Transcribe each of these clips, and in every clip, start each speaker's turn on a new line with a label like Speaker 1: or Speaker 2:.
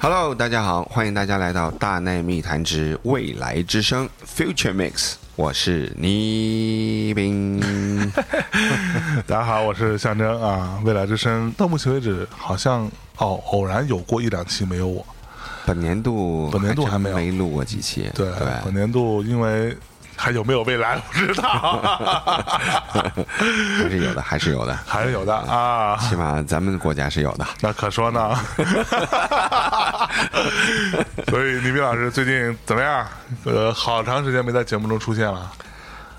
Speaker 1: Hello，大家好，欢迎大家来到大内密谈之未来之声 Future Mix，我是倪 斌。
Speaker 2: 大家好，我是象征啊，未来之声。到目前为止，好像哦，偶然有过一两期没有我。
Speaker 1: 本年度
Speaker 2: 本年度还
Speaker 1: 真
Speaker 2: 没有
Speaker 1: 没录过几期，
Speaker 2: 对，本年度因为还有没有未来不知道，
Speaker 1: 还是有的，还是有的，
Speaker 2: 还是有的啊。
Speaker 1: 起码咱们国家是有的。
Speaker 2: 那可说呢。 所以倪斌老师最近怎么样？呃，好长时间没在节目中出现了。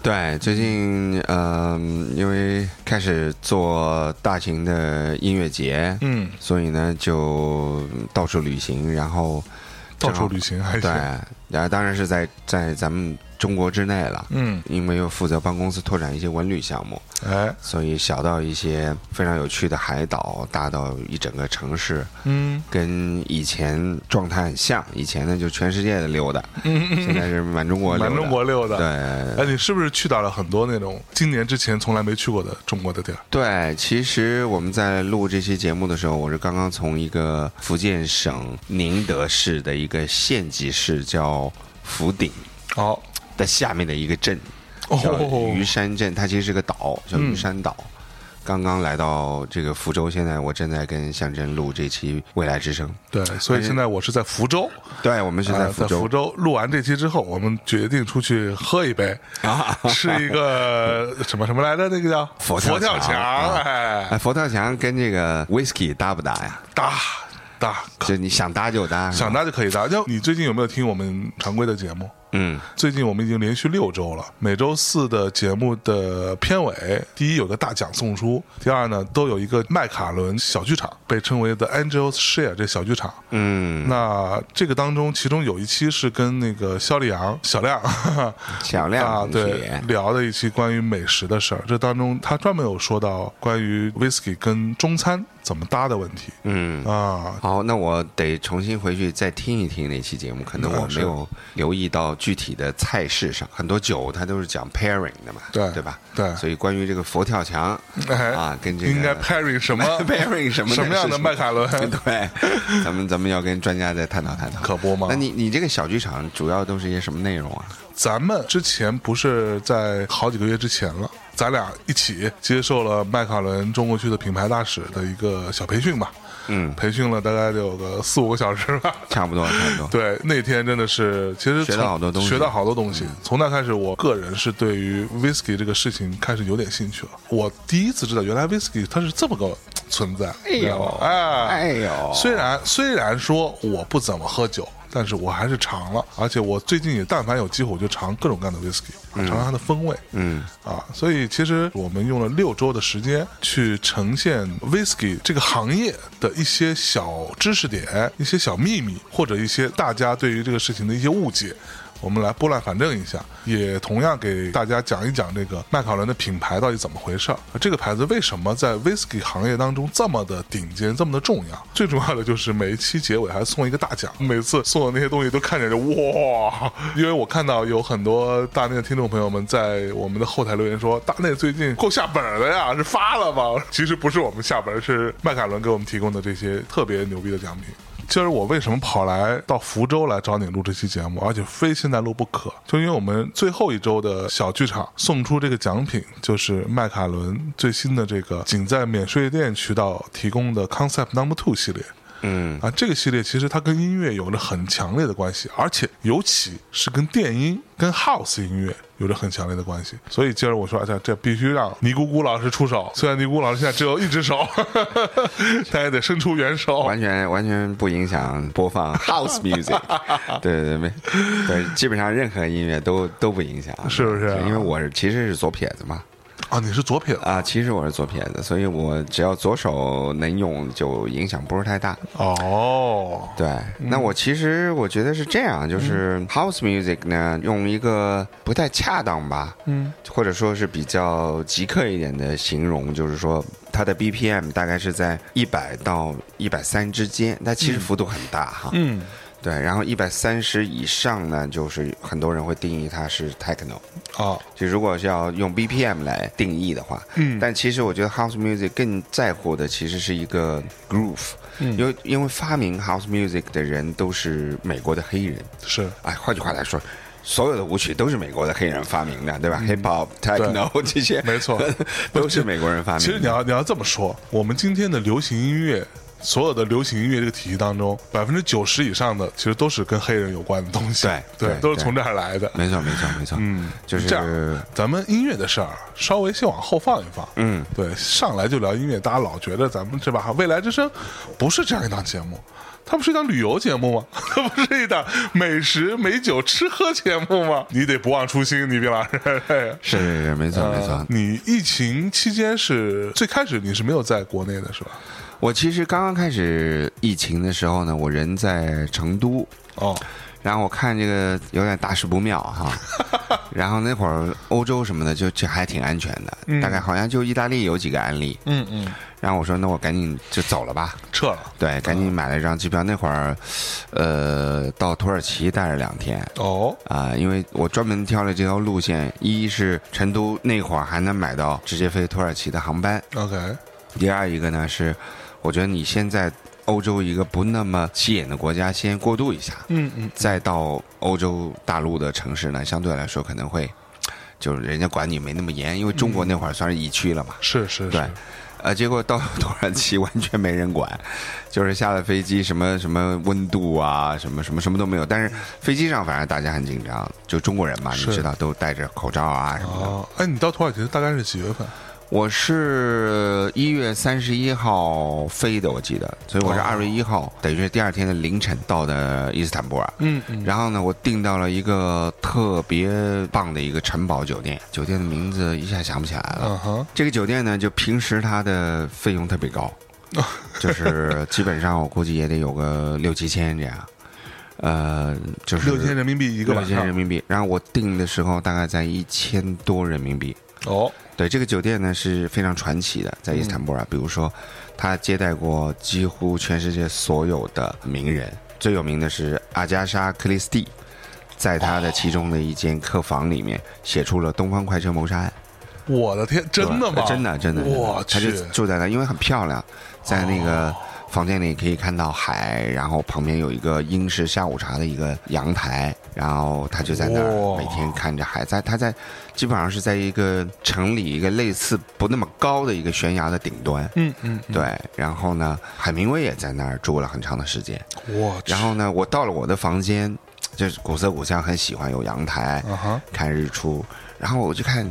Speaker 1: 对，最近呃，因为开始做大型的音乐节，
Speaker 2: 嗯，
Speaker 1: 所以呢就到处旅行，然后
Speaker 2: 到
Speaker 1: 正好
Speaker 2: 处旅行还
Speaker 1: 对
Speaker 2: 行。，
Speaker 1: 然后当然是在在咱们中国之内了。
Speaker 2: 嗯，
Speaker 1: 因为又负责帮公司拓展一些文旅项目，
Speaker 2: 哎，
Speaker 1: 所以小到一些非常有趣的海岛，大到一整个城市，
Speaker 2: 嗯
Speaker 1: 跟以前状态很像。以前呢就全世界的溜达，
Speaker 2: 嗯，
Speaker 1: 现在是满中国溜达。
Speaker 2: 满中国溜达。
Speaker 1: 对
Speaker 2: 哎，你是不是去到了很多那种今年之前从来没去过的中国的地儿？
Speaker 1: 对，其实我们在录这期节目的时候，我是刚刚从一个福建省宁德市的一个县级市叫福鼎
Speaker 2: 哦，
Speaker 1: 的下面的一个镇叫
Speaker 2: 哦，嗯
Speaker 1: 鱼山镇，它其实是个岛，叫鱼山岛。刚刚来到这个福州，现在我正在跟向真录这期《未来之声
Speaker 2: 对，所以现在我是在福州，》。
Speaker 1: 对，我们哎是
Speaker 2: 啊
Speaker 1: 在
Speaker 2: 在
Speaker 1: 福州，
Speaker 2: 福州录完这期之后，我们决定出去喝一 杯，吃一个什么什么来着？那个叫
Speaker 1: 佛跳
Speaker 2: 跳
Speaker 1: 墙
Speaker 2: 墙，
Speaker 1: 啊
Speaker 2: 哎，
Speaker 1: 哎，佛跳墙跟这个 whisky 搭不搭呀？
Speaker 2: 搭搭，
Speaker 1: 就你想搭就搭，是吧
Speaker 2: 想搭就可以搭。要你最近有没有听我们常规的节目？
Speaker 1: 嗯，
Speaker 2: 最近我们已经连续六周了，每周四的节目的片尾，第一有个大奖送出，第二呢都有一个麦卡伦小剧场，被称为 The Angels Share 这小剧场。
Speaker 1: 嗯，
Speaker 2: 那这个当中，其中有一期是跟那个肖丽阳、小亮
Speaker 1: 小
Speaker 2: 啊
Speaker 1: 亮同
Speaker 2: 对
Speaker 1: 学，
Speaker 2: 聊的一期关于美食的事儿。这当中他专门有说到关于 whisky 跟中餐怎么搭的问题
Speaker 1: 嗯。
Speaker 2: 啊。
Speaker 1: 好，那我得重新回去再听一听那期节目，可
Speaker 2: 嗯
Speaker 1: 能我没有留意到具体的菜式上，很多酒它都是讲 pairing 的嘛，
Speaker 2: 对
Speaker 1: 对吧？
Speaker 2: 对
Speaker 1: 所以关于这个佛跳墙
Speaker 2: 哎
Speaker 1: 啊，跟这个
Speaker 2: 应该 pairing 什么
Speaker 1: pairing 什么
Speaker 2: 什么样
Speaker 1: 是
Speaker 2: 的麦卡伦
Speaker 1: 对，咱们咱们要跟专家再探讨探讨。
Speaker 2: 可不嘛
Speaker 1: 那你你这个小剧场主要都是一些什么内容啊？
Speaker 2: 咱们之前不是在好几个月之前了，咱俩一起接受了麦卡伦中国区的品牌大使的一个小培训吧，
Speaker 1: 嗯，
Speaker 2: 培训了大概得有个四五个小时吧。
Speaker 1: 差不多差不多。
Speaker 2: 对，那天真的是，其实
Speaker 1: 学到
Speaker 2: 从
Speaker 1: 好多东西嗯
Speaker 2: 学到好多东西。从那开始，我个人是对于 whisky 这个事情开始有点兴趣了。我第一次知道，原来 whisky 它是这么个存在。哎
Speaker 1: 呦
Speaker 2: 哎，
Speaker 1: 哎呦
Speaker 2: 虽然虽然说我不怎么喝酒。但是我还是尝了，而且我最近也但凡有机会，我就尝各种各样的 whisky，、尝尝它的风味。
Speaker 1: 嗯，
Speaker 2: 啊，所以其实我们用了六周的时间去呈现 whisky 这个行业的一些小知识点、一些小秘密，或者一些大家对于这个事情的一些误解。我们来拨乱反正一下，也同样给大家讲一讲这个麦考伦的品牌到底怎么回事儿。这个牌子为什么在 whisky 行业当中这么的顶尖、这么的重要？最重要的就是每一期结尾还送一个大奖，每次送的那些东西都看着就哇！因为我看到有很多大内的听众朋友们在我们的后台留言说，大内最近够下本儿的呀，是发了吗？其实不是我们下本儿，是麦卡伦给我们提供的这些特别牛逼的奖品。今儿我为什么跑来到福州来找你录这期节目，而且非现在录不可？就因为我们最后一周的小剧场送出这个奖品，就是麦卡伦最新的这个仅在免税店渠道提供的 Concept Number Two 系列。
Speaker 1: 嗯
Speaker 2: 啊，这个系列其实它跟音乐有着很强烈的关系，而且尤其是跟电音、跟 house 音乐有着很强烈的关系。所以今儿我说，哎呀，这必须让尼姑姑老师出手。虽然尼姑老师现在只有一只手， 但也得伸出援手。
Speaker 1: 完全完全不影响播 放 house music，对对对，没对，基本上任何音乐都都不影响，
Speaker 2: 是不是啊
Speaker 1: 因为我是其实是左撇子嘛，
Speaker 2: 啊，你是左撇子
Speaker 1: 啊，其实我是左撇子，所以我只要左手能用，就影响不是太大。
Speaker 2: 哦，
Speaker 1: 对，那我其实我觉得是这样，就是
Speaker 2: 嗯
Speaker 1: house music 呢，用一个不太恰当吧，
Speaker 2: 嗯，
Speaker 1: 或者说是比较极客一点的形容，就是说它它的 BPM 大概是在一百到一百三之间，但其实幅度很大哈。
Speaker 2: 嗯，
Speaker 1: 对，然后一百三十以上呢，就是很多人会定义它是 techno。
Speaker 2: 啊，
Speaker 1: 就如果是要用 BPM 来定义的话，
Speaker 2: 嗯
Speaker 1: 但其实我觉得 House Music 更在乎的其实是一个 groove，、
Speaker 2: 嗯
Speaker 1: 因为因为发明 House Music 的人都是美国的黑人，
Speaker 2: 是
Speaker 1: 哎，换句话来说。所有的舞曲都是美国的黑人发明的，对吧、h i p hop、techno 这些，
Speaker 2: 嗯没错
Speaker 1: 都是美国人发明的。
Speaker 2: 其实你要你要这么说，我们今天的流行音乐，所有的流行音乐这个体系当中，百分之九十以上的其实都是跟黑人有关的东西，
Speaker 1: 对对
Speaker 2: 都是
Speaker 1: 对
Speaker 2: 从这儿来的。
Speaker 1: 没错，没错，没错，嗯，就是
Speaker 2: 这样，咱们音乐的事儿稍微先往后放一放。
Speaker 1: 嗯，
Speaker 2: 对，上来就聊音乐，大家老觉得咱们是吧？未来之声不是这样一档节目，它不是一档旅游节目吗？ 它不是一档美食、美酒、吃喝节目吗？你得不忘初心，你别老是。哎
Speaker 1: 是是是，没错、没错。
Speaker 2: 你疫情期间是最开始你是没有在国内的是吧？
Speaker 1: 我其实刚刚开始疫情的时候呢，我人在成都，
Speaker 2: 哦，
Speaker 1: 然后我看这个有点大事不妙 哈，然后那会儿欧洲什么的就就还挺安全的，大概好像就意大利有几个案例，
Speaker 2: 嗯嗯，
Speaker 1: 然后我说那我赶紧就走了吧，
Speaker 2: 撤了。
Speaker 1: 对，赶紧买了一张机票，那会儿，呃，到土耳其待了两天。
Speaker 2: 哦，
Speaker 1: 啊、因为我专门挑了这条路线，一是成都那会儿还能买到直接飞土耳其的航班，
Speaker 2: OK，
Speaker 1: 第二一个呢是，我觉得你先在欧洲一个不那么起眼的国家先过渡一下，
Speaker 2: 嗯嗯，
Speaker 1: 再到欧洲大陆的城市呢，相对来说可能会，就是人家管你没那么严，因为中国那会儿算是疫区了嘛。
Speaker 2: 是是
Speaker 1: 对
Speaker 2: 是，，
Speaker 1: 呃，结果到土耳其完全没人管，就是下了飞机什么什么温度啊，什么什么什么都没有。但是飞机上反正大家很紧张，就中国人嘛，你
Speaker 2: 是
Speaker 1: 知道都戴着口罩啊什么的。
Speaker 2: 哦，哎，你到土耳其大概是几月份？
Speaker 1: 我是一月三十一号飞的，我记得，所以我是
Speaker 2: 哦
Speaker 1: 二月一号，等于是第二天的凌晨到的伊斯坦布尔。
Speaker 2: 嗯嗯，
Speaker 1: 然后呢，我订到了一个特别棒的一个城堡酒店，酒店的名字一下想不起来了。
Speaker 2: 嗯哼，
Speaker 1: 这个酒店呢，就平时它的费用特别 高，就是基本上我估计也得有个六七千这样，呃，就是
Speaker 2: 六千人民币一个
Speaker 1: 六
Speaker 2: 晚
Speaker 1: 千人
Speaker 2: 上。
Speaker 1: 民币。然后我订的时候大概在一千多人民币。
Speaker 2: 哦，
Speaker 1: 对，这个酒店呢是非常传奇的，在伊斯坦布尔，比如说，它接待过几乎全世界所有的名人，最有名的是阿加莎·克里斯蒂，在他的其中的一间客房里面写出了《东方快车谋杀案
Speaker 2: 我的天，》，
Speaker 1: 对
Speaker 2: 真的
Speaker 1: 吧
Speaker 2: 吗？
Speaker 1: 呃真的，真的，真的
Speaker 2: 我
Speaker 1: 他
Speaker 2: 去
Speaker 1: 就，住在那，因为很漂亮，在那个。房间里可以看到海，然后旁边有一个英式下午茶的一个阳台，然后他就在那儿
Speaker 2: 哇
Speaker 1: 每天看着海，在他在基本上是在一个城里一个类似不那么高的一个悬崖的顶端，
Speaker 2: 嗯嗯，嗯，
Speaker 1: 对，然后呢，海明威也在那儿住了很长的时间，
Speaker 2: 我去，
Speaker 1: 然后呢，我到了我的房间，就是古色古香，很喜欢有阳台
Speaker 2: 啊哈，
Speaker 1: 看日出，然后我就看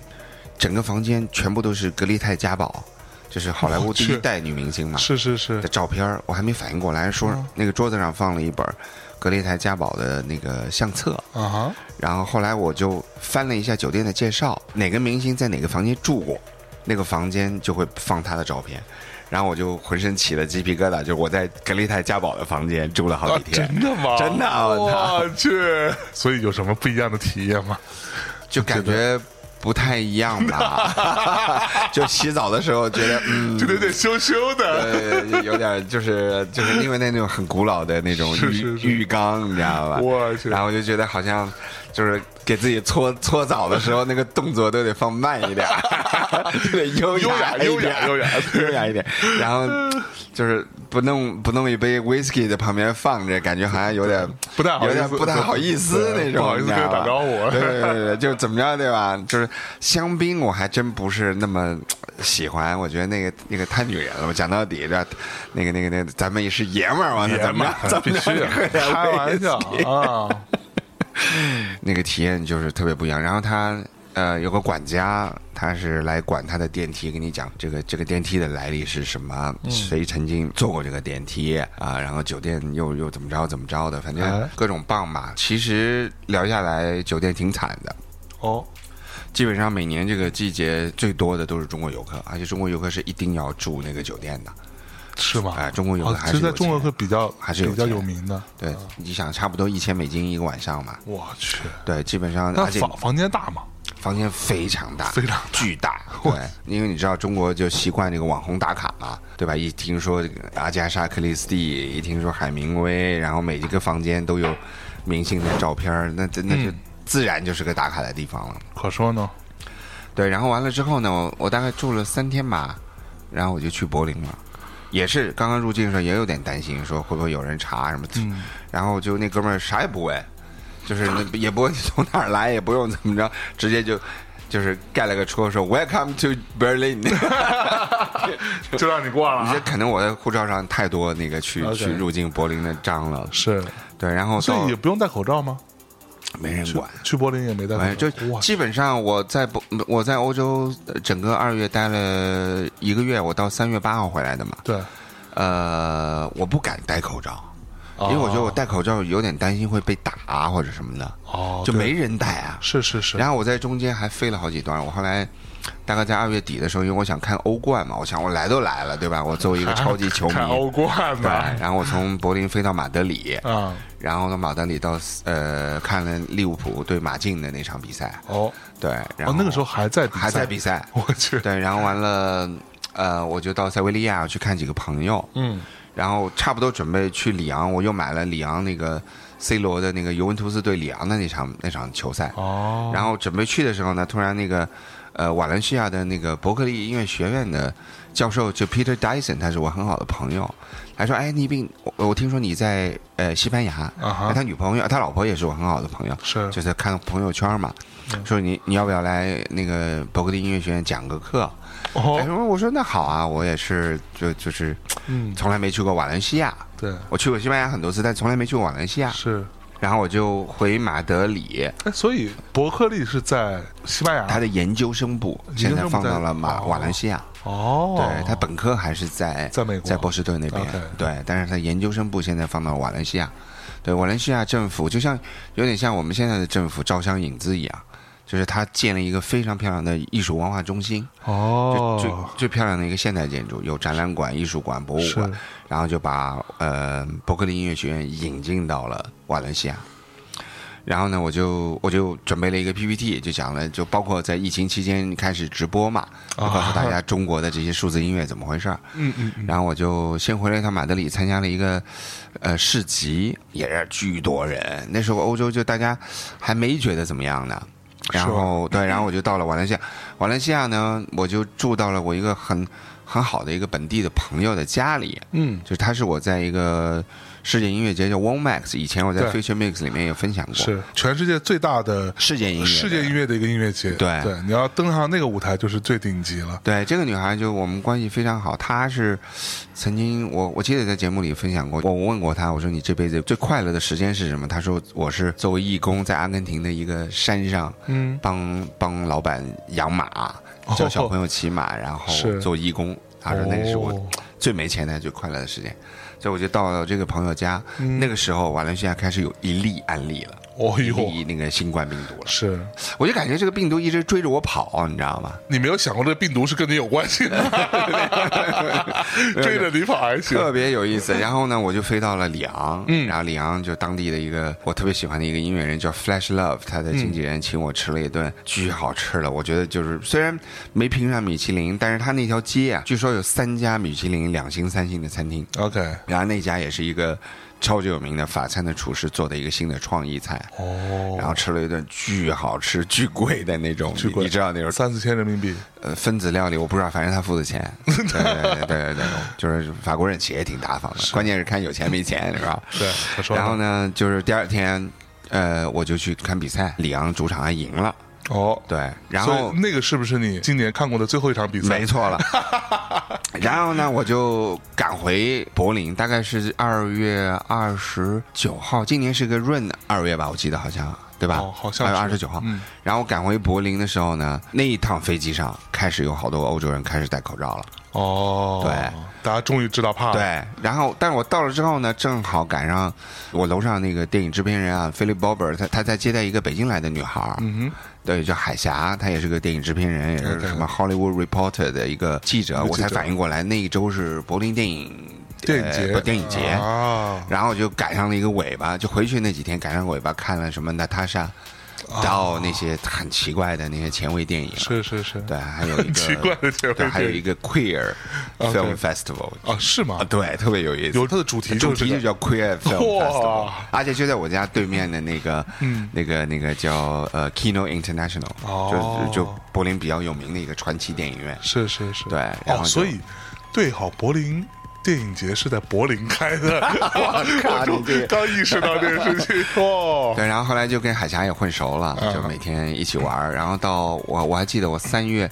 Speaker 1: 整个房间全部都是格丽泰嘉宝，就是好莱坞
Speaker 2: 我
Speaker 1: 第
Speaker 2: 去
Speaker 1: 一代女明星嘛，
Speaker 2: 哦是是是
Speaker 1: 的，照片儿，我还没反应过来，说
Speaker 2: 嗯
Speaker 1: 那个桌子上放了一本儿格列台嘉宝的那个相册，
Speaker 2: 啊哈，
Speaker 1: 然后后来我就翻了一下酒店的介绍，哪个明星在哪个房间住过，那个房间就会放他的照片，然后我就浑身起了鸡皮疙瘩，就是我在格列台嘉宝的房间住了好
Speaker 2: 啊
Speaker 1: 几天，
Speaker 2: 真的吗？
Speaker 1: 真的啊我操
Speaker 2: 我去，所以有什么不一样的体验吗？
Speaker 1: 就感觉不太一样吧， 就洗澡的时候觉得嗯
Speaker 2: 就。得得羞羞的，
Speaker 1: 呃，有点就是就是因为那种很古老的那种浴
Speaker 2: 是是是
Speaker 1: 浴缸，你知道吧？
Speaker 2: 我去
Speaker 1: 然后我就觉得好像就是给自己搓搓澡的时候，那个动作都得放慢一点， 就得优雅一点
Speaker 2: 优雅优雅优雅 对
Speaker 1: 优雅一点。然后就是不弄不弄一杯 whisky 在旁边放着，感觉好像有点
Speaker 2: 不太好意
Speaker 1: 有
Speaker 2: 思
Speaker 1: 点不太好意思
Speaker 2: 对
Speaker 1: 那种，
Speaker 2: 不好意思
Speaker 1: 你知道吧
Speaker 2: 跟人打招呼
Speaker 1: 对对对对对，就是怎么着对吧？就是香槟，我还真不是那么呃喜欢，我觉得那个那个太女人了。我讲到底，这那个那个那个，咱们也是爷们儿嘛，那
Speaker 2: 爷
Speaker 1: 怎
Speaker 2: 们
Speaker 1: 么着
Speaker 2: 儿
Speaker 1: 怎
Speaker 2: 必
Speaker 1: 么
Speaker 2: 须
Speaker 1: 着
Speaker 2: 的
Speaker 1: 喝点
Speaker 2: 开玩笑
Speaker 1: whisky
Speaker 2: 啊！
Speaker 1: 那个体验就是特别不一样。然后他呃有个管家，他是来管他的电梯，跟你讲这个这个电梯的来历是什么，
Speaker 2: 嗯
Speaker 1: 谁曾经坐过这个电梯啊？然后酒店又又怎么着怎么着的，反正
Speaker 2: 哎
Speaker 1: 各种棒嘛。其实聊下来，酒店挺惨的。
Speaker 2: 哦，
Speaker 1: 基本上每年这个季节最多的都是中国游客，而且中国游客是一定要住那个酒店的。
Speaker 2: 是吗？
Speaker 1: 哎中国有的
Speaker 2: 哦
Speaker 1: 还
Speaker 2: 其
Speaker 1: 是
Speaker 2: 实在
Speaker 1: 有
Speaker 2: 中国
Speaker 1: 钱
Speaker 2: 会比较
Speaker 1: 还是有
Speaker 2: 比较
Speaker 1: 钱
Speaker 2: 有名的。
Speaker 1: 对，你想差不多一千美金一个晚上嘛。
Speaker 2: 我去，
Speaker 1: 对，基本上
Speaker 2: 那
Speaker 1: 而且
Speaker 2: 房房间大吗？
Speaker 1: 房间非常大，
Speaker 2: 非常大
Speaker 1: 巨大。 对，因为你知道中国就习惯这个网红打卡嘛，对吧？一听说这个阿加莎·克里斯蒂，一听说海明威，然后每一个房间都有明星的照片儿，那真的
Speaker 2: 嗯
Speaker 1: 就自然就是个打卡的地方了。
Speaker 2: 可说呢，
Speaker 1: 对，然后完了之后呢，我我大概住了三天吧，然后我就去柏林了，也是刚刚入境的时候也有点担心，说会不会有人查什么，然后就那哥们儿啥也不问，就是那也不问你从哪儿来，也不用怎么着，直接就就是盖了个戳说 Welcome to Berlin，
Speaker 2: 就让你挂了
Speaker 1: 这
Speaker 2: 啊。
Speaker 1: 可能我的护照上太多那个去
Speaker 2: OK
Speaker 1: 去入境柏林的章了，
Speaker 2: 是，
Speaker 1: 对，然后
Speaker 2: 所
Speaker 1: 到
Speaker 2: 以也不用戴口罩吗？
Speaker 1: 没人管。
Speaker 2: 去柏林也没戴
Speaker 1: 哎，
Speaker 2: 口
Speaker 1: 就
Speaker 2: 罩。哇，
Speaker 1: 基本上我在不我在欧洲呃整个二月待了一个月，我到三月八号回来的嘛。
Speaker 2: 对，
Speaker 1: 呃，我不敢戴口罩，
Speaker 2: 哦
Speaker 1: 因为我觉得我戴口罩有点担心会被打啊或者什么的，
Speaker 2: 哦，
Speaker 1: 就
Speaker 2: 对
Speaker 1: 没人戴啊。
Speaker 2: 是是是，
Speaker 1: 然后我在中间还飞了好几段，我后来大概在二月底的时候，因为我想看欧冠嘛，我想我来都来了，对吧？我作为一个超级球迷
Speaker 2: 啊看，欧冠
Speaker 1: 对，
Speaker 2: 呢
Speaker 1: 然后我从柏林飞到马德里，
Speaker 2: 啊，
Speaker 1: 然后呢马德里到呃看了利物浦对马竞的那场比赛，
Speaker 2: 哦，
Speaker 1: 对，然后、
Speaker 2: 哦，那个时候还在比
Speaker 1: 还在
Speaker 2: 赛
Speaker 1: 比，赛，
Speaker 2: 我去，
Speaker 1: 对，然后完了，呃，我就到塞维利亚去看几个朋友，
Speaker 2: 嗯，
Speaker 1: 然后差不多准备去里昂，我又买了里昂那个 C 罗的那个尤文图斯对里昂的那场那场球赛。
Speaker 2: 哦，
Speaker 1: 然后准备去的时候呢，突然那个呃瓦伦西亚的那个伯克利音乐学院的教授就 Peter Dyson，他是我很好的朋友，他说：“哎，倪斌，我我听说你在呃西班牙，
Speaker 2: 啊哈
Speaker 1: 哎他女朋友，他老婆也是我很好的朋友，
Speaker 2: 是
Speaker 1: 就是看朋友圈嘛，
Speaker 2: 嗯
Speaker 1: 说你你要不要来那个伯克利音乐学院讲个课？哎，
Speaker 2: 哦，
Speaker 1: 我说那好啊，我也是就就是
Speaker 2: 嗯，
Speaker 1: 从来没去过瓦伦西亚，
Speaker 2: 对，
Speaker 1: 我去过西班牙很多次，但从来没去过瓦伦西亚。
Speaker 2: 是，
Speaker 1: 然后我就回马德里，
Speaker 2: 哎，所以伯克利是在西班
Speaker 1: 他
Speaker 2: 牙，
Speaker 1: 的研究生部
Speaker 2: 啊研
Speaker 1: 现
Speaker 2: 究生部
Speaker 1: 在放到了马
Speaker 2: 在
Speaker 1: 瓦伦西亚。
Speaker 2: 哦，
Speaker 1: 对他本科还是在
Speaker 2: 在美国
Speaker 1: 在波士顿那边
Speaker 2: OK。
Speaker 1: 对，但是他研究生部现在放到了瓦伦西亚。对，瓦伦西亚政府就像有点像我们现在的政府招商引资一样，就是他建了一个非常漂亮的艺术文化中心。就最
Speaker 2: 哦，
Speaker 1: 最漂亮的一个现代建筑，有展览馆、艺术馆、博物馆
Speaker 2: 是，
Speaker 1: 然后就把呃伯克利音乐学院引进到了瓦伦西亚。然后呢，我就我就准备了一个 PPT，就讲了，就包括在疫情期间开始直播嘛，就告诉大家中国的这些数字音乐怎么回事儿。
Speaker 2: 啊嗯嗯嗯，
Speaker 1: 然后我就先回了一趟马德里，参加了一个呃市集，也是巨多人。那时候欧洲就大家还没觉得怎么样呢。然后对，然后我就到了瓦伦西亚。瓦伦西亚呢，我就住到了我一个很很好的一个本地的朋友的家里。
Speaker 2: 嗯，
Speaker 1: 就是他是我在一个世界音乐节叫 One Max，以前我在
Speaker 2: 对
Speaker 1: Future Mix 里面也分享过。
Speaker 2: 嗯是全世界最大的
Speaker 1: 世界音乐，
Speaker 2: 世界音乐的一个音乐节，
Speaker 1: 对
Speaker 2: 对，你要登上那个舞台就是最顶级了，
Speaker 1: 对，这个女孩就我们关系非常好。她是曾经我我记得在节目里分享过，我问过她，我说你这辈子最快乐的时间是什么？她说我是作为义工在阿根廷的一个山上
Speaker 2: 嗯，
Speaker 1: 帮帮老板养马，教小朋友骑马，然后
Speaker 2: 哦是
Speaker 1: 做义工。她说那是我
Speaker 2: 哦
Speaker 1: 最没钱但最快乐的时间。所以我就到了这个朋友家，那个时候瓦伦西亚开始有一例案例了，
Speaker 2: 嗯哦
Speaker 1: 一
Speaker 2: 呦，
Speaker 1: 例那个新冠病毒了。
Speaker 2: 是
Speaker 1: 我就感觉这个病毒一直追着我跑，你知道吗？
Speaker 2: 你没有想过这个病毒是跟你有 关系的，追着你跑还行，
Speaker 1: 特别有意思。然后呢，我就飞到了里昂，嗯，然后里昂就当地的一个我特别喜欢的一个音乐人叫 Flash Love，他的经纪人请我吃了一顿巨好吃的，我觉得就是虽然没评上米其林，但是他那条街啊，据说有三家米其林两星三星的餐厅，
Speaker 2: OK，
Speaker 1: 然后那家也是一个超级有名的法餐的厨师做的一个新的创意菜。
Speaker 2: 哦，
Speaker 1: 然后吃了一顿巨好吃、巨贵的那种，
Speaker 2: 巨贵
Speaker 1: 你你知道那种
Speaker 2: 三四千人民币，
Speaker 1: 呃，分子料理我不知道，反正他付的钱。对对对对对，就是法国人其实也挺大方的，关键是看有钱没钱，是吧？
Speaker 2: 对，他说呢，
Speaker 1: 然后呢，就是第二天，呃，我就去看比赛，里昂主场还赢了，
Speaker 2: 哦，
Speaker 1: 对，然
Speaker 2: 所
Speaker 1: 后
Speaker 2: 以那个是不是你今年看过的最后一场比赛？
Speaker 1: 没错 了。然后呢，我就赶回柏林，大概是二月二十九号，今年是个闰二月吧，我记得好像对吧？
Speaker 2: 哦好像
Speaker 1: 二
Speaker 2: 是
Speaker 1: 月二十九号。
Speaker 2: 嗯
Speaker 1: 然后赶回柏林的时候呢，那一趟飞机上开始有好多欧洲人开始戴口罩了。
Speaker 2: 哦，
Speaker 1: 对，
Speaker 2: 大家终于知道怕了，
Speaker 1: 对，然后，但是我到了之后呢，正好赶上我楼上那个电影制片人啊，Philip Bober，他他在接待一个北京来的女孩，嗯对，叫海霞，她也是个电影制片人，也是
Speaker 2: OK
Speaker 1: 什么 Hollywood Reporter 的一个记者，
Speaker 2: 一个
Speaker 1: 我
Speaker 2: 记
Speaker 1: 才
Speaker 2: 者
Speaker 1: 反应过来，那一周是柏林电影
Speaker 2: 电影
Speaker 1: 呃
Speaker 2: 节，
Speaker 1: 不电影节。
Speaker 2: 啊，
Speaker 1: 然后就赶上了一个尾巴，就回去那几天赶上尾巴看了什么娜塔莎，到那些很奇怪的那些前卫电影，
Speaker 2: 啊是是是，
Speaker 1: 对，还有一个
Speaker 2: 奇怪的前卫
Speaker 1: 对，还有
Speaker 2: 电
Speaker 1: 一
Speaker 2: 影
Speaker 1: 个 Queer Film Festival
Speaker 2: 啊，是吗
Speaker 1: 啊，？对，特别有意思。
Speaker 2: 有它的主题
Speaker 1: 主
Speaker 2: 就是
Speaker 1: 题
Speaker 2: 这
Speaker 1: 就
Speaker 2: 个
Speaker 1: 叫 Queer Film
Speaker 2: 哇嗯
Speaker 1: Festival，而且就在我家对面的那个，那个那个叫呃 Kino International，、
Speaker 2: 哦
Speaker 1: 就就柏林比较有名的一个传奇电影院。
Speaker 2: 是是是，
Speaker 1: 对然后
Speaker 2: 哦，
Speaker 1: 就
Speaker 2: 所以对，好，柏林电影节是在柏林开 的，
Speaker 1: 靠
Speaker 2: 我
Speaker 1: 你这个
Speaker 2: 就刚意识到这个事 情，哇，
Speaker 1: 对，然后后来就跟海霞也混熟了，
Speaker 2: 嗯
Speaker 1: 就每天一起玩儿。然后到我我还记得我三月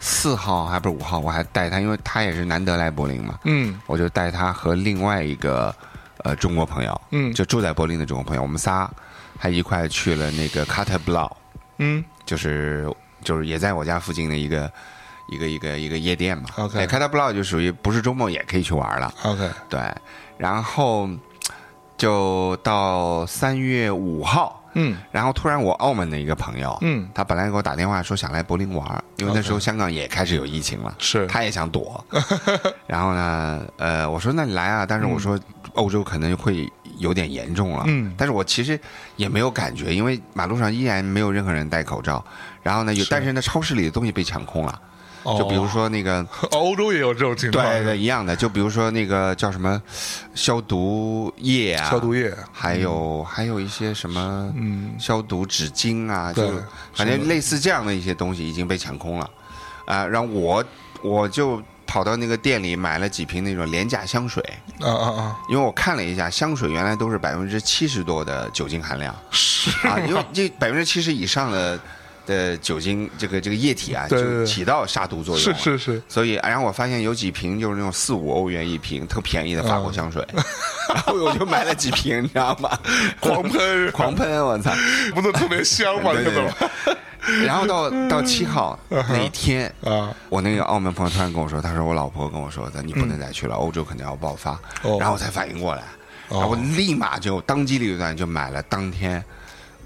Speaker 1: 四号还不是五号，我还带他，因为他也是难得来柏林嘛，
Speaker 2: 嗯，
Speaker 1: 我就带他和另外一个呃中国朋友，
Speaker 2: 嗯
Speaker 1: 就住在柏林的中国朋友，我们仨还一块去了那个 Carter Blau，
Speaker 2: 嗯，
Speaker 1: 就是就是也在我家附近的一个一个一个一个夜店嘛。对
Speaker 2: OK
Speaker 1: Carter Blau 就属于不是周末也可以去玩了，
Speaker 2: OK，
Speaker 1: 对，然后就到三月五号。
Speaker 2: 嗯，
Speaker 1: 然后突然，我澳门的一个朋友，
Speaker 2: 嗯，
Speaker 1: 他本来给我打电话说想来柏林玩儿，因为那时候香港也开始有疫情了，
Speaker 2: 是
Speaker 1: 他也想 躲。然后呢，呃，我说那你来啊，但是我说欧洲可能会有点严重了，
Speaker 2: 嗯
Speaker 1: 但是我其实也没有感觉，因为马路上依然没有任何人戴口罩。然后呢，有，但是呢，超市里的东西被抢空了，就比如说那 个，
Speaker 2: 哦欧洲也有这种情况，
Speaker 1: 对对，一样的，就比如说那个叫什么消毒液啊，
Speaker 2: 消毒液，
Speaker 1: 还有、还有一些什么
Speaker 2: 嗯
Speaker 1: 消毒纸巾啊，
Speaker 2: 对
Speaker 1: 就反正类似这样的一些东西已经被抢空了，啊、然后我我就跑到那个店里买了几瓶那种廉价香水，
Speaker 2: 啊啊啊，
Speaker 1: 因为我看了一下，香水原来都是百分之七十多的酒精含量
Speaker 2: 是
Speaker 1: 啊，因为这百分之七十以上的的酒精这个这个液体啊，
Speaker 2: 对对
Speaker 1: 就
Speaker 2: 对
Speaker 1: 起到杀毒作用
Speaker 2: 是
Speaker 1: 了。
Speaker 2: 是是，
Speaker 1: 所以，然后我发现有几瓶就是那种四五欧元一瓶特便宜的法国香 水，然后我就买了几瓶，你知道吗？
Speaker 2: 狂喷，
Speaker 1: 狂喷，我操！
Speaker 2: 不能特别香嘛，
Speaker 1: 对
Speaker 2: 这
Speaker 1: 对
Speaker 2: 怎
Speaker 1: 对
Speaker 2: 么办
Speaker 1: 然后到
Speaker 2: 嗯
Speaker 1: 到七号那一天，
Speaker 2: 啊？
Speaker 1: 我那个澳门朋友突然跟我说，他说我老婆跟我说的，你不能再去了，欧洲可能要爆发。
Speaker 2: 嗯哦
Speaker 1: 然后我才反应过来，
Speaker 2: 哦
Speaker 1: 然后我立马就当机立断就买了当天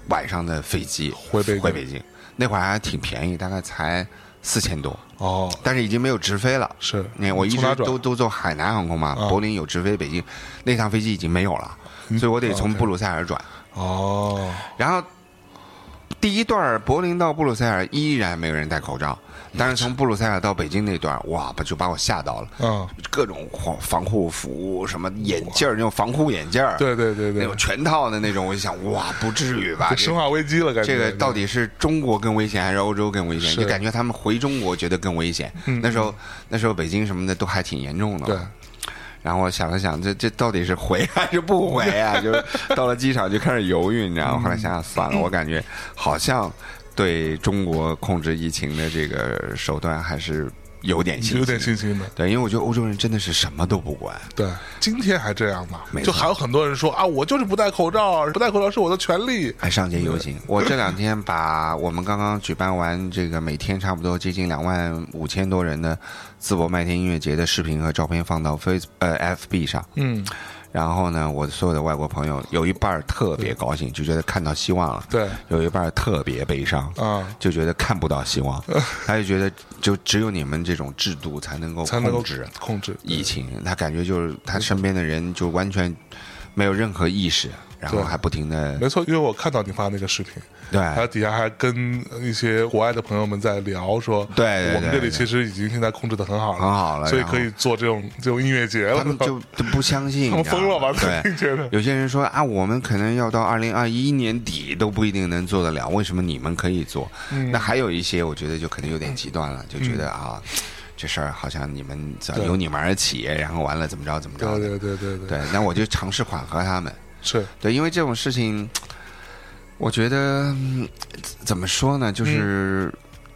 Speaker 1: 晚上的飞机
Speaker 2: 回北京
Speaker 1: 回北京，那会儿还挺便宜，大概才四千多，
Speaker 2: 哦，
Speaker 1: 但是已经没有直飞了。
Speaker 2: 是，
Speaker 1: 你看，我一
Speaker 2: 从哪
Speaker 1: 直
Speaker 2: 转
Speaker 1: 都都坐海南航空嘛，
Speaker 2: 啊嗯
Speaker 1: 柏林有直飞北京，那趟飞机已经没有了，所以我得从布鲁塞尔转。
Speaker 2: 哦，
Speaker 1: 然后第一段儿柏林到布鲁塞尔依然没有人戴口罩，但是从布鲁塞尔到北京那段儿，哇，把就把我吓到了，
Speaker 2: 嗯，
Speaker 1: 各种防防护服，什么眼镜儿，那种防护眼镜儿，
Speaker 2: 对对对
Speaker 1: 那
Speaker 2: 对
Speaker 1: 种，全套的那种，我就想，哇，不至于吧
Speaker 2: 这？生化危机了，感觉
Speaker 1: 这个到底是中国更危险还是欧洲更危险？
Speaker 2: 是
Speaker 1: 就感觉他们回中国觉得更危险。那时候那时候北京什么的都还挺严重的。
Speaker 2: 嗯对，
Speaker 1: 然后我想了想，这这到底是回还是不回啊？ 就是到了机场就开始犹豫，你知道吗？后来想想算了，我感觉好像对中国控制疫情的这个手段还是有点信心。
Speaker 2: 有点信心的。
Speaker 1: 对，因为我觉得欧洲人真的是什么都不管。
Speaker 2: 对，今天还这样呢
Speaker 1: 没，错
Speaker 2: 就还有很多人说啊，我就是不戴口罩，不戴口罩是我的权利。
Speaker 1: 还上街游行。我这两天把我们刚刚举办完这个每天差不多接近两万五千多人的淄博麦田音乐节的视频和照片放到 Face 呃 FB 上，
Speaker 2: 嗯，
Speaker 1: 然后呢，我所有的外国朋友有一半儿特别高兴，就觉得看到希望了；
Speaker 2: 对，
Speaker 1: 有一半儿特别悲伤，
Speaker 2: 啊，
Speaker 1: 就觉得看不到希 望，他就觉得就只有你们这种制度才能够
Speaker 2: 才能够
Speaker 1: 控制
Speaker 2: 控制
Speaker 1: 疫情，他感觉就是他身边的人就完全没有任何意识，然后
Speaker 2: 对
Speaker 1: 还不停的
Speaker 2: 没错，因为我看到你发那个视频，
Speaker 1: 对
Speaker 2: 还有底下还跟一些国外的朋友们在聊说，
Speaker 1: 对对对
Speaker 2: 我们这
Speaker 1: 对
Speaker 2: 里其实已经现在控制的很好了，
Speaker 1: 很好了
Speaker 2: 所以
Speaker 1: 然后
Speaker 2: 可以做这种这种音乐节了
Speaker 1: 他。们就都不相信，
Speaker 2: 他们
Speaker 1: 你知道 啊
Speaker 2: 疯了吧
Speaker 1: 对，
Speaker 2: 肯定觉得
Speaker 1: 有些人说啊，我们可能要到二零二一年底都不一定能做得了，为什么你们可以做？
Speaker 2: 嗯
Speaker 1: 那还有一些，我觉得就可能有点极端了，就觉得啊，这事儿好像你们只要由你们而起，然后完了怎么着怎么着
Speaker 2: 对
Speaker 1: 的。
Speaker 2: 对对对对，
Speaker 1: 对，那我就尝试缓和他们。
Speaker 2: 是
Speaker 1: 对，因为这种事情，我觉得嗯怎么说呢，
Speaker 2: 嗯
Speaker 1: 就是。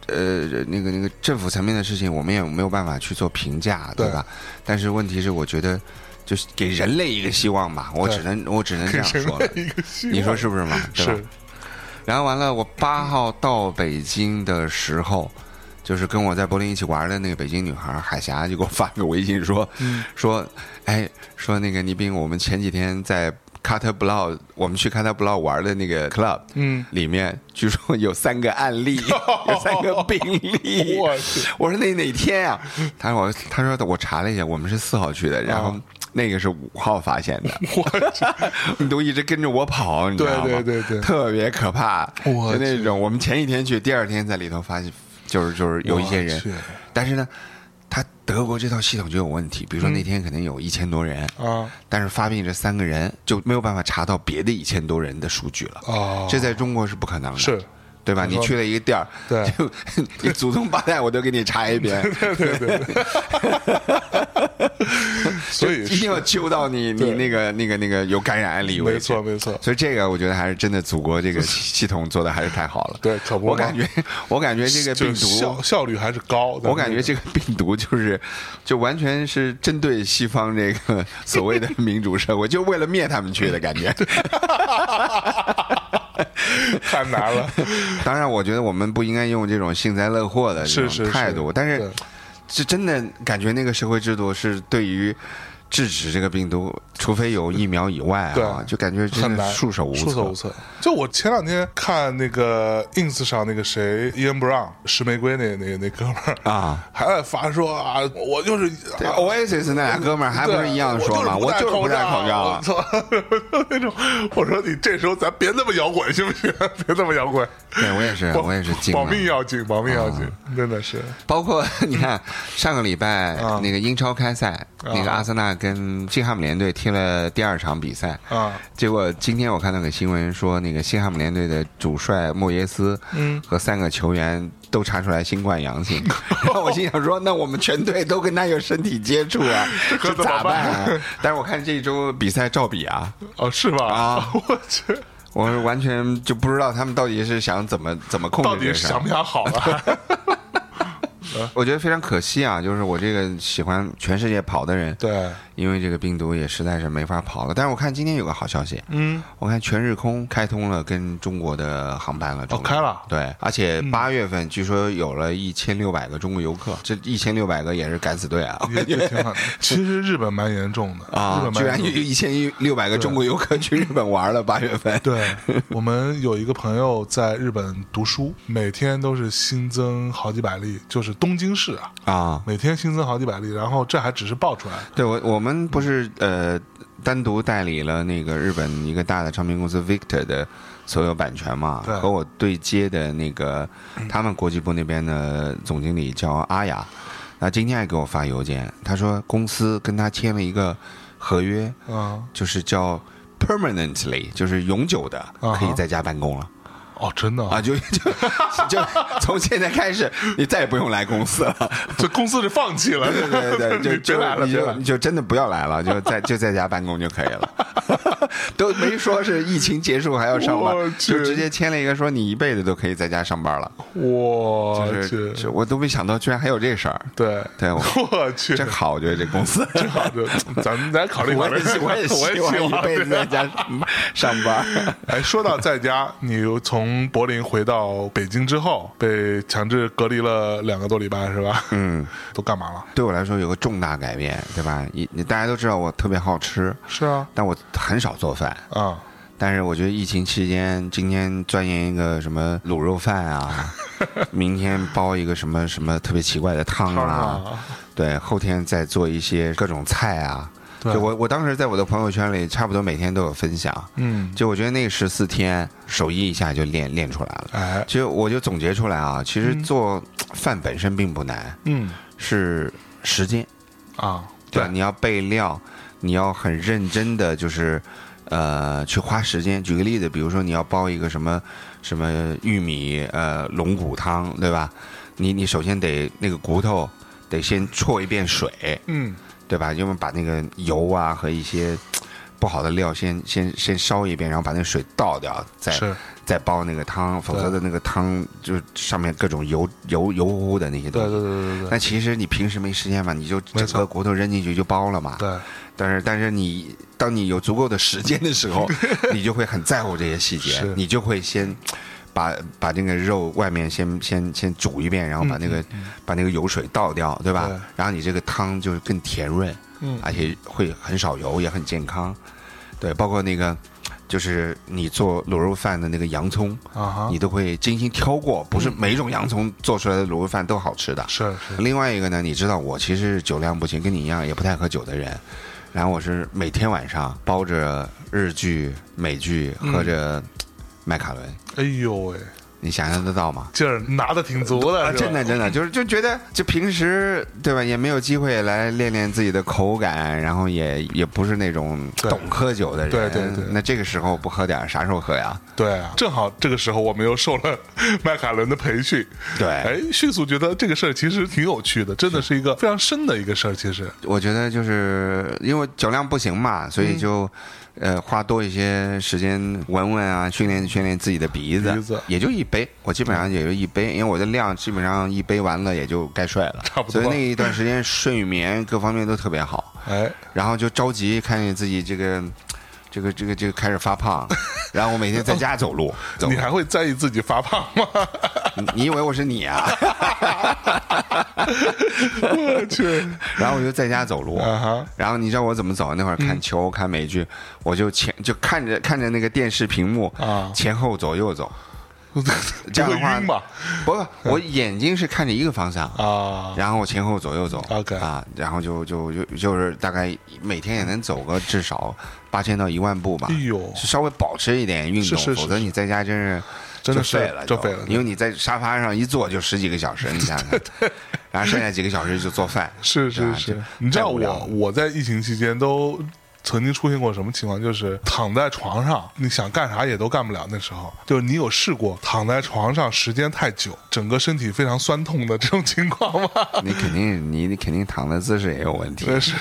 Speaker 1: 呃，那个那个政府层面的事情，我们也没有办法去做评价，对
Speaker 2: 对
Speaker 1: 吧？但是问题是，我觉得就是给人类一个希望吧，我
Speaker 2: 对
Speaker 1: 只能我只能这
Speaker 2: 给
Speaker 1: 样
Speaker 2: 人
Speaker 1: 说
Speaker 2: 类
Speaker 1: 了，
Speaker 2: 一个希望。
Speaker 1: 你说是不是嘛？对吧
Speaker 2: 是？
Speaker 1: 然后完了，我八号到北京的时候，就是跟我在柏林一起玩的那个北京女孩海霞就给我发个微信说，
Speaker 2: 嗯
Speaker 1: 说，哎，说那个倪斌，我们前几天在。卡特布劳，我们去卡特布劳玩的那个 club，
Speaker 2: 嗯，
Speaker 1: 里面据说有三个案 例，有三个病 例。
Speaker 2: 我去
Speaker 1: 我说那哪天啊？他说我，他说我查了一下，我们是四号去的，然后那个是五号发现的， 你都一直跟着我跑，你知道吗？
Speaker 2: 对对对对
Speaker 1: 特别可怕，
Speaker 2: 我
Speaker 1: 就那
Speaker 2: 去
Speaker 1: 种我们前一天去，第二天在里头发现，就是就是有一些
Speaker 2: 我
Speaker 1: 人
Speaker 2: 去，
Speaker 1: 但是呢，他德国这套系统就有问题，比如说
Speaker 2: 嗯
Speaker 1: 那天可能有一千多人，
Speaker 2: 啊
Speaker 1: 但是发病这三个人就没有办法查到别的一千多人的数据了，
Speaker 2: 啊，
Speaker 1: 这在中国是不可能的，
Speaker 2: 是
Speaker 1: 对吧？
Speaker 2: 没
Speaker 1: 你
Speaker 2: 错
Speaker 1: 去了一个店儿，
Speaker 2: 对
Speaker 1: 就 你祖宗八代我都给你查一 遍，
Speaker 2: 对对对，所以
Speaker 1: 一定要揪到你你
Speaker 2: 对
Speaker 1: 那个那个那个有感染案例为止
Speaker 2: 没错没错，
Speaker 1: 所以这个我觉得还是真的，祖国这个 系统做的还是太好了。
Speaker 2: 对可不嘛
Speaker 1: 我感觉，我感觉这个
Speaker 2: 就
Speaker 1: 病
Speaker 2: 是
Speaker 1: 毒
Speaker 2: 效，效率还是高的。
Speaker 1: 我感觉这个病毒就是，就完全是针对西方这个所谓的民主社会，就为了灭他们去的感 觉。
Speaker 2: 太难
Speaker 1: 哎
Speaker 2: 了，
Speaker 1: 当然，我觉得我们不应该用这种幸灾乐祸的这
Speaker 2: 是是
Speaker 1: 种
Speaker 2: 是
Speaker 1: 态度，但是
Speaker 2: 对
Speaker 1: 这真的感觉那个社会制度是对于。制止这个病毒，除非有疫苗以外啊，
Speaker 2: 对
Speaker 1: 就感觉真
Speaker 2: 很
Speaker 1: 的
Speaker 2: 难，
Speaker 1: 束手无
Speaker 2: 束手无策。就我前两天看那个 ins 上那个谁 Ian Brown 石玫瑰那那那哥们儿
Speaker 1: 啊！
Speaker 2: 还在发说啊，我就是
Speaker 1: 对
Speaker 2: 啊
Speaker 1: Oasis 那俩哥们儿还不是一样说吗？我
Speaker 2: 就
Speaker 1: 就是是不戴口罩
Speaker 2: 我
Speaker 1: 啊。
Speaker 2: 操，那种我说你这时候咱别那么摇滚行不行？ 别那么摇滚，
Speaker 1: 对我也是，哎我也是啊惊
Speaker 2: 保
Speaker 1: 了。
Speaker 2: 命要紧，保命要紧，真的是
Speaker 1: 包括你看，上个礼拜
Speaker 2: 啊
Speaker 1: 那个英超开赛，那个阿森纳跟西汉姆联队踢了第二场比赛。
Speaker 2: 啊，
Speaker 1: 结果今天我看到个新闻说，那个西汉姆联队的主帅莫耶斯
Speaker 2: 嗯
Speaker 1: 和三个球员都查出来新冠阳 性，然后我心想说，那我们全队都跟他有身体接触啊，这
Speaker 2: 可怎么
Speaker 1: 咋办啊
Speaker 2: 办？
Speaker 1: 但是我看这一周比赛照比啊，
Speaker 2: 哦是吧？
Speaker 1: 啊，
Speaker 2: 我去，
Speaker 1: 我是完全就不知道他们到底是想怎么怎么控
Speaker 2: 到
Speaker 1: 制这
Speaker 2: 底
Speaker 1: 事
Speaker 2: 想
Speaker 1: 儿。
Speaker 2: 不想好了？
Speaker 1: 我觉得非常可惜啊，就是我这个喜欢全世界跑的人，
Speaker 2: 对，
Speaker 1: 因为这个病毒也实在是没法跑了。但是我看今天有个好消息，
Speaker 2: 嗯，
Speaker 1: 我看全日空开通了跟中国的航班了，
Speaker 2: 哦
Speaker 1: 终于
Speaker 2: 开了，嗯
Speaker 1: 对，而且八月份据说有了一千六百个中国游客，这一千六百个也是敢死队啊！ 我
Speaker 2: 也
Speaker 1: 感觉
Speaker 2: 也挺好的。 其实日本蛮严重的
Speaker 1: 啊
Speaker 2: 日，
Speaker 1: 居
Speaker 2: 本蛮
Speaker 1: 然
Speaker 2: 严
Speaker 1: 有
Speaker 2: 重的。
Speaker 1: 一千六百个中国游客去日本玩了，八月份。
Speaker 2: 对我们有一个朋友在日本读书，每天都是新增好几百例，就是东京市啊，
Speaker 1: 啊，
Speaker 2: 每天新增好几百例，然后这还只是爆出来的。
Speaker 1: 对我，我们不是呃单独代理了那个日本一个大的唱片公司 Victor 的所有版权嘛
Speaker 2: 对，嗯
Speaker 1: 和我对接的那个他们国际部那边的总经理叫阿雅，那今天还给我发邮件，他说公司跟他签了一个合约，
Speaker 2: 嗯，
Speaker 1: 就是叫 permanently，就是永久的
Speaker 2: 啊哈
Speaker 1: 可以在家办公了
Speaker 2: 哦，真的啊
Speaker 1: 啊，就就就从现在开始，你再也不用来公司了。
Speaker 2: 这公司是放弃了，
Speaker 1: 啊对对 对，就
Speaker 2: 你别
Speaker 1: 就
Speaker 2: 来了，
Speaker 1: 你
Speaker 2: 别来
Speaker 1: 就
Speaker 2: 了
Speaker 1: 你。就真的不要来了，就在就在家办公就可以了， 都没说是疫情结束还要上班
Speaker 2: 我，去
Speaker 1: 就直接签了一个说你一辈子都可以在家上班了，
Speaker 2: 我
Speaker 1: 就是
Speaker 2: 去，
Speaker 1: 就我都没想到居然还有这事儿，
Speaker 2: 对，
Speaker 1: 对 我
Speaker 2: 我去，
Speaker 1: 真好，我觉得这公司。
Speaker 2: 真好，这咱们咱考虑考
Speaker 1: 我
Speaker 2: 虑
Speaker 1: 也希，我也
Speaker 2: 我也
Speaker 1: 希望一辈子 在家上班。
Speaker 2: 哎，说到在家，你又从柏林回到北京之后，被强制隔离了两个多礼拜是吧？嗯， 都干嘛了？
Speaker 1: 对我来说有个重大改变，对吧？你你大家都知道我特别好吃，
Speaker 2: 是啊，
Speaker 1: 但我很少做饭。
Speaker 2: 啊、
Speaker 1: 但是我觉得疫情期间，今天钻研一个什么卤肉饭啊，明天煲一个什么什么特别奇怪的汤
Speaker 2: 当然
Speaker 1: 啊，
Speaker 2: 了，
Speaker 1: 对，后天再做一些各种菜啊。
Speaker 2: 对
Speaker 1: 就我我当时在我的朋友圈里，差不多每天都有分享。
Speaker 2: 嗯，
Speaker 1: 就我觉得那十四天手艺一下就练练出来了。
Speaker 2: 哎，
Speaker 1: 其实我就总结出来啊，其实做饭本身并不难，
Speaker 2: 嗯，
Speaker 1: 是时间。
Speaker 2: 啊，
Speaker 1: 对吧，你要备料，你要很认真的，就是呃，去花时间。举个例子，比如说你要煲一个什么什么玉米呃龙骨汤，对吧？你你首先得那个骨头得先焯一遍水，
Speaker 2: 嗯，
Speaker 1: 对吧？要么把那个油啊和一些不好的料先先先烧一遍，然后把那水倒掉，再
Speaker 2: 是，
Speaker 1: 再煲那个汤，否则
Speaker 2: 对
Speaker 1: 的那个汤就上面各种油油油乎乎的那些
Speaker 2: 对
Speaker 1: 东
Speaker 2: 对
Speaker 1: 西。
Speaker 2: 对对对
Speaker 1: 那
Speaker 2: 对
Speaker 1: 其实你平时没时间嘛，你就
Speaker 2: 没
Speaker 1: 整
Speaker 2: 错
Speaker 1: 个骨头扔进去就煲了嘛。
Speaker 2: 对，
Speaker 1: 但是，但是你当你有足够的时间的时 候，你就会很在乎这些细节
Speaker 2: 是，
Speaker 1: 你就会先把把这个肉外面先先先煮一遍，然后把那个、把那个油水倒掉，对吧？
Speaker 2: 嗯对
Speaker 1: 然后你这个汤就是更甜润，
Speaker 2: 嗯
Speaker 1: 而且会很少油，也很健康。对，包括那个就是你做卤肉饭的那个洋葱，
Speaker 2: 啊哈
Speaker 1: 哎你，都会精心挑过，不是每一种洋葱做出来的卤肉饭都好吃的。
Speaker 2: 是是，
Speaker 1: 另外一个呢，你知道我其实酒量不行，跟你一样也不太喝酒的人。然后我是每天晚上包着日剧、美剧，喝着麦卡伦，
Speaker 2: 哎呦喂，
Speaker 1: 你想象得到吗？
Speaker 2: 劲儿拿的挺足的，
Speaker 1: 啊，
Speaker 2: 是吧
Speaker 1: 真的真的，就是就觉得就平时对吧，也没有机会来练练自己的口感，然后也也不是那种
Speaker 2: 对
Speaker 1: 懂喝酒的人，
Speaker 2: 对对对
Speaker 1: 那这个时候不喝点儿，啥时候喝呀？
Speaker 2: 对啊，正好这个时候我们又受了 麦卡伦的培训，
Speaker 1: 对
Speaker 2: 哎，迅速觉得这个事儿其实挺有趣的，真的是一个非常深的一个事儿，其实，
Speaker 1: 我觉得就是因为酒量不行嘛，所
Speaker 2: 嗯
Speaker 1: 以就、呃花多一些时间闻闻啊，训练训练自己的鼻子，
Speaker 2: 鼻子
Speaker 1: 也就一杯，我基本上也就一杯，因为我的量基本上一杯完了也就该睡了，
Speaker 2: 差不
Speaker 1: 所
Speaker 2: 多
Speaker 1: 以那一段时间睡眠各方面都特别好。
Speaker 2: 哎，
Speaker 1: 然后就着急看见自己这个。这个这个这个开始发胖，然后我每天在家走路，走
Speaker 2: 你还会在意自己发胖 吗？
Speaker 1: 你你以为我是你啊？
Speaker 2: 我去，
Speaker 1: 然后我就在家走路
Speaker 2: 啊哈，
Speaker 1: 然后你知道我怎么走？那会儿
Speaker 2: 嗯
Speaker 1: 看球、看美剧，我就前就看着看着那个电视屏幕
Speaker 2: 啊
Speaker 1: 前后左右走，这样的
Speaker 2: 不会
Speaker 1: 话
Speaker 2: 晕吧？
Speaker 1: 不不，我眼睛是看着一个方向，
Speaker 2: 嗯啊，
Speaker 1: 然后我前后左右走
Speaker 2: OK
Speaker 1: 啊，然后就就就就是大概每天也能走个至少八千到一万步吧。
Speaker 2: 哎呦
Speaker 1: 是稍微保持一点运动，
Speaker 2: 是是是
Speaker 1: 否则你在家真是
Speaker 2: 真的
Speaker 1: 就是废了，
Speaker 2: 就废了
Speaker 1: 因为你在沙发上一坐就十几个小时，你想 想，然后剩下几个小时就做饭，
Speaker 2: 是
Speaker 1: 对
Speaker 2: 是
Speaker 1: 吧
Speaker 2: 是
Speaker 1: 啊这，
Speaker 2: 你知道
Speaker 1: 太无聊
Speaker 2: 我
Speaker 1: 了
Speaker 2: 我在疫情期间都曾经出现过什么情况？就是躺在床上，你想干啥也都干不了。那时候，就是你有试过躺在床上时间太久，整个身体非常酸痛的这种情况吗？
Speaker 1: 你肯定你你肯定躺的姿势也有问题，
Speaker 2: 呃 是，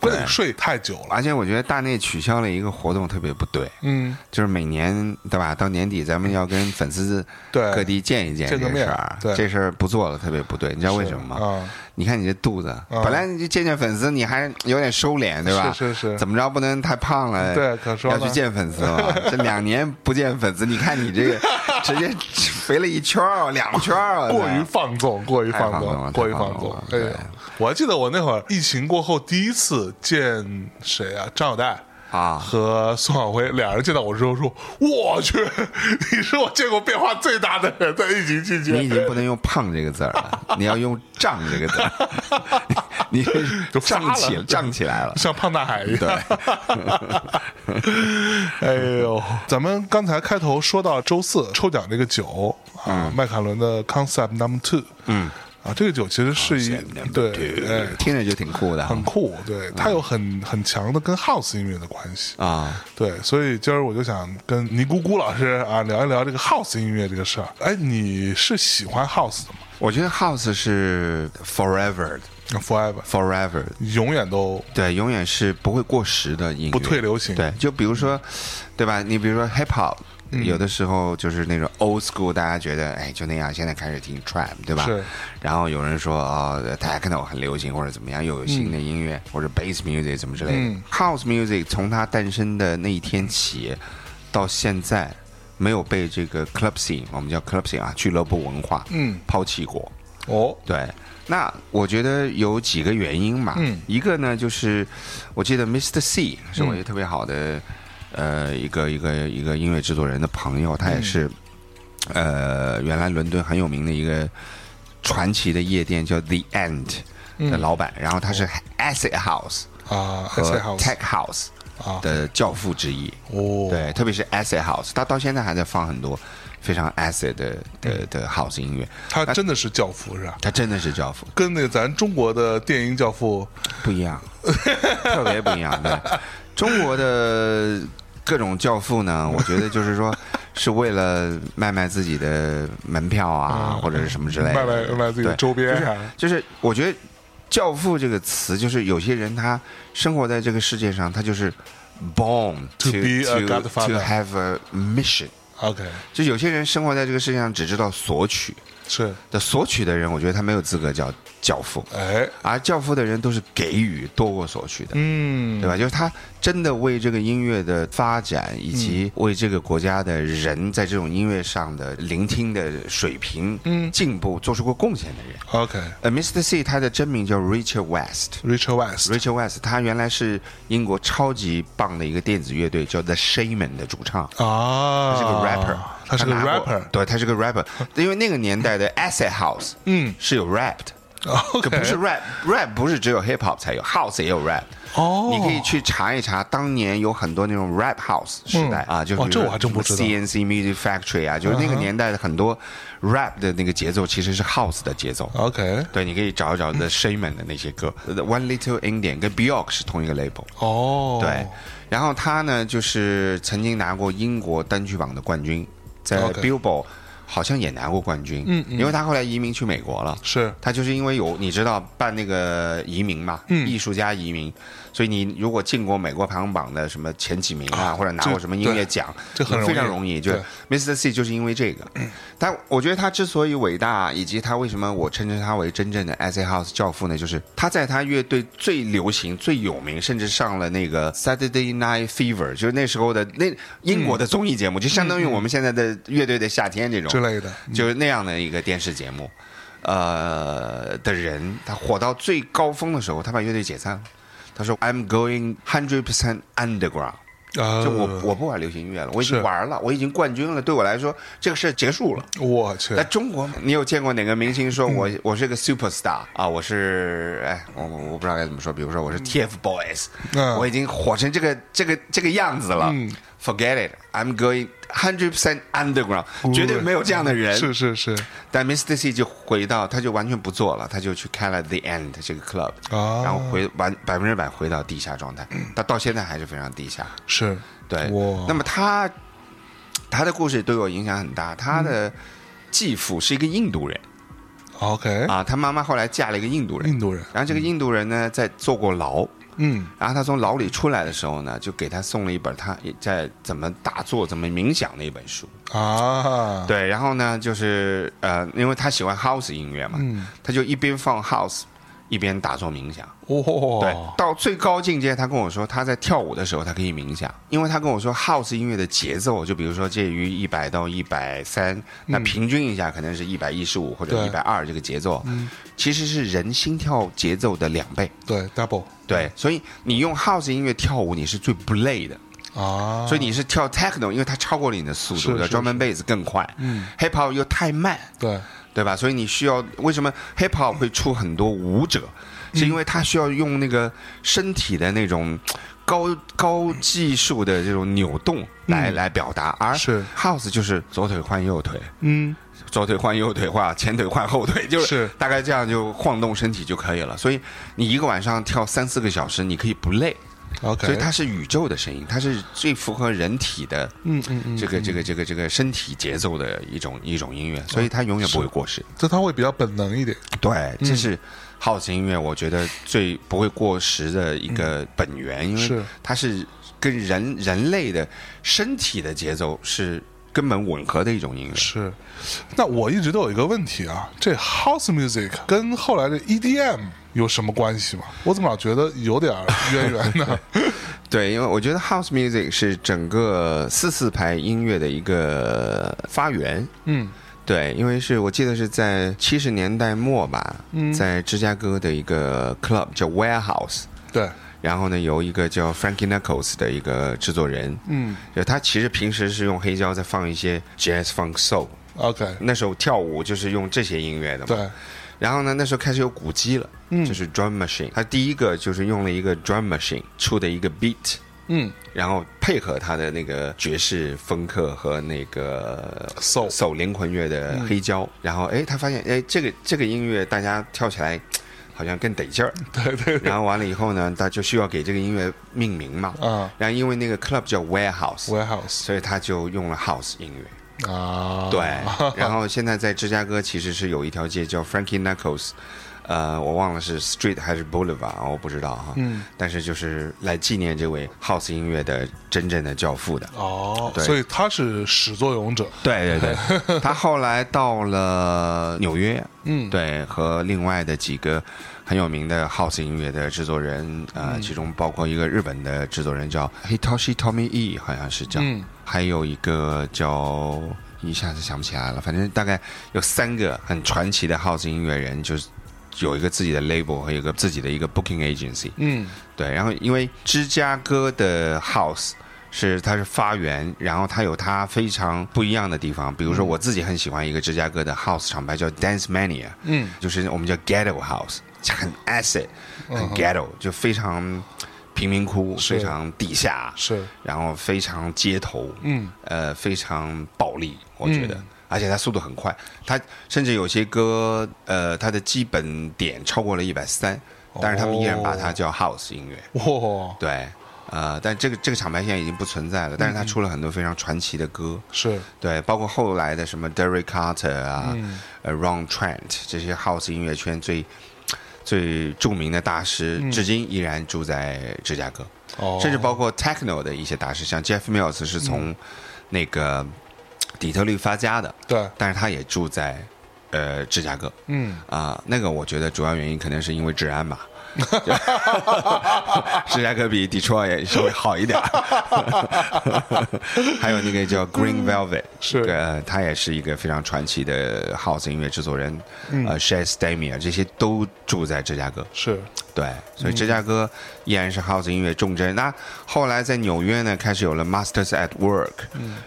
Speaker 2: 关键睡太久了。
Speaker 1: 而且我觉得大内取消了一个活动特别不对，
Speaker 2: 嗯，
Speaker 1: 就是每年对吧？到年底咱们要跟粉丝
Speaker 2: 对
Speaker 1: 各地见一见
Speaker 2: 见
Speaker 1: 这
Speaker 2: 个
Speaker 1: 事
Speaker 2: 面
Speaker 1: 儿，
Speaker 2: 对
Speaker 1: 这事儿不做了特别不对，你知道为什么吗？
Speaker 2: 啊，
Speaker 1: 你看你这肚子，本来你就见见粉丝你还有点收敛，对吧？
Speaker 2: 是是是
Speaker 1: 怎么着不能太胖了？
Speaker 2: 对可说
Speaker 1: 要
Speaker 2: 呢
Speaker 1: 去见粉丝 了。这两年不见粉丝，你看你这个直接 肥了一圈儿，哦两圈儿，
Speaker 2: 过于放纵，过于
Speaker 1: 哎太
Speaker 2: 放
Speaker 1: 放纵
Speaker 2: 纵，
Speaker 1: 了
Speaker 2: 过于
Speaker 1: 太
Speaker 2: 放
Speaker 1: 放
Speaker 2: 纵
Speaker 1: 纵了。
Speaker 2: 哎呦
Speaker 1: 对，
Speaker 2: 我还记得我那会儿疫情过后第一次见谁啊？张小戴。
Speaker 1: 啊！
Speaker 2: 和宋晓辉俩人见到我之后说：“我去， 你是我见过变化最大的人，在疫情期
Speaker 1: 你已
Speaker 2: 间，
Speaker 1: 经不能用“胖”这个字儿了，你要用“胀”这个字儿，你你
Speaker 2: 就发
Speaker 1: 胀
Speaker 2: 了
Speaker 1: 起胀起来了。
Speaker 2: 像胖大海一样。” 哎呦，咱们刚才开头说到周四抽奖这个酒啊，
Speaker 1: 嗯
Speaker 2: 麦卡伦的 Concept Number Two，嗯，啊，这个酒其实是一对，哎，
Speaker 1: 听着就挺酷的
Speaker 2: 很酷，对，它有很很强的跟 House 音乐的关系。
Speaker 1: 啊！
Speaker 2: 对，所以今儿我就想跟尼姑姑老师啊聊一聊这个 house 音乐这个事儿。哎，你是喜欢 house 的吗
Speaker 1: 我觉得 house 是 forever 的
Speaker 2: ？Forever，
Speaker 1: forever 的
Speaker 2: 永远都
Speaker 1: 对，永远是不会过时的音乐，
Speaker 2: 不退流行嗯
Speaker 1: 对，就比如说，对吧？你比如说 hip hop，、有的时候就是那种 old school，大家觉得哎就那样，现在开始听 trap，对吧？
Speaker 2: 是。
Speaker 1: 然后有人说哦、，techno 很流行或者怎么样，又有新的音乐、或者 bass music 什么之类的、
Speaker 2: 嗯
Speaker 1: house music 从它诞生的那一天起到现在。没有被这个 club scene，我们叫 club scene 啊，俱乐部文化，
Speaker 2: 嗯
Speaker 1: 抛弃过。
Speaker 2: 哦，
Speaker 1: 对，那我觉得有几个原因嘛。
Speaker 2: 嗯
Speaker 1: 一个呢，就是我记得 Mr. C 是我一个特别好的、呃一个一个一个音乐制作人的朋友，他也
Speaker 2: 嗯
Speaker 1: 是、呃原来伦敦很有名的一个传奇的夜店叫 The End
Speaker 2: 嗯
Speaker 1: 的老板，然后他是 Acid House
Speaker 2: 啊
Speaker 1: 和
Speaker 2: 哦，acid house
Speaker 1: Tech House
Speaker 2: 啊，
Speaker 1: 的教父之一。
Speaker 2: 哦，
Speaker 1: 对，特别是 Acid House，他到现在还在放很多非常 Acid 的
Speaker 2: 嗯
Speaker 1: 的的 House 音乐，
Speaker 2: 他真的是教父是吧？
Speaker 1: 他真的是教父。
Speaker 2: 跟那咱中国的电音教父
Speaker 1: 不一样，特别不一样。对，中国的各种教父 呢，我觉得就是说，是为了卖卖自己的门票啊，或者是什么之类的，
Speaker 2: 卖卖卖自己的
Speaker 1: 对
Speaker 2: 周边啊，
Speaker 1: 就是我觉得“教父”这个词，就是有些人他生活在这个世界上，他就是 born
Speaker 2: To be a
Speaker 1: to to
Speaker 2: godfather
Speaker 1: have a mission。
Speaker 2: ，OK，
Speaker 1: 就有些人生活在这个世界上只知道索取，
Speaker 2: 是，
Speaker 1: 的索取的人，我觉得他没有资格叫教父，
Speaker 2: 哎，
Speaker 1: 而教父的人都是给予多过索取的。
Speaker 2: 嗯
Speaker 1: 对，吧？就是他真的为这个音乐的发展，以及
Speaker 2: 嗯
Speaker 1: 为这个国家的人在这种音乐上的聆听的水平、
Speaker 2: 嗯
Speaker 1: 进步做出过贡献的人。
Speaker 2: ，OK，Richard
Speaker 1: 呃，Mr. C 他的真名叫 Richard West。
Speaker 2: West，
Speaker 1: Richard West，他原来是英国超级棒的一个电子乐队叫 The Shaman 的主唱，
Speaker 2: 啊，
Speaker 1: 他是个 rapper，、
Speaker 2: 他是个
Speaker 1: 拿过
Speaker 2: rapper，
Speaker 1: 对，他是个 rapper，因为那个年代的 Acid House，
Speaker 2: 嗯
Speaker 1: 是有 rap 的，可不是 rap，rap 不是只有 hip hop 才有，house 也有 rap。
Speaker 2: 哦
Speaker 1: 你可以去查一查，当年有很多那种 rap house 时代、
Speaker 2: 嗯
Speaker 1: 啊，就
Speaker 2: 哇
Speaker 1: 比
Speaker 2: 这
Speaker 1: 如
Speaker 2: 我还真不知道嗯
Speaker 1: CNC Music Factory 啊，就是那个年代的很多 rap 的那个节奏其实是 house 的节奏。
Speaker 2: 哦 OK，
Speaker 1: 对，你可以找一找 The Shaman 的那些歌、The o n e Little Indian 跟 Bjork 是同一个 label。
Speaker 2: 哦，
Speaker 1: 对，然后他呢，就是曾经拿过英国单曲榜的冠军，在
Speaker 2: OK
Speaker 1: Billboard 好像也拿过冠军。嗯因为他后来移民去美国了。
Speaker 2: 是
Speaker 1: 他就是因为有你知道办那个移民嘛，
Speaker 2: 嗯
Speaker 1: 艺术家移民，所以你如果进过美国排行榜的什么前几名啊，
Speaker 2: 啊
Speaker 1: 或者拿
Speaker 2: 这
Speaker 1: 过什么音乐奖，
Speaker 2: 这很容易
Speaker 1: 非常容易。就
Speaker 2: 对嗯
Speaker 1: Mr. C 就是因为这个，但我觉得他之所以伟大，以及他为什么我称之他为真正的 Acid House 教父呢，就是他在他乐队最流行、最有名，甚至上了那个 Saturday Night Fever，就是那时候的那英国的综艺节目，就相
Speaker 2: 嗯
Speaker 1: 当于我们现在的乐队的夏天这种
Speaker 2: 之类的，
Speaker 1: 就是那样的一个电视节目，呃的人，他火到最高峰的时候，他把乐队解散了。他说：“I'm going hundred percent underground。”
Speaker 2: 啊，
Speaker 1: 就我我不玩流行音乐了，我已
Speaker 2: 是
Speaker 1: 经玩了，我已经冠军了，对我来说这个事儿结束了。
Speaker 2: 我去
Speaker 1: 在，中国，你有见过哪个明星说
Speaker 2: 嗯
Speaker 1: 我我是个 super star 啊？我是哎，我我我不知道该怎么说，比如说我是 TFBOYS，
Speaker 2: 嗯
Speaker 1: 我已经火成这个这个这个样子了。Forget it，I'm going hundred percent underground，绝对没有这样的人。
Speaker 2: 是是是，
Speaker 1: 但 Mr. C 就回到，他就完全不做了，他就去开了 The End 这个 club，、
Speaker 2: 啊
Speaker 1: 然后回完百分之百回到地下状态，他到现在还是非常地下。
Speaker 2: 是，
Speaker 1: 对
Speaker 2: 哇，
Speaker 1: 那么他他的故事对我影响很大。他的继父是一个印度人
Speaker 2: OK，
Speaker 1: 啊，他妈妈后来嫁了一个印度人
Speaker 2: 印，度人，
Speaker 1: 然后这个印度人呢，在坐过牢，
Speaker 2: 嗯，
Speaker 1: 然后他从牢里出来的时候呢，就给他送了一本他在怎么打坐、怎么冥想的一本书。
Speaker 2: 啊，
Speaker 1: 对，然后呢，就是呃，因为他喜欢 house 音乐嘛，
Speaker 2: 嗯
Speaker 1: 他就一边放 house，一边打坐冥想。对
Speaker 2: 哇，，
Speaker 1: 到最高境界，他跟我说他在跳舞的时候，他可以冥想，因为他跟我说 house 音乐的节奏，就比如说介于一百到一百三，那平均一下可能是一百一十五或者
Speaker 2: 嗯对嗯
Speaker 1: 一百二这个节奏，其实是人心跳节奏的两倍。
Speaker 2: 对，double
Speaker 1: 对，所以你用 house 音乐跳舞，你是最不累的。
Speaker 2: 啊，
Speaker 1: 所以你是跳 techno，因为它超过了你的速
Speaker 2: 是
Speaker 1: 度，的
Speaker 2: 是
Speaker 1: drum and bass 更快。嗯，hip hop 又太慢，
Speaker 2: 对，
Speaker 1: 对吧？所以你需要为什么 hip hop 会出很多舞者，是因为他需要用那个身体的那种高高技术的这种扭动来、来表达，而
Speaker 2: 是
Speaker 1: house 就是左腿换右腿，
Speaker 2: 嗯，
Speaker 1: 左腿换右腿换前腿换后腿，就是
Speaker 2: 是
Speaker 1: 大概这样就晃动身体就可以了。所以你一个晚上跳三四个小时，你可以不累。
Speaker 2: OK，
Speaker 1: 所以它是宇宙的声音，它是最符合人体的，嗯嗯嗯，这个这个这个这个身体节奏的一种一种音乐，所以它永远不会过时。
Speaker 2: 这他会比较本能一点，
Speaker 1: 对，
Speaker 2: 嗯
Speaker 1: 这是 house 音乐，我觉得最不会过时的一个本源，因为
Speaker 2: 嗯是
Speaker 1: 它是跟人人类的身体的节奏是根本吻合的一种音乐。
Speaker 2: 是。那我一直都有一个问题啊，这 house music 跟后来的 EDM 有什么关系吗？我怎么老觉得有点儿渊源呢？
Speaker 1: 对，因为我觉得 house music 是整个四四拍音乐的一个发源。
Speaker 2: 嗯，
Speaker 1: 对，因为是我记得是在七十年代末吧，
Speaker 2: 嗯
Speaker 1: 在芝加哥的一个 club 叫 Warehouse，
Speaker 2: 对，
Speaker 1: 然后呢有一个叫 Frankie Knuckles 的一个制作人，
Speaker 2: 嗯
Speaker 1: 就呃他其实平时是用黑胶在放一些 jazz funk soul，
Speaker 2: ，OK，
Speaker 1: 那时候跳舞就是用这些音乐的嘛。
Speaker 2: 对，嗯
Speaker 1: 然后呢，那时候开始有鼓机了，就是 drum machine，他第一个就是用了一个 drum machine 出的一个 beat。
Speaker 2: 嗯
Speaker 1: 然后配合他的那个爵士风克和那个
Speaker 2: ，soul 嗯
Speaker 1: 手灵魂乐的黑胶，然后哎，他发现哎，这个这个音乐大家跳起来好像更得劲儿，
Speaker 2: 对对
Speaker 1: 然后完了以后呢，他就需要给这个音乐命名嘛，
Speaker 2: 啊
Speaker 1: 然后因为那个 club 叫 warehouse，
Speaker 2: ，warehouse
Speaker 1: 所以他就用了 house 音乐。
Speaker 2: 啊，
Speaker 1: 对，然后现在在芝加哥其实是有一条街叫 Frankie Knuckles，呃，我忘了是 Street 还是 Boulevard，我不知道哈。嗯。但是就是来纪念这位 House 音乐的真正的教父的。
Speaker 2: 哦，
Speaker 1: 对
Speaker 2: 所以他是始作俑者，
Speaker 1: 对对 对，他后来到了纽约，
Speaker 2: 嗯
Speaker 1: 对，和另外的几个很有名的 House 音乐的制作人，呃，
Speaker 2: 嗯
Speaker 1: 其中包括一个日本的制作人叫 Hitoshi Tomi E，好像是叫，
Speaker 2: 嗯
Speaker 1: 还有一个叫一下子想不起来了，反正大概有三个很传奇的 House 音乐人，就是有一个自己的 label 和有一个自己的一个 booking agency，
Speaker 2: 嗯
Speaker 1: 对，然后因为芝加哥的 House 是它是发源，然后它有它非常不一样的地方。比如说，我自己很喜欢一个芝加哥的 house 厂牌叫 Dance Mania，嗯，就是我们叫 ghetto house，很 acid，很 ghetto，、就非常贫民窟，
Speaker 2: 是
Speaker 1: 非常地下，
Speaker 2: 是
Speaker 1: 然后非常街头，
Speaker 2: 嗯，
Speaker 1: 呃，非常暴力，我觉得。而且它速度很快，它甚至有些歌，呃，它的基本点超过了一百三，但是他们依然把它叫 house 音乐。
Speaker 2: 哇，
Speaker 1: 对，呃，但这个这个厂牌现在已经不存在了，但是他出了很多非常传奇的歌，
Speaker 2: 是
Speaker 1: 对，包括后来的什么 Derek Carter 啊、呃 Ron Trent 这些 House 音乐圈最最著名的大师，至今依然住在芝加哥，
Speaker 2: 哦，
Speaker 1: 甚至包括 Techno 的一些大师，像 Jeff Mills 是从那个底特律发家的，
Speaker 2: 对，
Speaker 1: 但是他也住在呃芝加哥，
Speaker 2: 嗯，
Speaker 1: 啊、那个我觉得主要原因可能是因为治安 吧。芝加哥比 Detroit 稍微好一点 儿，还有那个叫 Green Velvet，
Speaker 2: 是
Speaker 1: 呃，他也是一个非常传奇的 House 音乐制作人，
Speaker 2: 嗯
Speaker 1: 呃 s h a s t a m i a 这些都住在芝加哥，
Speaker 2: 是
Speaker 1: 对，所以芝
Speaker 2: 嗯
Speaker 1: 加哥依然是 House 音乐重镇。那后来在纽约呢，开始有了 Masters at Work，、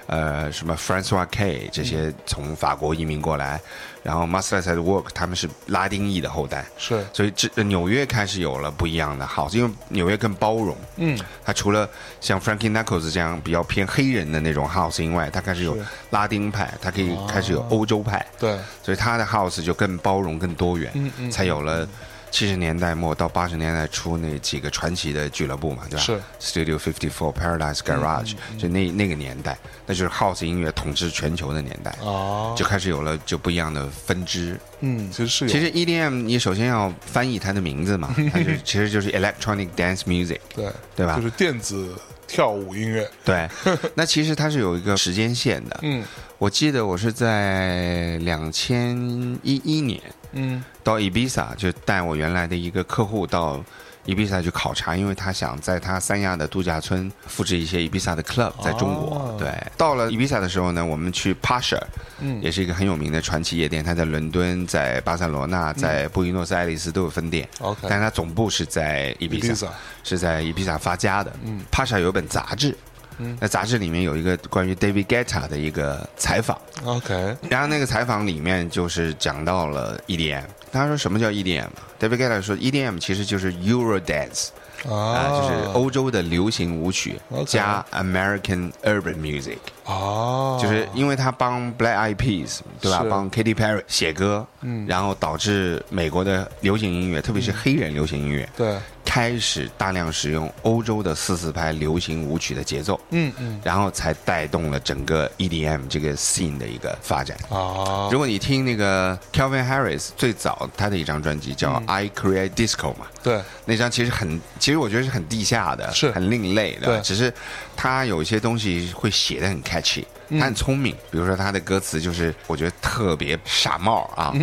Speaker 1: 呃，
Speaker 2: 嗯
Speaker 1: 什么 Francois K 这些从法国移民过来，然后 Masters at Work 他们是拉丁裔的后代，
Speaker 2: 是，
Speaker 1: 所以这纽约开始有了不一样的 House，因为纽约更包容。
Speaker 2: 嗯，
Speaker 1: 它除了像 Frankie Knuckles 这样比较偏黑人的那种 House 以外，它开始有
Speaker 2: 是哦
Speaker 1: 拉丁派，它可以开始有欧洲派。
Speaker 2: 对，
Speaker 1: 所以他的 house 就更包容、更多元，
Speaker 2: 嗯嗯
Speaker 1: 才有了七十年代末到八十年代初那几个传奇的俱乐部嘛，对吧？
Speaker 2: 是嗯
Speaker 1: Studio Fifty Four、Paradise Garage，、就那那个年代，那就是 house 音乐统治全球的年代，
Speaker 2: 啊，
Speaker 1: 就开始有了就不一样的分支。
Speaker 2: 嗯，其实是有，
Speaker 1: 其实 EDM 你首先要翻译它的名字嘛， 它就其实就是 Electronic Dance Music，
Speaker 2: 对
Speaker 1: 对吧
Speaker 2: 就是电子跳舞音乐，
Speaker 1: 对。那其实它是有一个时间线的，
Speaker 2: 嗯
Speaker 1: 我记得我是在两千一一年。
Speaker 2: 嗯，
Speaker 1: 到 Ibiza 就带我原来的一个客户到 Ibiza 去考察，因为他想在他三亚的度假村复制一些 Ibiza 的 club 在中国。
Speaker 2: 哦
Speaker 1: 对，到了 Ibiza 的时候呢，我们去 Pasha，嗯，也是一个很有名的传奇夜店，它在伦敦、在巴塞罗那、在布宜诺斯艾利斯都有分店。
Speaker 2: OK
Speaker 1: 但它总部是在嗯 Ibiza，
Speaker 2: Ibiza
Speaker 1: 是在 Ibiza 发家的。嗯，Pasha 有一本杂志。嗯，那杂志里面有一个关于 David Guetta 的一个采访，
Speaker 2: OK，
Speaker 1: 然后那个采访里面就是讲到了 EDM，他说什么叫 E EDM？David Guetta 说 EDM 其实就是 Eurodance 啊、
Speaker 2: 啊，
Speaker 1: 就是欧洲的流行舞曲
Speaker 2: OK
Speaker 1: 加 American Urban Music，、
Speaker 2: 啊，
Speaker 1: 就是因为他帮 Black Eyed Peas 对吧，
Speaker 2: 是
Speaker 1: 帮 Katy Perry 写歌，嗯，然后导致美国的流行音乐，特别是黑人流行音乐，
Speaker 2: 对，
Speaker 1: 开始大量使用欧洲的四四拍流行舞曲的节奏，
Speaker 2: 嗯嗯，
Speaker 1: 然后才带动了整个 EDM 这个 scene 的一个发展。
Speaker 2: 啊，
Speaker 1: 如果你听那个 Calvin Harris 最早他的一张专辑叫
Speaker 2: 嗯
Speaker 1: 《I Create Disco》嘛，
Speaker 2: 对，
Speaker 1: 那张其实很，其实我觉得是很地下的，
Speaker 2: 是
Speaker 1: 很另类的，
Speaker 2: 对
Speaker 1: 只是他有一些东西会写的很 catchy，他
Speaker 2: 嗯
Speaker 1: 很聪明，比如说他的歌词就是我觉得特别傻帽啊，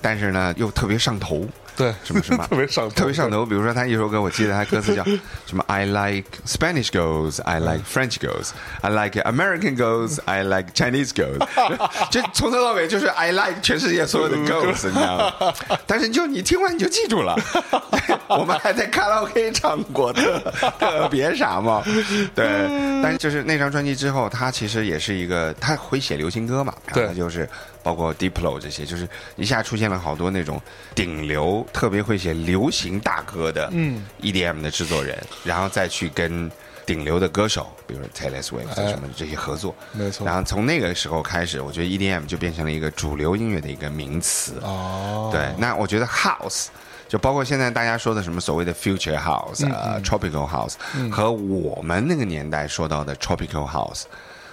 Speaker 1: 但是呢又特别上头，
Speaker 2: 嗯对，
Speaker 1: 什么什么
Speaker 2: 特别上头，
Speaker 1: 特别上头。比如说他一首歌，我记得他歌词 叫什么？I like Spanish girls, I like French girls, I like American girls, I like Chinese girls。就 从头到尾就是 I like 全世界所有的
Speaker 2: 嗯
Speaker 1: girls，你知道吗？但是就你听完你就记住了。 我们还在卡拉 OK 唱过的， 特别傻嘛。对，但是就是那张专辑之后，他其实也是一个他会写流行歌嘛，然后
Speaker 2: 对
Speaker 1: 他就。就是包括 Diplo 这些，就是一下出现了好多那种顶流，特别会写流行大歌的，嗯，EDM 的制作人，然后再去跟顶流的歌手，比如说 Taylor Swift
Speaker 2: 哎
Speaker 1: 什么这些合作，
Speaker 2: 没错
Speaker 1: 然后从那个时候开始，我觉得 EDM 就变成了一个主流音乐的一个名词。
Speaker 2: 哦，
Speaker 1: 对，那我觉得 House。就包括现在大家说的什么所谓的 future house
Speaker 2: 嗯
Speaker 1: 啊、tropical house，、和我们那个年代说到的 tropical house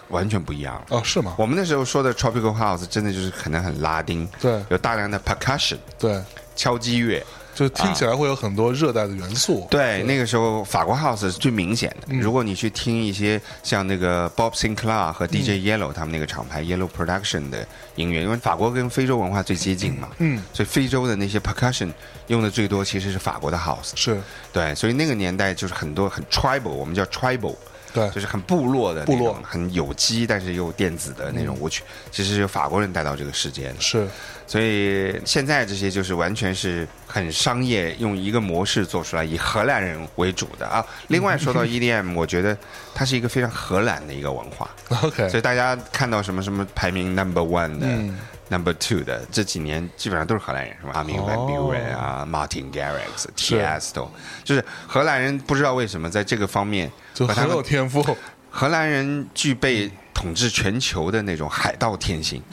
Speaker 1: 完全不一样了。
Speaker 2: 哦，是吗？
Speaker 1: 我们那时候说的 tropical house 真的就是可能很拉丁，
Speaker 2: 对
Speaker 1: 有大量的 percussion
Speaker 2: 对，
Speaker 1: 敲击乐，
Speaker 2: 就听起来会有很多热带的元素，
Speaker 1: 啊对，那个时候法国 house 是最明显的。
Speaker 2: 嗯
Speaker 1: 如果你去听一些像那个 Bob Sinclair 和
Speaker 2: 嗯
Speaker 1: DJ Yellow 他们那个厂牌 Yellow Production 的音乐，因为法国跟非洲文化最接近嘛，嗯，所以非洲的那些 percussion 用的最多其实是法国的 house，
Speaker 2: 是
Speaker 1: 对，所以那个年代就是很多很 tribal，我们叫 tribal
Speaker 2: 对
Speaker 1: 就是很部落的那种
Speaker 2: 部落嗯
Speaker 1: 很有机但是又电子的那种舞曲，其实是法国人带到这个世界的。
Speaker 2: 是
Speaker 1: 所以现在这些就是完全是很商业，用一个模式做出来，以荷兰人为主的啊。另外 说到 EDM，我觉得它是一个非常荷兰的一个文化，所
Speaker 2: OK，
Speaker 1: 以大家看到什么什么排名 number one 的、
Speaker 2: 嗯
Speaker 1: number two 的，这几年基本上都是荷兰人，是吧？阿明
Speaker 2: 哦
Speaker 1: van Buren 啊、Martin Garrix、
Speaker 2: 是
Speaker 1: Tiesto，就是荷兰人不知道为什么在这个方面
Speaker 2: 就
Speaker 1: 和他
Speaker 2: 很
Speaker 1: 们
Speaker 2: 有天赋，
Speaker 1: 荷兰人具备统治全球的那种海盗天性，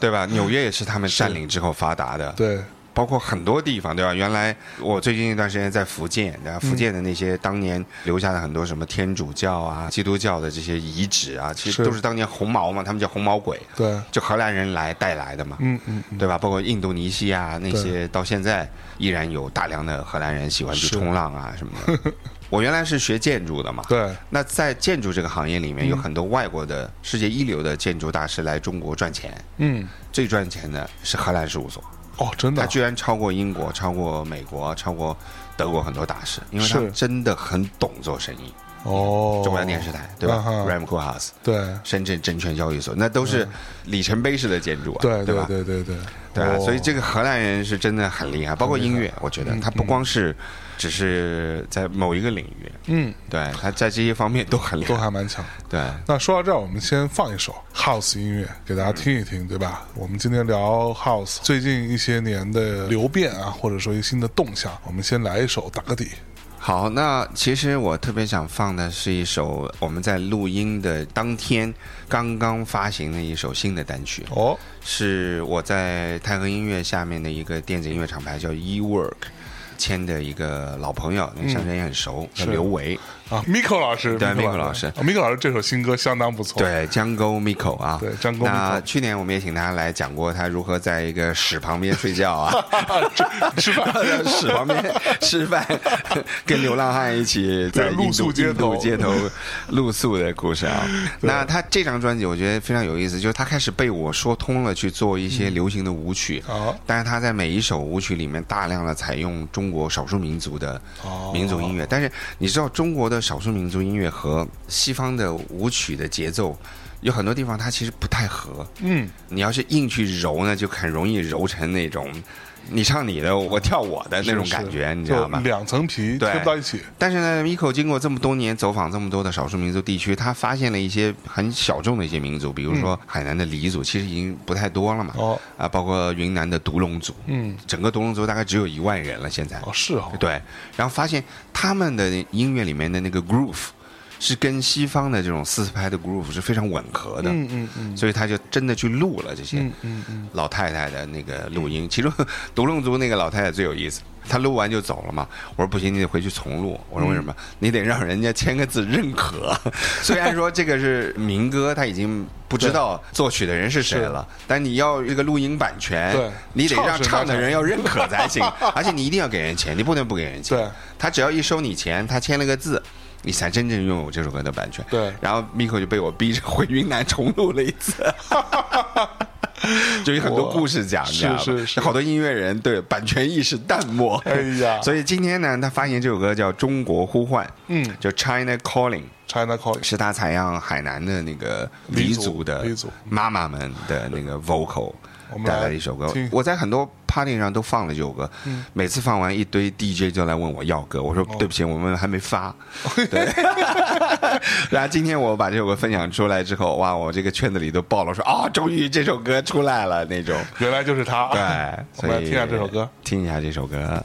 Speaker 1: 对吧？纽约也是他们占领之后发达的，
Speaker 2: 啊对，
Speaker 1: 包括很多地方，对吧？原来我最近一段时间在福建，
Speaker 2: 嗯
Speaker 1: 对吧？福建的那些当年留下的很多什么天主教啊、基督教的这些遗址啊，其实
Speaker 2: 是
Speaker 1: 都是当年红毛嘛，他们叫红毛鬼，
Speaker 2: 对，
Speaker 1: 就荷兰人来带来的嘛，
Speaker 2: 嗯嗯，
Speaker 1: 对吧？包括印度尼西亚那些，到现在依然有大量的荷兰人喜欢去
Speaker 2: 是
Speaker 1: 冲浪啊什么的。我原来是学建筑的嘛，
Speaker 2: 对，
Speaker 1: 那在建筑这个行业里
Speaker 2: 嗯
Speaker 1: 面，有很多外国的世界一流的建筑大师来中国赚钱，
Speaker 2: 嗯，
Speaker 1: 最赚钱的是荷兰事务所，
Speaker 2: 哦，真的
Speaker 1: 他
Speaker 2: 啊，
Speaker 1: 居然超过英国、超过美国、超过德国很多大师，因为他
Speaker 2: 是
Speaker 1: 们真的很懂做生意。
Speaker 2: 哦，
Speaker 1: 中央电视台对吧
Speaker 2: 啊哈
Speaker 1: ？Ramco House、
Speaker 2: 对，
Speaker 1: 深圳证券交易所，那都是里程碑式的建筑啊，
Speaker 2: 嗯对
Speaker 1: 吧？
Speaker 2: 对对哦对，
Speaker 1: 对啊，所以这
Speaker 2: 个
Speaker 1: 个荷兰人是真的很厉害，包括音乐，我觉
Speaker 2: 嗯
Speaker 1: 得他不光是只是在某一个领域，
Speaker 2: 嗯，
Speaker 1: 对他在这些方面都很厉
Speaker 2: 都
Speaker 1: 害，
Speaker 2: 还蛮强。
Speaker 1: 对。
Speaker 2: 那说到这儿，我们先放一首 house 音乐给大家听一听，
Speaker 1: 嗯
Speaker 2: 对吧？我们今天聊 house 最近一些年的流变啊，或者说一些新的动向，我们先来一首打个底。
Speaker 1: 好，那其实我特别想放的是一首我们在录音的当天刚刚发行的一首新的单曲，
Speaker 2: 哦，
Speaker 1: 是我在太和音乐下面的一个电子音乐厂牌叫 E Work 签的一个老朋友，那个上人也很熟，叫
Speaker 2: 是
Speaker 1: 刘维，
Speaker 2: 啊，Miko 老师，
Speaker 1: 对
Speaker 2: Miko
Speaker 1: Miko 老师
Speaker 2: 啊，Miko 老师这首新歌相当不错。，
Speaker 1: 对江沟 Miko 啊，
Speaker 2: 对江沟 Miko
Speaker 1: 那去年我们也请他来讲过他如何在一个屎旁边睡觉 啊，
Speaker 2: 吃饭
Speaker 1: 在 屎旁边吃饭，跟流浪汉一起在
Speaker 2: 对
Speaker 1: 印
Speaker 2: 露
Speaker 1: 度
Speaker 2: 宿街
Speaker 1: 印度
Speaker 2: 头
Speaker 1: 街头露宿的故事啊。那他这张专辑我觉得非常有意思，就是他开始被我说通了去做一些流行的舞曲。
Speaker 2: 好，
Speaker 1: 但是他在每一首舞曲里面大量的采用中国少数民族的
Speaker 2: 哦
Speaker 1: 民族音乐，但是你知道中国的少数民族音乐和西方的舞曲的节奏有很多地方它其实不太合。
Speaker 2: 嗯，
Speaker 1: 你要是硬去揉呢，就很容易揉成那种你唱你的，我跳我的那种
Speaker 2: 是
Speaker 1: 感觉，你知道吗
Speaker 2: 就？两层皮
Speaker 1: 对
Speaker 2: 贴不到一起。
Speaker 1: 但是呢，Miko 经过这么多年走访这么多的少数民族地区，他发现了一些很小众的一些民族，比如说海南的黎族，其实已经不太多了嘛。
Speaker 2: 嗯哦，
Speaker 1: 啊，包括云南的独龙族，
Speaker 2: 嗯，
Speaker 1: 整个独龙族大概只有一万人了，现在。
Speaker 2: 哦，是哦，
Speaker 1: 对，然后发现他们的音乐里面的那个 groove 是跟西方的这种四四拍的 groove 是非常吻合的，
Speaker 2: 嗯嗯嗯，
Speaker 1: 所以他就真的去录了这些
Speaker 2: 嗯嗯嗯，
Speaker 1: 老太太的那个录音。其中 独龙族那个老太太最有意思，她录完就走了嘛。我说不行，你得回去重录。我说为什
Speaker 2: 嗯
Speaker 1: 么？你得让人家签个字认可。 虽然说这个是民歌，他已经不知道作曲的人是谁
Speaker 2: 是
Speaker 1: 了，但你要这个录音版权
Speaker 2: 对，
Speaker 1: 你得让
Speaker 2: 唱是
Speaker 1: 唱的
Speaker 2: 他
Speaker 1: 人要认可才 行，而且你一定要给人钱，你不能不给人钱。
Speaker 2: 对
Speaker 1: 他只要一收你钱，他签了个字。你才真正拥有这首歌的版权。
Speaker 2: 对
Speaker 1: 然后 Miko 就被我逼着回云南重录了一 次，就有很多故事讲，
Speaker 2: 哇
Speaker 1: 你知道吧
Speaker 2: 是是是
Speaker 1: 好多音乐人对版权意识淡漠。
Speaker 2: 哎呀
Speaker 1: 所以今天呢，他发行这首歌叫《中国呼唤》，
Speaker 2: 嗯
Speaker 1: 就 China Calling，
Speaker 2: ，China Calling，
Speaker 1: 是他采样海南的那个
Speaker 2: 黎
Speaker 1: 黎
Speaker 2: 族
Speaker 1: 族的
Speaker 2: 黎族
Speaker 1: 妈妈们的那个 vocal
Speaker 2: 我。们来
Speaker 1: 带来一首歌
Speaker 2: 听，嗯
Speaker 1: 我在很多 party 上都放了这首歌，每次放完一堆 DJ 就来问我要歌，我
Speaker 2: 哦
Speaker 1: 说对不起，我们还没 发。对， 然后今天我把这首歌分享出来之后，哇，我这个圈子里都爆了，说啊、终于这首歌出来了那种。
Speaker 2: 原来就是他。
Speaker 1: 对，
Speaker 2: 我
Speaker 1: 所
Speaker 2: 们来
Speaker 1: 以
Speaker 2: 听一下这首歌。
Speaker 1: 听一下这首歌。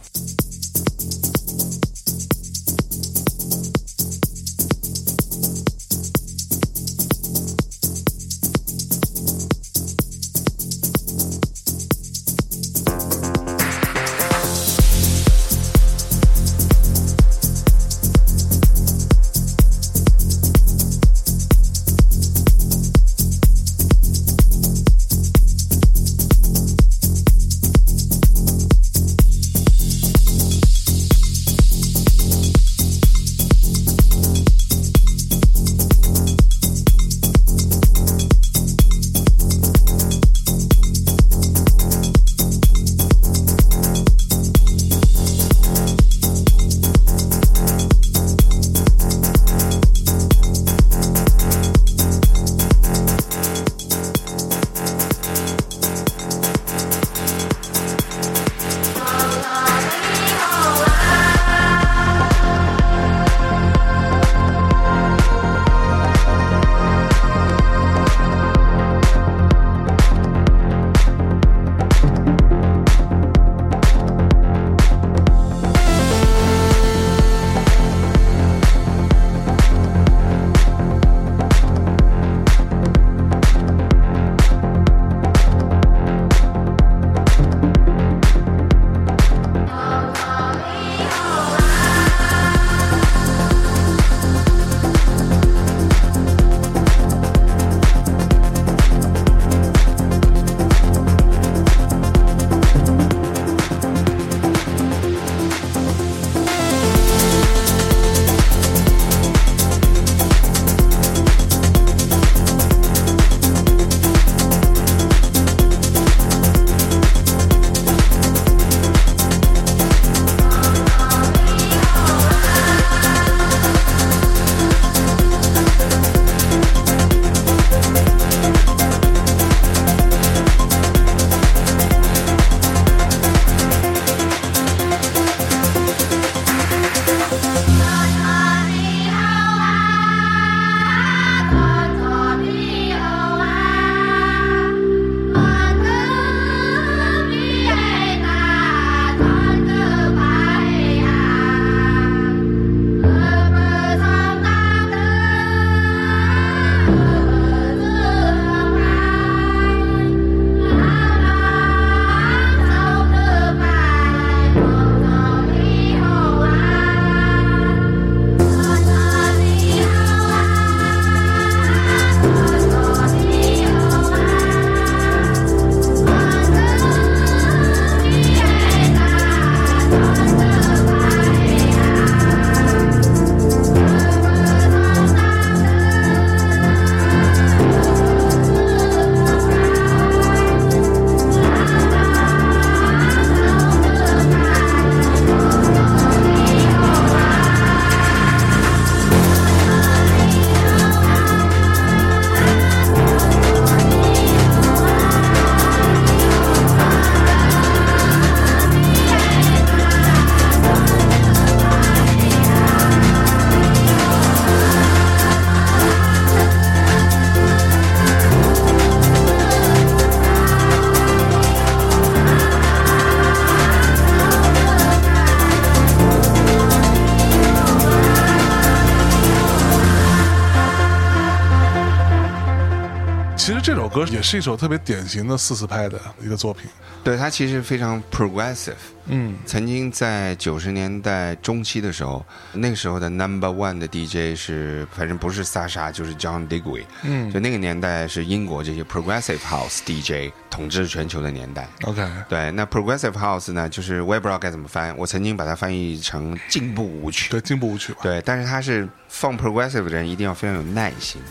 Speaker 2: 其实这首歌也是一首特别典型的四四拍的一个作品。
Speaker 1: 对它其实非常 progressive。嗯，曾经在九十年代中期的时候，那个时候的 number one 的 DJ 是，反正不是萨莎就是 John Digweed。嗯，就那个年代是英国这些 progressive house DJ 统治全球的年代。
Speaker 2: OK，
Speaker 1: 对，那 progressive house 呢，就是我也不知道该怎么翻，我曾经把它翻译成进步舞曲。
Speaker 2: 对进步舞曲吧。
Speaker 1: 对，但是它是放 progressive 的人一定要非常有耐心，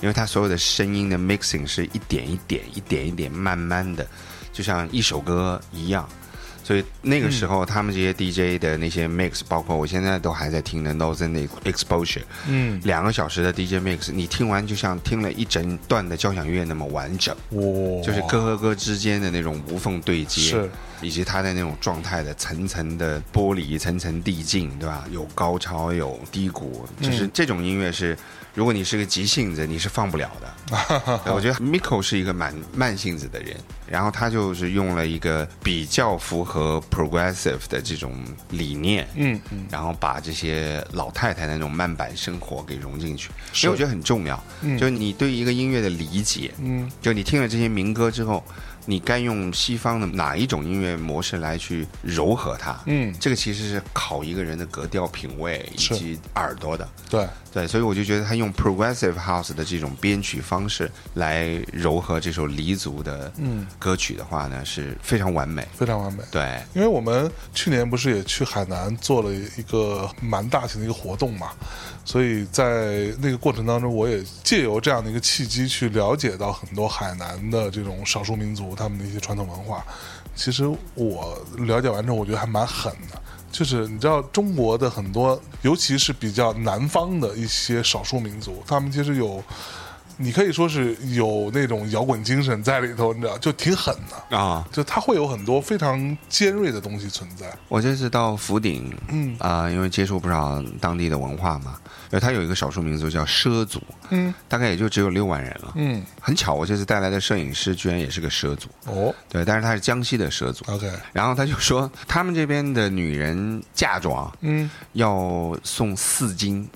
Speaker 1: 因为它所有的声音的 mixing 是一点一点、一点一点慢慢的，就像一首歌一样。所以那个时候，他们这些 DJ 的那些 mix，、包括我现在都还在听的 Nozen 的 Exposure，
Speaker 2: 嗯，
Speaker 1: 两个小时的 DJ mix，你听完就像听了一整段的交响乐那么完整，
Speaker 2: 哇，
Speaker 1: 就是歌和歌之间的那种无缝对接，
Speaker 2: 是，
Speaker 1: 以及它的那种状态的层层的剥离、层层递进，对吧？有高潮，有低谷，
Speaker 2: 嗯
Speaker 1: 就是这种音乐是，如果你是个急性子，你是放不了的。对我觉得 Miko 是一个蛮慢性子的人，然后他就是用了一个比较符合 progressive 的这种理念，
Speaker 2: 嗯嗯。
Speaker 1: 然后把这些老太太那种慢板生活给融进去，所以我觉得很重要。就是你对一个音乐的理解，
Speaker 2: 嗯，
Speaker 1: 就你听了这些民歌之后，你该用西方的哪一种音乐模式来去柔和它？
Speaker 2: 嗯，
Speaker 1: 这个其实是考一个人的格调、品味以
Speaker 2: 是
Speaker 1: 及耳朵的。
Speaker 2: 对，
Speaker 1: 对，所以我就觉得他用 progressive house 的这种编曲方式来柔和这首黎族的歌曲的话呢，是非常完美。
Speaker 2: 非常完美。
Speaker 1: 对，
Speaker 2: 因为我们去年不是也去海南做了一个蛮大型的一个活动嘛，所以在那个过程当中，我也借由这样的一个契机去了解到很多海南的这种少数民族他们的一些传统文化。其实我了解完之后，我觉得还蛮狠的。就是你知道中国的很多，尤其是比较南方的一些少数民族，他们其实有，你可以说是有那种摇滚精神在里头，你知道，就挺狠的。
Speaker 1: 啊，
Speaker 2: 就它会有很多非常尖锐的东西存在。
Speaker 1: 我这次到福鼎，
Speaker 2: 嗯
Speaker 1: 啊、因为接触不少当地的文化嘛，呃，它有一个少数民族叫畲族，
Speaker 2: 嗯，
Speaker 1: 大概也就只有六万人了。
Speaker 2: 嗯，
Speaker 1: 很巧，我这次带来的摄影师居然也是个畲族，
Speaker 2: 哦
Speaker 1: 对，但是他是江西的畲族。
Speaker 2: ，OK，
Speaker 1: 然后他就说，他们这边的女人嫁妆
Speaker 2: 嗯，
Speaker 1: 要送四斤，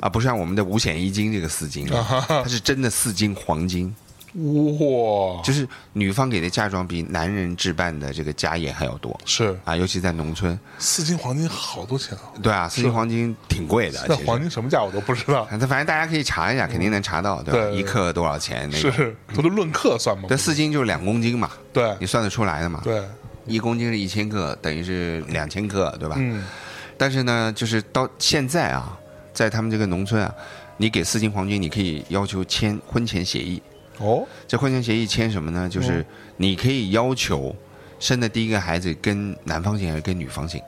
Speaker 1: 啊，不是像我们的五险一金这个四斤
Speaker 2: 啊哈
Speaker 1: 啊，
Speaker 2: 哈
Speaker 1: 它是真的四斤黄金，
Speaker 2: 哇，
Speaker 1: 就是女方给的嫁妆比男人置办的这个家业还要多
Speaker 2: 是
Speaker 1: 啊，尤其在农村。
Speaker 2: 四斤黄金好多钱啊！
Speaker 1: 对啊，四斤黄金挺贵的，
Speaker 2: 那
Speaker 1: 其实
Speaker 2: 黄金什么价我都不知道，
Speaker 1: 反正反正大家可以查一下，肯定能查到，对吧？
Speaker 2: 嗯对
Speaker 1: 一克多少钱？那个，
Speaker 2: 是不都论克算吗
Speaker 1: 这？四斤就是两公斤嘛，
Speaker 2: 对
Speaker 1: 你算得出来的嘛？
Speaker 2: 对，
Speaker 1: 一公斤是一千克，等于是两千克，对吧？
Speaker 2: 嗯，
Speaker 1: 但是呢，就是到现在啊，在他们这个农村啊，你给四斤黄金，你可以要求签婚前协议。
Speaker 2: 哦，
Speaker 1: 这婚前协议签什么呢？
Speaker 2: 嗯
Speaker 1: 就是你可以要求生的第一个孩子跟男方姓还是跟女方姓。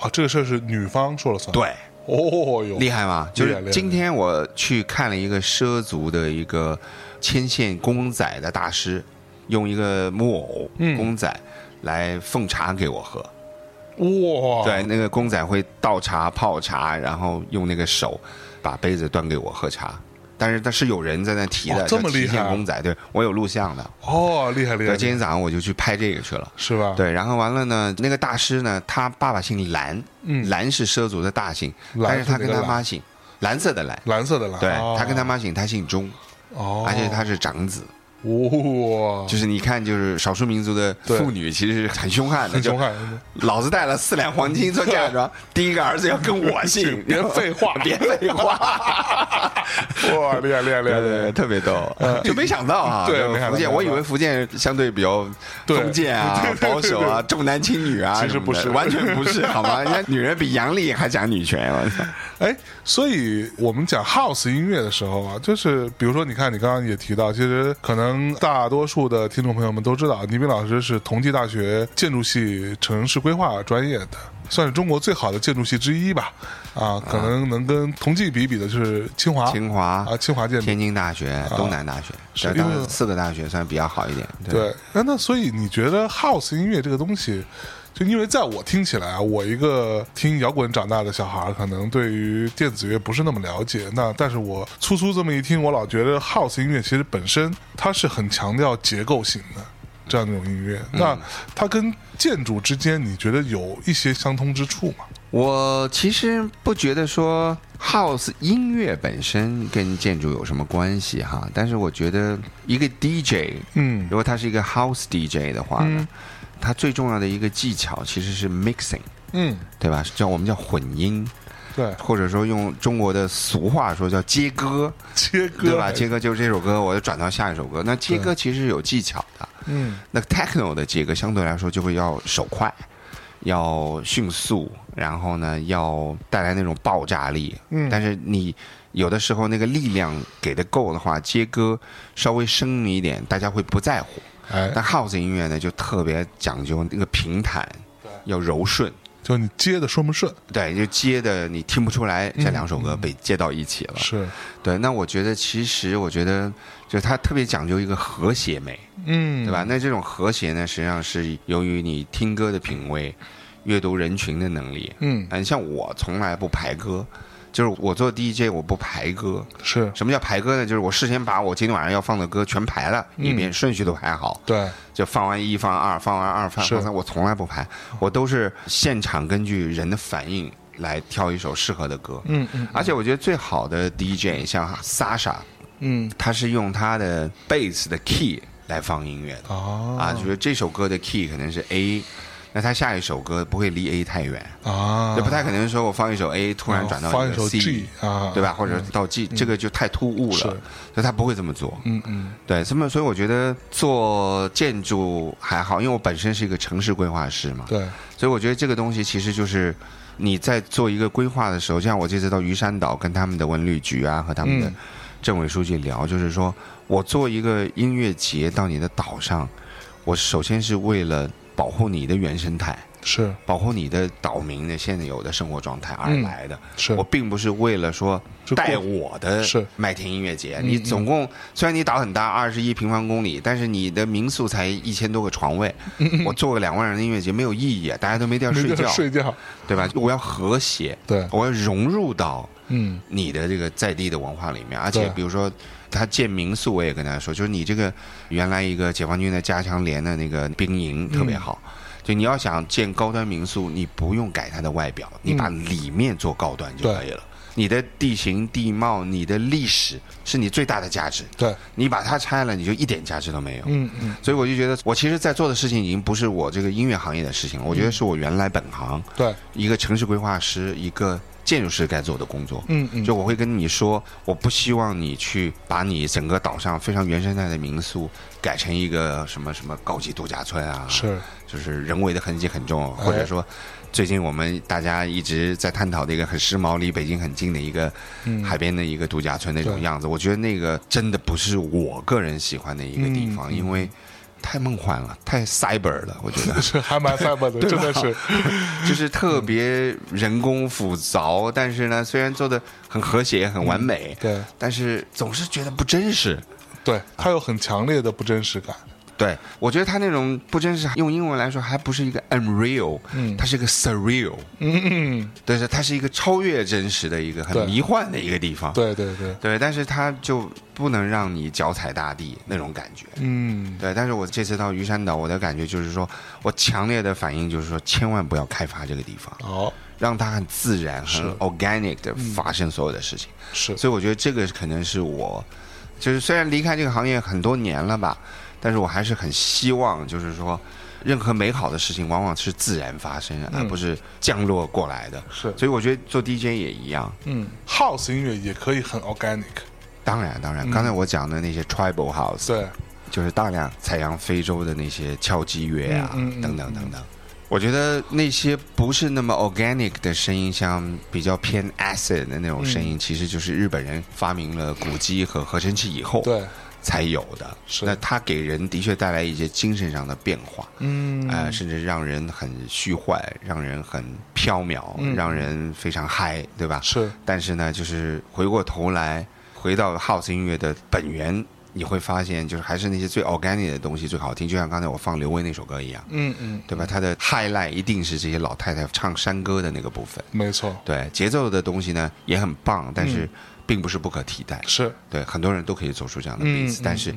Speaker 2: 啊，这个事儿是女方说了算，，
Speaker 1: 对，
Speaker 2: 哦哟，
Speaker 1: 厉害吗？就
Speaker 2: 厉害
Speaker 1: 是
Speaker 2: 厉害
Speaker 1: 今天我去看了一个畲族的一个牵线公仔的大师，用一个木偶
Speaker 2: 嗯
Speaker 1: 公仔来奉茶给我喝。
Speaker 2: 哇，
Speaker 1: 对，，那个公仔会倒茶、泡茶，然后用那个手把杯子端给我喝茶。但是但是有人在那提的，
Speaker 2: 哇哦这么
Speaker 1: 叫提
Speaker 2: 厉害
Speaker 1: 线公仔，对我有录像的。
Speaker 2: 哦，厉害厉
Speaker 1: 对，
Speaker 2: 害，
Speaker 1: 今天早上我就去拍这个去了。
Speaker 2: 是吧？，
Speaker 1: 对，然后完了呢，那个大师呢，他爸爸姓蓝，
Speaker 2: 嗯
Speaker 1: 蓝是畲族的大姓，
Speaker 2: 蓝
Speaker 1: 但是他跟
Speaker 2: 是哪
Speaker 1: 他
Speaker 2: 个
Speaker 1: 妈姓蓝色的蓝，
Speaker 2: 蓝色的蓝，
Speaker 1: 对
Speaker 2: 哦
Speaker 1: 他跟他，妈姓，他姓钟，
Speaker 2: 哦，
Speaker 1: 而且他是长子，
Speaker 2: 哇，
Speaker 1: 就是你看，就是少数民族的
Speaker 2: 对
Speaker 1: 妇女其实是很凶悍的，
Speaker 2: 很
Speaker 1: 就
Speaker 2: 凶悍，
Speaker 1: 老子带了四两黄金做嫁 妆，第一个儿子要跟我姓，
Speaker 2: 别废话
Speaker 1: 别废 话，
Speaker 2: 哇，厉害厉害厉
Speaker 1: 对
Speaker 2: 害，厉
Speaker 1: 对
Speaker 2: 害
Speaker 1: 对，特别逗，就没想到啊，
Speaker 2: 嗯对
Speaker 1: 就
Speaker 2: 没想到
Speaker 1: 福建，
Speaker 2: 没想到
Speaker 1: 我以为福建相对比较
Speaker 2: 对
Speaker 1: 封建啊
Speaker 2: 对、对对
Speaker 1: 保守啊、重男轻女啊什么的，
Speaker 2: 其实不是
Speaker 1: 完全不是，好吗？人家女人比杨丽还讲女权，啊我操！
Speaker 2: 哎，所以我们讲 house 音乐的时候啊，就是比如说，你看你刚刚也提到，其实可能大多数的听众朋友们都知道，倪斌老师是同济大学建筑系城市规划专业的，算是中国最好的建筑系之一吧。啊，可能能跟同济比比的就是清华，
Speaker 1: 清华
Speaker 2: 啊，清华建筑。
Speaker 1: 天津大学、东南大学，
Speaker 2: 是
Speaker 1: 这
Speaker 2: 因为
Speaker 1: 当四个大学算比较好一点。对，
Speaker 2: 对，那那所以你觉得 house 音乐这个东西，就因为在我听起来啊，我一个听摇滚长大的小孩儿，可能对于电子乐不是那么了解。那但是我粗粗这么一听，我老觉得 house 音乐其实本身它是很强调结构性的。
Speaker 1: 嗯
Speaker 2: 这样的一种音乐，那它跟建筑之间，你觉得有一些相通之处吗？
Speaker 1: 我其实不觉得说 house 音乐本身跟建筑有什么关系哈，但是我觉得一个 DJ，
Speaker 2: 嗯
Speaker 1: 如果他是一个 house DJ 的话呢，他最重要的一个技巧其实是 mixing，
Speaker 2: 嗯，
Speaker 1: 对吧？叫我们叫混音，
Speaker 2: 对，
Speaker 1: 或者说用中国的俗话说叫接歌，
Speaker 2: 切割
Speaker 1: 对吧？接歌就是这首歌，我就转到下一首歌。那接歌其实是有技巧的，
Speaker 2: 嗯
Speaker 1: 那 techno 的接歌相对来说就会要手快，要迅速，然后呢要带来那种爆炸力。
Speaker 2: 嗯
Speaker 1: 但是你有的时候那个力量给的够的话，接歌稍微生你一点，大家会不在乎。
Speaker 2: 哎，
Speaker 1: 但 house 音乐呢，就特别讲究那个平坦，要柔顺。
Speaker 2: 就你接的顺不顺？
Speaker 1: 对，就接的你听不出来这两首歌被接到一起了。
Speaker 2: 嗯是，
Speaker 1: 对，那我觉得其实我觉得就是它特别讲究一个和谐美，
Speaker 2: 嗯，
Speaker 1: 对吧？那这种和谐呢，实际上是由于你听歌的品味、阅读人群的能力。
Speaker 2: 嗯，
Speaker 1: 嗯，像我从来不排歌，就是我做 DJ 我不排歌。
Speaker 2: 是
Speaker 1: 什么叫排歌呢？就是我事先把我今天晚上要放的歌全排了一
Speaker 2: 嗯
Speaker 1: 遍，顺序都排好，
Speaker 2: 对，
Speaker 1: 就放完一放二，放完二放
Speaker 2: 是
Speaker 1: 放三，我从来不排，我都是现场根据人的反应来挑一首适合的歌。
Speaker 2: 嗯嗯
Speaker 1: 而且我觉得最好的 DJ 像 Sasha，
Speaker 2: 嗯，
Speaker 1: 他是用他的 bass 的 key 来放音乐的。
Speaker 2: 啊
Speaker 1: 啊，就是这首歌的 key 可能是 A，那他下一首歌不会离 A 太远，
Speaker 2: 啊，
Speaker 1: 就不太可能说我放一首 A 突然转到
Speaker 2: 哦放一
Speaker 1: 个
Speaker 2: 首
Speaker 1: C，
Speaker 2: G 啊，
Speaker 1: 对吧？？或者到 G，、这个就太突兀了，
Speaker 2: 是
Speaker 1: 所以他不会这么做。
Speaker 2: 嗯嗯，
Speaker 1: 对，这么所以我觉得做建筑还好，因为我本身是一个城市规划师嘛，
Speaker 2: 对，
Speaker 1: 所以我觉得这个东西其实就是你在做一个规划的时候，像我这次到余山岛跟他们的文旅局啊和他们的
Speaker 2: 嗯
Speaker 1: 政委书记聊，就是说我做一个音乐节到你的岛上，我首先是为了保护你的原生态，
Speaker 2: 是
Speaker 1: 保护你的岛民的现有的生活状态而
Speaker 2: 嗯
Speaker 1: 来的。
Speaker 2: 是
Speaker 1: 我，并不是为了说
Speaker 2: 是
Speaker 1: 带
Speaker 2: 过
Speaker 1: 我的
Speaker 2: 是
Speaker 1: 麦田音乐节，
Speaker 2: 嗯
Speaker 1: 你
Speaker 2: 嗯
Speaker 1: 总共虽然你岛很大，二十一平方公里，但是你的民宿才一千多个床位，我做个两万人的音乐节没有意义，啊，大家都没地儿
Speaker 2: 嗯没
Speaker 1: 睡
Speaker 2: 地儿
Speaker 1: 觉，
Speaker 2: 睡觉，
Speaker 1: 对吧？我要和谐，
Speaker 2: 对，
Speaker 1: 我要融入到
Speaker 2: 嗯
Speaker 1: 你的这个在地的文化里面，而且
Speaker 2: 对
Speaker 1: 比如说。他建民宿，我也跟他说，就是你这个原来一个解放军的加强连的那个兵营特别
Speaker 2: 嗯
Speaker 1: 好，就你要想建高端民宿，你不用改它的外表，你把里面做高端就可以了。你的地形地貌、你的历史是你最大的价值，
Speaker 2: 对，
Speaker 1: 你把它拆了，你就一点价值都没有。
Speaker 2: 嗯嗯，
Speaker 1: 所以我就觉得，我其实在做的事情已经不是我这个音乐行业的事情了，我觉得是我原来本行
Speaker 2: 对，
Speaker 1: 一个城市规划师、一个建筑师该做的工作。
Speaker 2: 嗯嗯，
Speaker 1: 就我会跟你说，我不希望你去把你整个岛上非常原生态的民宿改成一个什么什么高级度假村啊，
Speaker 2: 是哎
Speaker 1: 就是人为的痕迹很重，啊或者说最近我们大家一直在探讨的一个很时髦、离北京很近的一个海边的一个度假村那种
Speaker 2: 嗯对
Speaker 1: 样子，我觉得那个真的不是我个人喜欢的一个地
Speaker 2: 嗯
Speaker 1: 方，因为太梦幻了，太 cyber 了，我觉 得。
Speaker 2: 是还蛮 cyber 的，真的是，
Speaker 1: 就是特别人工复杂，但是呢，虽然做的很和谐、很完美，
Speaker 2: 对
Speaker 1: 但是总是觉得不真实。
Speaker 2: 对，它有很强烈的不真实感，
Speaker 1: 对，我觉得他那种不真实，用英文来说还不是一个 unreal，嗯，它是一个 surreal，
Speaker 2: 嗯，
Speaker 1: 但是它是一个超越真实的一个
Speaker 2: 对
Speaker 1: 很迷幻的一个地方。
Speaker 2: 对对对，
Speaker 1: 对，但是它就不能让你脚踩大地那种感觉。
Speaker 2: 嗯，
Speaker 1: 对，但是我这次到余山岛，我的感觉就是说，我强烈的反应就是说，千万不要开发这个地方。
Speaker 2: 好，
Speaker 1: 让它很自然、
Speaker 2: 是
Speaker 1: 很 organic 的发生所有的事情。
Speaker 2: 是
Speaker 1: 所以我觉得这个可能是我，就是虽然离开这个行业很多年了吧，但是我还是很希望，就是说，任何美好的事情往往是自然发生，而不是降落过来的。
Speaker 2: 嗯是
Speaker 1: 所以我觉得做 DJ 也一样。
Speaker 2: 嗯，house 音乐也可以很 organic，
Speaker 1: 当然，当然，刚才我讲的那些 tribal house，、
Speaker 2: 嗯对，
Speaker 1: 就是大量采样非洲的那些敲击乐啊，
Speaker 2: 嗯嗯嗯
Speaker 1: 等等等等。我觉得那些不是那么 organic 的声音，像比较偏 acid 的那
Speaker 2: 嗯
Speaker 1: 种声音，其实就是日本人发明了鼓机和合成器以后
Speaker 2: 对，
Speaker 1: 才有的。
Speaker 2: 是
Speaker 1: 那它给人的确带来一些精神上的变化，
Speaker 2: 嗯，
Speaker 1: 呃，甚至让人很虚幻，让人很飘渺，让人非常嗨，对吧？
Speaker 2: 嗯是，
Speaker 1: 但是呢，就是回过头来，回到 house 音乐的本源，你会发现，就是还是那些最 organic 的东西最好听。就像刚才我放刘威那首歌一样，
Speaker 2: 嗯嗯，
Speaker 1: 对吧？它的 highlight 一定是这些老太太唱山歌的那个部分。
Speaker 2: 没错，
Speaker 1: 对，节奏的东西呢也很
Speaker 2: 嗯
Speaker 1: 棒，但是并不是不可替代。
Speaker 2: 是
Speaker 1: 对，很多人都可以走出这样的
Speaker 2: 嗯
Speaker 1: beats，、但是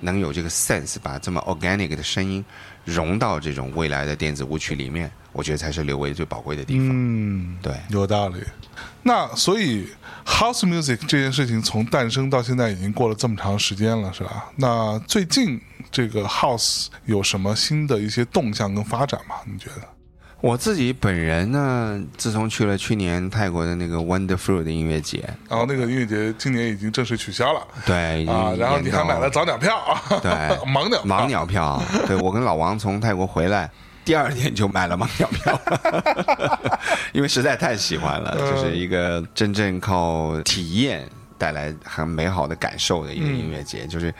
Speaker 1: 能有这个 sense，把这么 organic 的声音融到这种未来的电子舞曲里面，我觉得才是刘维最宝贵的地方。
Speaker 2: 嗯，
Speaker 1: 对，
Speaker 2: 有道理。那所以 house music 这件事情从诞生到现在已经过了这么长时间了，是吧？那最近这个 house 有什么新的一些动向跟发展吗？你觉得？
Speaker 1: 我自己本人呢，自从去了去年泰国的那个 Wonderful 的音乐节，
Speaker 2: 然后那个音乐节今年已经正式取消了
Speaker 1: 对，已经
Speaker 2: 啊，然后你
Speaker 1: 延到
Speaker 2: 还买了早鸟票啊，
Speaker 1: 对
Speaker 2: 盲鸟
Speaker 1: 盲鸟票，啊对我跟老王从泰国回来。第二天就买了盲鸟票， 因为实在太喜欢了，
Speaker 2: 嗯
Speaker 1: 就是一个真正靠体验带来很美好的感受的一个音乐节，就是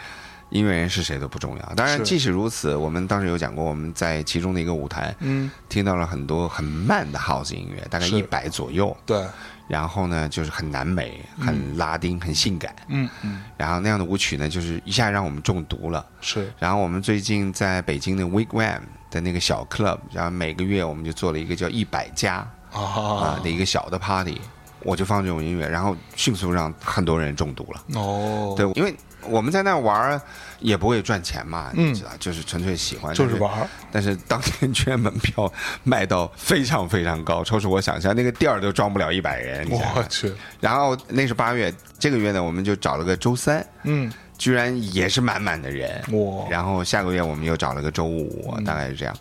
Speaker 1: 音乐人是谁都不重要。当然，
Speaker 2: 嗯是
Speaker 1: 即使如此，我们当时有讲过，我们在其中的一个舞台，嗯，听到了很多很慢的 house 音乐，大概
Speaker 2: 是
Speaker 1: 一百左右，
Speaker 2: 对，
Speaker 1: 然后呢，就是很南美、很拉丁、很性感，
Speaker 2: 嗯嗯，
Speaker 1: 然后那样的舞曲呢，就是一下让我们中毒了。
Speaker 2: 是
Speaker 1: 然后我们最近在北京的 Wigwam 的那个小 club，然后每个月我们就做了一个叫一百家啊
Speaker 2: 啊
Speaker 1: 的一个小的 party，我就放这种音乐，然后迅速让很多人中毒了。
Speaker 2: 哦，
Speaker 1: 对，因为我们在那玩儿也不会赚钱嘛，你知道，就是纯粹喜欢，
Speaker 2: 嗯就是
Speaker 1: 但
Speaker 2: 玩儿
Speaker 1: 但是当天券门票卖到非常非常高，超出我想象，那个店儿都装不了一百人。你想想
Speaker 2: 我去，
Speaker 1: 然后那是八月，这个月呢，我们就找了个周三，
Speaker 2: 嗯，
Speaker 1: 居然也是满满的人。
Speaker 2: 哇
Speaker 1: 然后下个月我们又找了个周五，
Speaker 2: 嗯
Speaker 1: 大概是这样。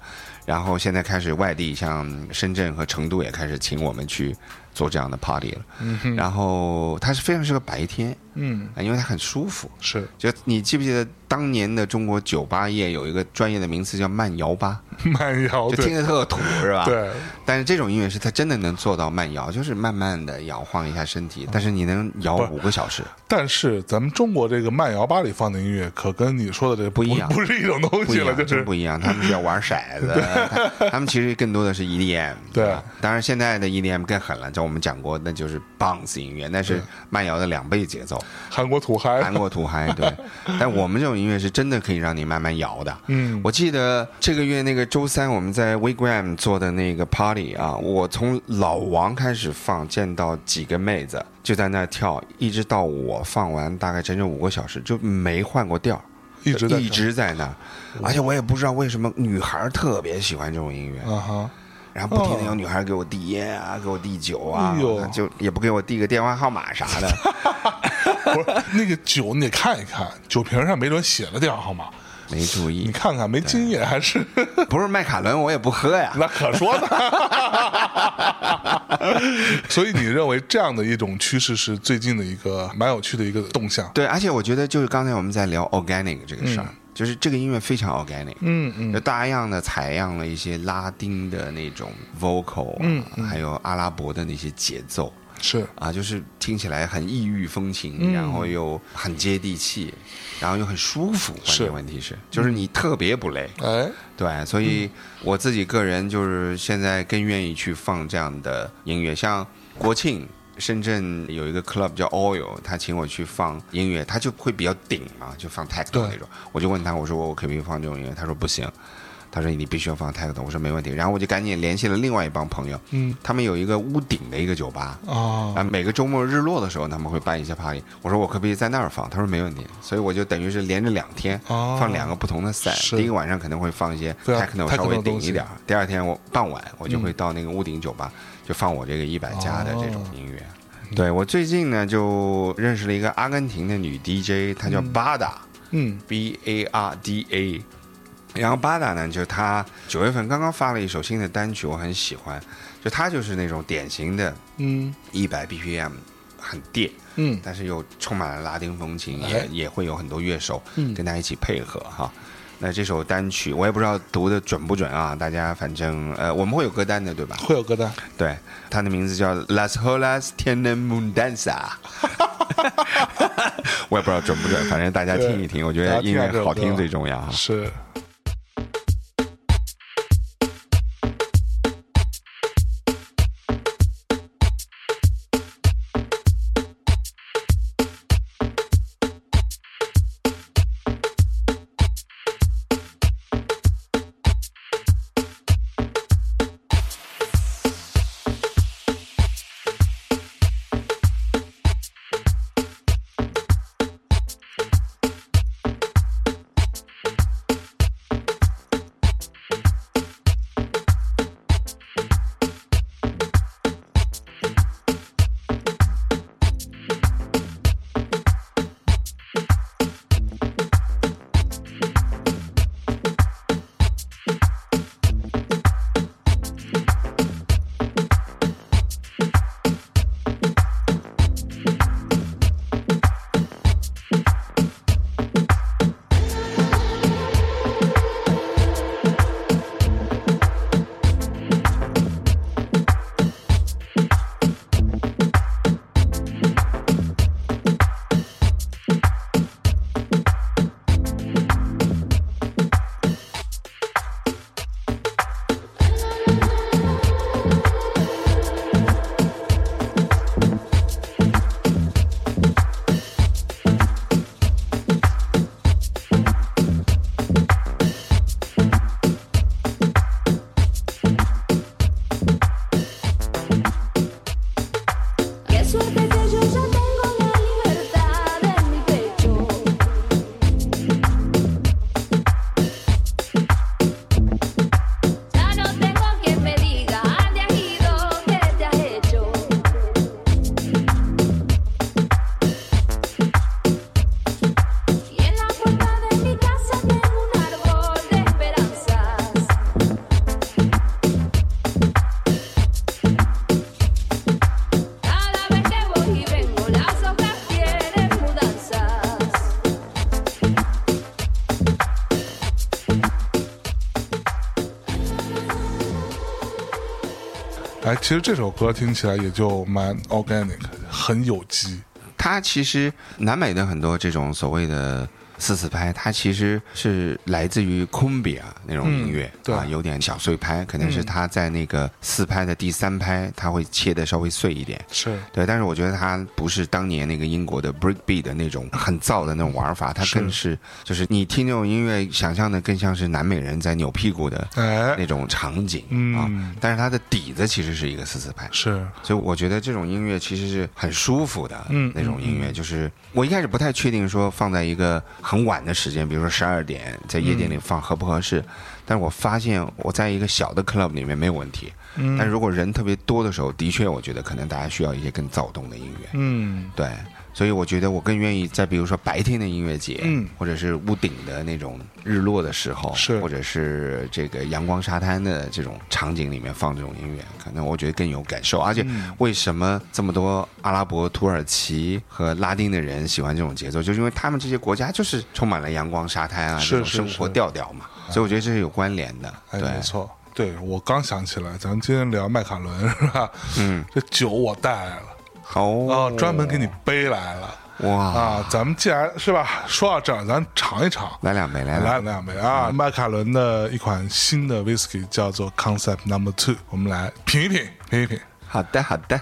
Speaker 1: 然后现在开始外地，像深圳和成都也开始请我们去做这样的 party 了。嗯、然后它是非常适合白天，
Speaker 2: 嗯，
Speaker 1: 啊因为它很舒服。
Speaker 2: 是
Speaker 1: 就你记不记得当年的中国酒吧业有一个专业的名词叫慢摇吧，
Speaker 2: 慢摇
Speaker 1: 就听
Speaker 2: 哦对
Speaker 1: 着特土是吧？。
Speaker 2: 对，
Speaker 1: 但是这种音乐是它真的能做到慢摇，就是慢慢的摇晃一下身体，但是你能摇
Speaker 2: 嗯不是
Speaker 1: 五个小时，
Speaker 2: 但是咱们中国这个慢摇吧里放的音乐，可跟你说的这
Speaker 1: 不一样
Speaker 2: 不是一种东
Speaker 1: 不
Speaker 2: 西
Speaker 1: 一
Speaker 2: 了，
Speaker 1: 样，
Speaker 2: 就
Speaker 1: 真
Speaker 2: 是
Speaker 1: 不一样。他们是要玩骰 子，他他们其实更多的是 E EDM
Speaker 2: 对
Speaker 1: 吧。啊当然现在的 EDM 更狠了，像我们讲过，那就是 bounce 音乐，那是慢摇的两倍节奏。
Speaker 2: 韩国土嗨，
Speaker 1: 韩国土嗨，对。但我们这种音乐是真的可以让你慢慢摇的。
Speaker 2: 嗯，
Speaker 1: 我记得这个月那个周三我们在 Wigwam 做的那个 party 啊，我从老王开始放，见到几个妹子就在那儿跳，一直到我放完，大概整整五个小时就没换过调儿。
Speaker 2: 一直在嗯
Speaker 1: 一直在那儿，而且我也不知道为什么女孩儿特别喜欢这种音乐，
Speaker 2: 啊哈，
Speaker 1: 然后不停的有女孩儿给我递烟啊，给我递酒啊
Speaker 2: 哎呦，
Speaker 1: 就也不给我递个电话号码啥 的。
Speaker 2: 不是那个酒，你得看一看，酒瓶上没准写了点儿好吗？
Speaker 1: 没注
Speaker 2: 你
Speaker 1: 意，
Speaker 2: 看看，没经验还是
Speaker 1: 不是麦卡伦我也不喝呀。
Speaker 2: 那可说呢。 所以你认为这样的一种趋势是最近的一个蛮有趣的一个动向？
Speaker 1: 对，而且我觉得就是刚才我们在聊 organic 这个事儿，就是这个音乐非常 organic，
Speaker 2: 嗯嗯，
Speaker 1: 就大量的采样了一些拉丁的那种 vocal，、啊、还
Speaker 2: 嗯
Speaker 1: 有阿拉伯的那些节奏。
Speaker 2: 是
Speaker 1: 啊，就是听起来很异域风情，
Speaker 2: 嗯
Speaker 1: 然后又很接地气，然后又很舒服。关
Speaker 2: 是
Speaker 1: 键问题是，就是你特别不累，
Speaker 2: 哎，
Speaker 1: 对，所以我自己个人就是现在更愿意去放这样的音乐，像国庆。深圳有一个 club 叫 Oil，他请我去放音乐，他就会比较顶嘛，就放 techno
Speaker 2: 对
Speaker 1: 那种。我就问他，我说我可不可以放这种音乐？他说不行，他说你必须要放 techno。我说没问题。然后我就赶紧联系了另外一帮朋友，
Speaker 2: 嗯
Speaker 1: 他们有一个屋顶的一个酒吧，
Speaker 2: 啊，
Speaker 1: 啊，每个周末日落的时候他们会办一些 party。我说我可不可以在那儿放？他说没问题。所以我就等于是连着两天
Speaker 2: 哦
Speaker 1: 放两个不同的赛。
Speaker 2: 是
Speaker 1: 第一个晚上可能会放一些
Speaker 2: 对啊
Speaker 1: techno
Speaker 2: ，techno
Speaker 1: 稍微
Speaker 2: 的
Speaker 1: 顶
Speaker 2: 东西嗯
Speaker 1: 一点儿，第二天我傍晚我就会到那个屋顶酒吧就放我这个一百加的这
Speaker 2: 哦
Speaker 1: 种音乐。对我最近呢就认识了一个阿根廷的女 DJ，她叫 Bada、
Speaker 2: 嗯
Speaker 1: B A R D A。然后巴达呢，就是他九月份刚刚发了一首新的单曲，我很喜欢。就他就是那种典型的
Speaker 2: 嗯
Speaker 1: 一百 BPM 很电，
Speaker 2: 嗯，
Speaker 1: 但是又充满了拉丁风情，
Speaker 2: 哎
Speaker 1: 也也会有很多乐手
Speaker 2: 嗯
Speaker 1: 跟他一起配合哈。那这首单曲我也不知道读的准不准啊，大家反正呃我们会有歌单的对吧？
Speaker 2: 会有歌单，
Speaker 1: 对，它的名字叫 Las Holas Tienen Mundanza。我也不知道准不准，反正大家听一听，我觉得
Speaker 2: 大家听
Speaker 1: 音
Speaker 2: 一下
Speaker 1: 乐
Speaker 2: 这首
Speaker 1: 好
Speaker 2: 歌
Speaker 1: 听
Speaker 2: 吧
Speaker 1: 最重要哈。
Speaker 2: 是哎，其实这首歌听起来也就蛮 organic，很有机。
Speaker 1: 它其实南美的很多这种所谓的四四拍，它其实是来自于昆比啊那种音乐、
Speaker 2: 对嗯
Speaker 1: 啊，有点小碎拍，可能是它在那个四拍的第三拍，它会切的稍微碎一点。
Speaker 2: 是，
Speaker 1: 对，但是我觉得它不是当年那个英国的 breakbeat 的那种很燥的那种玩法，它
Speaker 2: 是
Speaker 1: 更是就是你听这种音乐，想象的更像是南美人在扭屁股的
Speaker 2: 哎
Speaker 1: 那，种场景、啊
Speaker 2: 嗯。
Speaker 1: 但是它的底子其实是一个四四拍，
Speaker 2: 是，
Speaker 1: 所以我觉得这种音乐其实是很舒服的，
Speaker 2: 嗯
Speaker 1: 那种音乐就是我一开始不太确定说放在一个很晚的时间，比如说十二点在夜
Speaker 2: 嗯
Speaker 1: 店里放合不合适，但是我发现我在一个小的 club 里面没有问题，
Speaker 2: 嗯
Speaker 1: 但是如果人特别多的时候，的确我觉得可能大家需要一些更躁动的音乐，
Speaker 2: 嗯，
Speaker 1: 对，所以我觉得我更愿意在比如说白天的音乐节，
Speaker 2: 嗯
Speaker 1: 或者是屋顶的那种日落的时候，
Speaker 2: 是
Speaker 1: 或者是这个阳光沙滩的这种场景里面放这种音乐，可能我觉得更有感受。而且
Speaker 2: 嗯
Speaker 1: 为什么这么多阿拉伯、土耳其和拉丁的人喜欢这种节奏，就是因为他们这些国家就是充满了阳光沙滩啊
Speaker 2: 是
Speaker 1: 这种
Speaker 2: 是
Speaker 1: 生活
Speaker 2: 是
Speaker 1: 调调嘛，所以我觉得这是有关联的。
Speaker 2: 哎，
Speaker 1: 对
Speaker 2: 没，错。对，我刚想起来，咱们今天聊迈凯伦是吧？嗯，这酒我带来了，
Speaker 1: 好
Speaker 2: 哦，专门给你背来了
Speaker 1: 哇，
Speaker 2: 啊！咱们既然是吧，说到这儿，咱尝一尝，
Speaker 1: 来两杯，来嗯两杯
Speaker 2: 来两杯啊！迈凯伦的一款新的 whisky 叫做 Concept Number Two，我们来品一品，品一品。
Speaker 1: 好的，好的。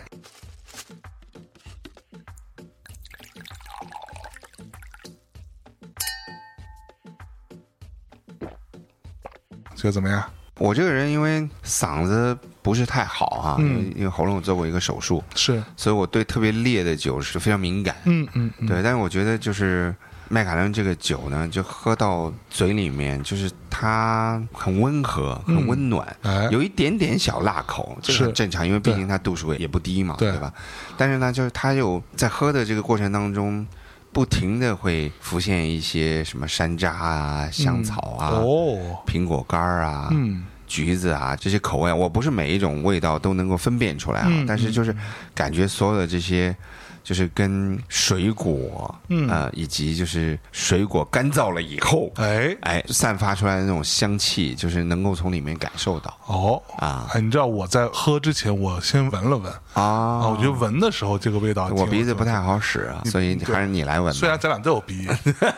Speaker 2: 觉得怎么样？
Speaker 1: 我这个人因为嗓子不是太好啊，因
Speaker 2: 嗯
Speaker 1: 为因为喉咙我做过一个手术，
Speaker 2: 是，
Speaker 1: 所以我对特别烈的酒是非常敏感。
Speaker 2: 嗯嗯嗯，
Speaker 1: 对，但是我觉得就是麦卡伦这个酒呢，就喝到嘴里面，就是它很温和、很温暖，
Speaker 2: 哎
Speaker 1: 有一点点小辣口，这个
Speaker 2: 是
Speaker 1: 很正常，因为毕竟它度数也不低嘛，
Speaker 2: 对
Speaker 1: 对吧？但是呢，就是它有在喝的这个过程当中。不停的会浮现一些什么山楂啊、香草啊、
Speaker 2: 嗯哦，
Speaker 1: 苹果干儿啊，
Speaker 2: 嗯，
Speaker 1: 橘子啊这些口味，我不是每一种味道都能够分辨出来啊，
Speaker 2: 嗯
Speaker 1: 但是就是感觉所有的这些。就是跟水果，
Speaker 2: 嗯
Speaker 1: 呃，以及就是水果干燥了以后，
Speaker 2: 哎，
Speaker 1: 哎，散发出来的那种香气，就是能够从里面感受到
Speaker 2: 哦，
Speaker 1: 啊
Speaker 2: 哎，你知道我在喝之前，我先闻了闻啊，
Speaker 1: 啊！
Speaker 2: 我觉得闻的时候这个味道挺有，
Speaker 1: 我鼻子不太好使啊，所以还是你来闻
Speaker 2: 虽
Speaker 1: 吧。
Speaker 2: 然咱俩都有 鼻音，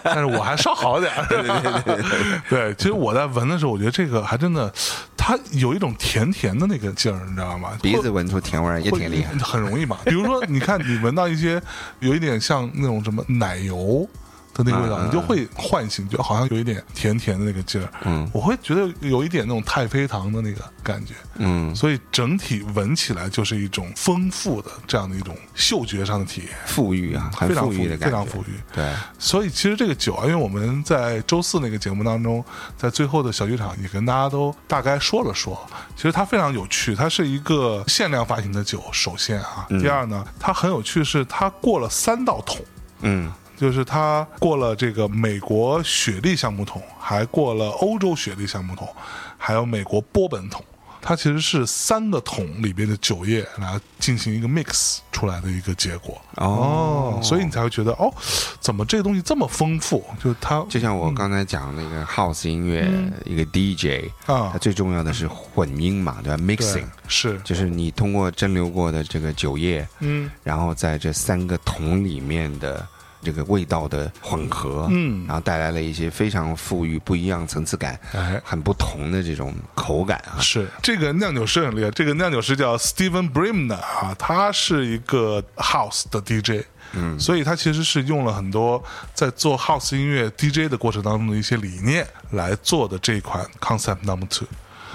Speaker 2: 但是我还稍好点儿。对对对 对其实我在闻的时候，我觉得这个还真的，它有一种甜甜的那个劲儿，你知道吗？
Speaker 1: 鼻子闻出甜味儿也
Speaker 2: 会
Speaker 1: 挺厉害，
Speaker 2: 很容易嘛。比如说，你看你闻到一些有一点像那种什么奶油。的那个味道，
Speaker 1: 嗯嗯嗯
Speaker 2: 你就会唤醒，就好像有一点甜甜的那个劲儿。
Speaker 1: 嗯
Speaker 2: 我会觉得有一点那种太妃糖的那个感觉，
Speaker 1: 嗯，
Speaker 2: 所以整体闻起来就是一种丰富的这样的一种嗅觉上的体验，
Speaker 1: 富裕啊，很
Speaker 2: 非常
Speaker 1: 富
Speaker 2: 富
Speaker 1: 裕的感
Speaker 2: 非常
Speaker 1: 觉
Speaker 2: 富。裕。
Speaker 1: 对，
Speaker 2: 所以其实这个酒啊，因为我们在周四那个节目当中，在最后的小剧场也跟大家都大概说了说，其实它非常有趣，它是一个限量发行的酒，首先啊，第二呢，它很有趣是它过了三道桶。
Speaker 1: 嗯
Speaker 2: 就是它过了这个美国雪莉橡木桶，还过了欧洲雪莉橡木桶，还有美国波本桶。它其实是三个桶里边的酒液，然后进行一个 mix 出来的一个结果。
Speaker 1: 哦
Speaker 2: 所以你才会觉得哦，怎么这个东西这么丰富？就是它
Speaker 1: 就像我刚才讲那个 house 音乐，一个 DJ，
Speaker 2: 嗯啊
Speaker 1: 它，最重要的是混音嘛，对吧？mixing
Speaker 2: 对，是，
Speaker 1: 就是你通过蒸馏过的这个酒液，
Speaker 2: 嗯
Speaker 1: 然后在这三个桶里面的这个味道的混合，
Speaker 2: 嗯
Speaker 1: 然后带来了一些非常富裕、不一样层次感、
Speaker 2: 哎。
Speaker 1: 很不同的这种口感啊。
Speaker 2: 是 这个酿酒师很厉害，这个酿酒师叫 Steven Brimner 啊，他是一个 House 的 DJ，嗯，所以他其实是用了很多在做 House 音乐 DJ 的过程当中的一些理念来做的这一款 Concept Number Two。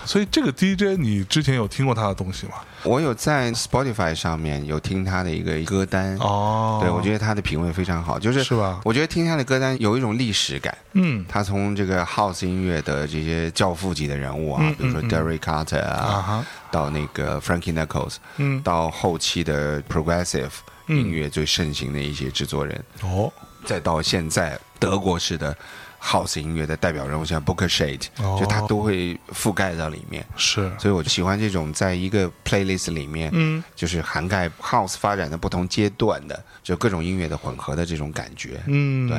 Speaker 2: 所以这个 DJ 你之前有听过他的东西吗？
Speaker 1: 我有在 Spotify 上面有听他的一个歌单，
Speaker 2: 哦，
Speaker 1: 对我觉得他的品味非常好，就是
Speaker 2: 是吧
Speaker 1: 我觉得听他的歌单有一种历史感，
Speaker 2: 嗯，
Speaker 1: 他从这个 house 音乐的这些教父级的人物啊，比如说 Derek Carter
Speaker 2: 嗯啊
Speaker 1: 啊，
Speaker 2: 哈，
Speaker 1: 到那个 Frankie Knuckles，
Speaker 2: 嗯
Speaker 1: 到后期的 progressive 音乐最盛行的一些制作人，
Speaker 2: 哦
Speaker 1: 再到现在德国式的 house 音乐的代表人物，像 Booker Shade，
Speaker 2: 哦
Speaker 1: 就他都会覆盖到里面。
Speaker 2: 是，
Speaker 1: 所以我就喜欢这种在一个 playlist 里面，
Speaker 2: 嗯，
Speaker 1: 就是涵盖 house 发展的不同阶段的，就各种音乐的混合的这种感觉。
Speaker 2: 嗯，
Speaker 1: 对，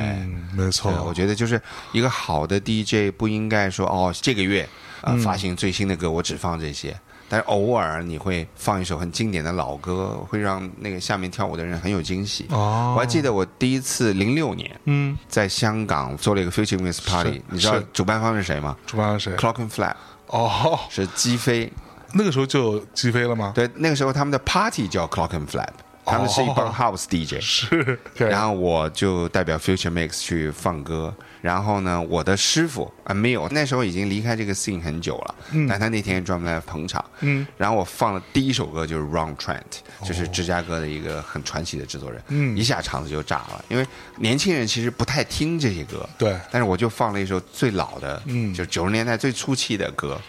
Speaker 2: 没错哦
Speaker 1: 对，，我觉得就是一
Speaker 2: 嗯
Speaker 1: 个好的 DJ 不应该说哦，这个月啊、呃发行最新的歌我只放这些，但是偶尔你会放一首很经典的老歌，会让那个下面跳舞的人很有惊喜。
Speaker 2: 哦
Speaker 1: 我还记得我第一次零六年
Speaker 2: 嗯，
Speaker 1: 在香港做了一个 Future Miss Party，你知道
Speaker 2: 是
Speaker 1: 主办方是谁吗
Speaker 2: 主办人谁？
Speaker 1: ？Clock and Flag
Speaker 2: 哦，
Speaker 1: 是击飞。
Speaker 2: 那个时候就有击飞了吗？
Speaker 1: 对，那个时候他们的 party 叫 Clock and Flag，他们是一帮
Speaker 2: 哦
Speaker 1: house DJ。
Speaker 2: 是，对
Speaker 1: 然后我就代表 Future Mix 去放歌。然后呢，我的师傅 Emil 那时候已经离开这个 scene 很久了，但他那天专门来捧场。嗯，然后我放了第一首歌就是 Ron Trent，就是芝加哥的一个很传奇的制作人。嗯，一下场子就炸了，因为年轻人其实不太听这些歌。
Speaker 2: 对
Speaker 1: 但是我就放了一首最老的，嗯，就九十年代最初期的歌。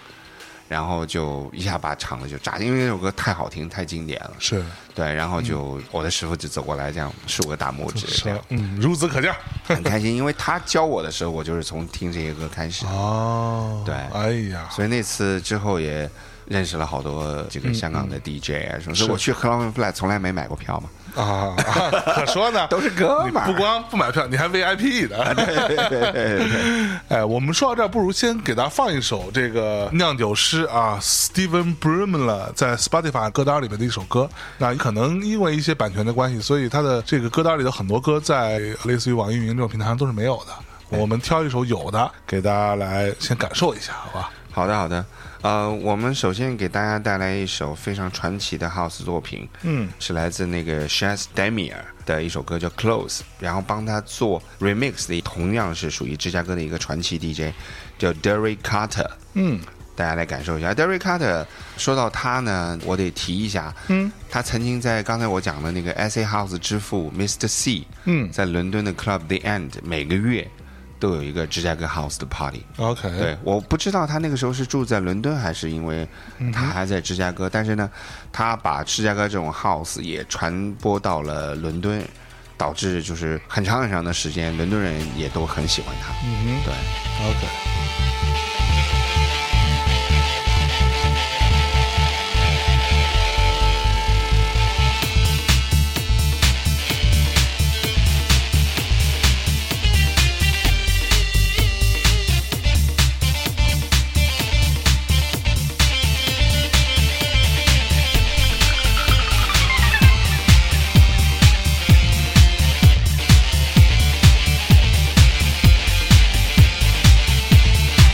Speaker 1: 然后就一下把场子就炸，因为那首歌太好听、太经典了。
Speaker 2: 是
Speaker 1: 对，然后就、我的师傅就走过来，这样竖个大拇指，这样
Speaker 2: 嗯是，嗯，孺子可教。
Speaker 1: 很开心。因为他教我的时候，我就是从听这些歌开始，
Speaker 2: 哦，
Speaker 1: 对
Speaker 2: 哎呀，
Speaker 1: 所以那次之后也认识了好多这个香港的 DJ 啊什么。所以
Speaker 2: 嗯是
Speaker 1: 我去 Club Fly 从来没买过票嘛，
Speaker 2: 啊， 可说呢，
Speaker 1: 都是哥
Speaker 2: 你
Speaker 1: 们儿。
Speaker 2: 不光不买票，你还 VIP 的。 哎，我们说到这儿，不如先给大家放一首这个酿酒师啊，Steven b r u m l e 在 Spotify 歌单里面的一首歌。那可能因为一些版权的关系，所以他的这个歌单里的很多歌在类似于网易云这种平台上都是没有的。我们挑一首有的，给大家来先感受一下，好吧？
Speaker 1: 好的，好的。呃，我们首先给大家带来一首非常传奇的 House 作品，
Speaker 2: 嗯，
Speaker 1: 是来自那个 Shaz Damier 的一首歌叫《Close》，然后帮他做 remix 的，同样是属于芝加哥的一个传奇 DJ，叫 Derry Carter。
Speaker 2: 嗯，
Speaker 1: 大家来感受一下 Derry Carter。说到他呢，我得提一下，嗯，他曾经在刚才我讲的那个 SA House 之父 Mr. C，
Speaker 2: 嗯
Speaker 1: 在伦敦的 Club The End 每个月都有一个芝加哥 House 的 party。
Speaker 2: ，OK，
Speaker 1: 对，我不知道他那个时候是住在伦敦，还是因为
Speaker 2: 嗯
Speaker 1: 他还在芝加哥。但是呢，他把芝加哥这种 house 也传播到了伦敦，导致就是很长很长的时间，伦敦人也都很喜欢他。
Speaker 2: 嗯
Speaker 1: 对。
Speaker 2: 哼，OK。
Speaker 3: Thank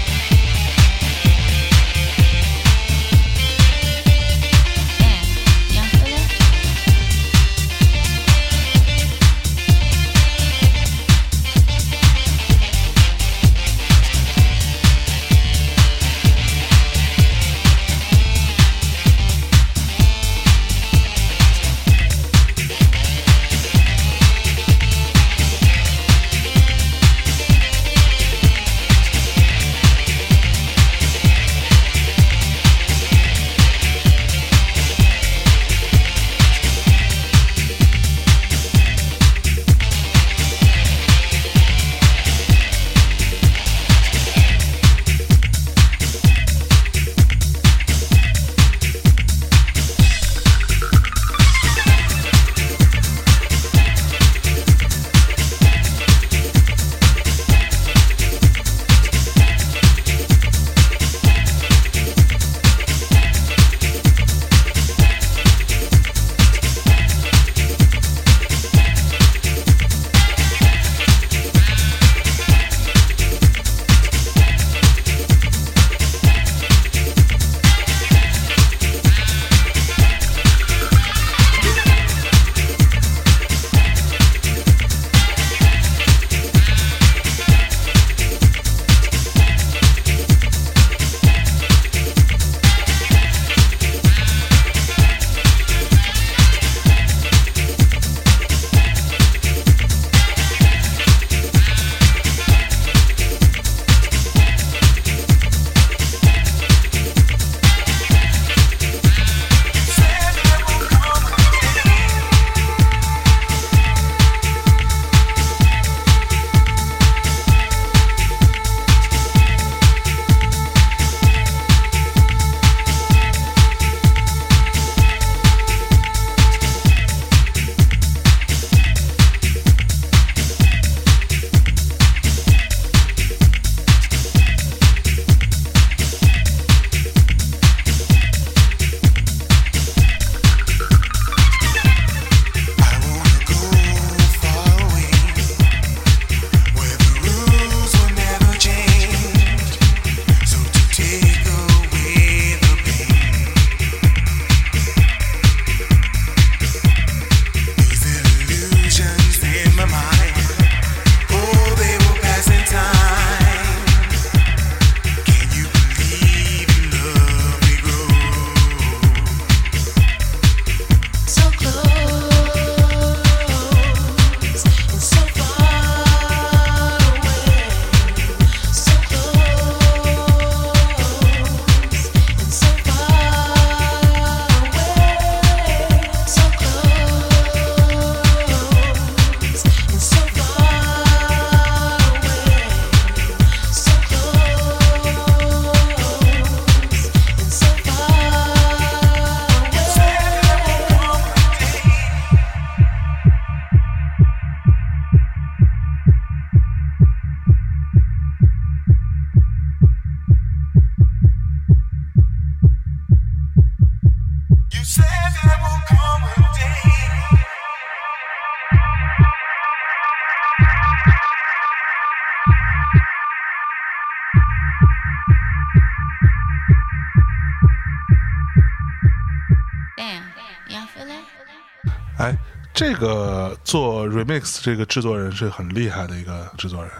Speaker 3: Damn, y'all feel that?
Speaker 2: 哎，这个做 remix 这个制作人是很厉害的一个制作人，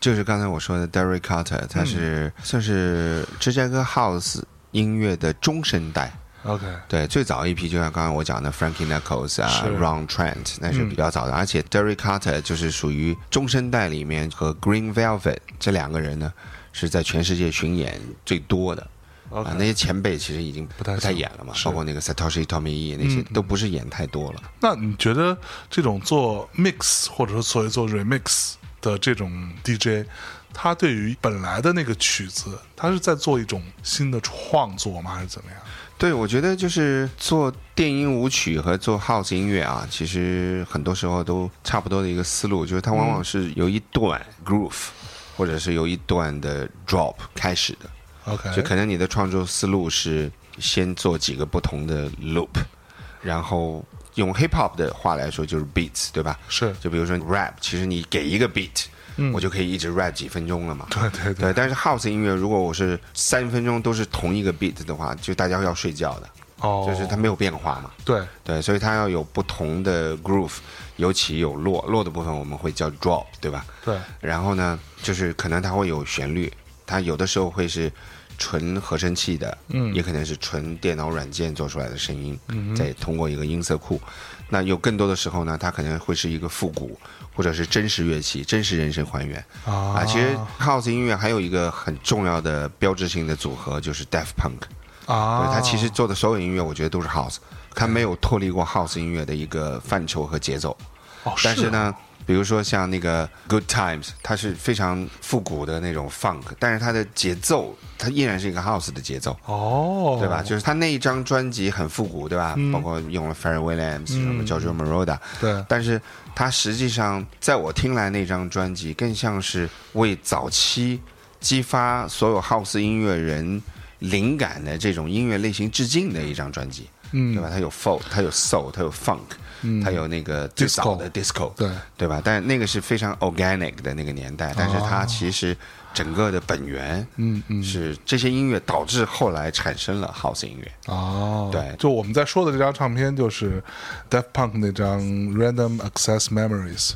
Speaker 1: 就是刚才我说的 Derek Carter，他是
Speaker 2: 嗯
Speaker 1: 算是芝加哥 House 音乐的中生代。
Speaker 2: OK，
Speaker 1: 对，最早一批就像刚刚我讲的 Frankie Knuckles 啊
Speaker 2: 是嗯
Speaker 1: ，Ron Trent 那是比较早的，而且 Derek Carter 就是属于中生代里面和 Green Velvet 这两个人呢是在全世界巡演最多的。
Speaker 2: OK
Speaker 1: 啊，那些前辈其实已经不
Speaker 2: 太
Speaker 1: 太
Speaker 2: 行
Speaker 1: 演了嘛，
Speaker 2: 是嗯
Speaker 1: 包括那个 Satoshi Tomi 那些、都不是演太多了。
Speaker 2: 那你觉得这种做 mix 或者说所谓做 remix 的这种 DJ，他对于本来的那个曲子，他是在做一种新的创作吗？还是怎么样？
Speaker 1: 对，我觉得就是做电音舞曲和做 house 音乐啊，其实很多时候都差不多的一个思路，就是它往
Speaker 2: 嗯
Speaker 1: 往是由一段 groove，或者是由一段的 drop 开始的。
Speaker 2: OK，
Speaker 1: 就可能你的创作思路是先做几个不同的 loop，然后用 hip hop 的话来说就是 beats，对吧？
Speaker 2: 是
Speaker 1: 就比如说 rap，其实你给一个 beat，、我就可以一直 rap 几分钟了嘛。
Speaker 2: 嗯对对对
Speaker 1: 对，但是 house 音乐如果我是三分钟都是同一个 beat 的话，就大家要睡觉的，
Speaker 2: 哦，
Speaker 1: 就是它没有变化嘛。
Speaker 2: 对
Speaker 1: 对，所以它要有不同的 groove，有起有落，落的部分我们会叫 drop，对吧？
Speaker 2: 对
Speaker 1: 然后呢，就是可能它会有旋律，它有的时候会是纯合成器的，嗯，也可能是纯电脑软件做出来的声音，嗯，再通过一个音色库。那有更多的时候呢，它可能会是一个复古，或者是真实乐器、真实人声还原
Speaker 2: 啊
Speaker 1: 啊。其实 house 音乐还有一个很重要的标志性的组合就是 Daft Punk，
Speaker 2: 啊，
Speaker 1: 对他其实做的所有音乐，我觉得都是 house，他没有脱离过 house 音乐的一个范畴和节奏。
Speaker 2: 哦，
Speaker 1: 但是
Speaker 2: 啊，
Speaker 1: 呢，比如说像那个 Good Times，它是非常复古的那种 funk，但是它的节奏它依然是一个 house 的节奏。
Speaker 2: 哦，
Speaker 1: 对吧？？就是他那一张专辑很复古，对吧？包括用了 Pharrell Williams、什么 g e o r g e Moroda，
Speaker 2: 嗯对
Speaker 1: 但是他实际上在我听来那张专辑更像是为早期激发所有 house 音乐人灵感的这种音乐类型致敬的一张专辑，
Speaker 2: 嗯
Speaker 1: 对吧？它有 folk，它有 soul，它有 funk，、它有那个最早的 disco，
Speaker 2: 对
Speaker 1: 对吧？但那个是非常 organic 的那个年代，但是
Speaker 2: 哦
Speaker 1: 它其实整个的本源，嗯嗯，是这些音乐导致后来产生了 house 音乐。
Speaker 2: 哦，
Speaker 1: 对
Speaker 2: 就我们在说的这张唱片就是 Def Punk 那张 Random Access Memories，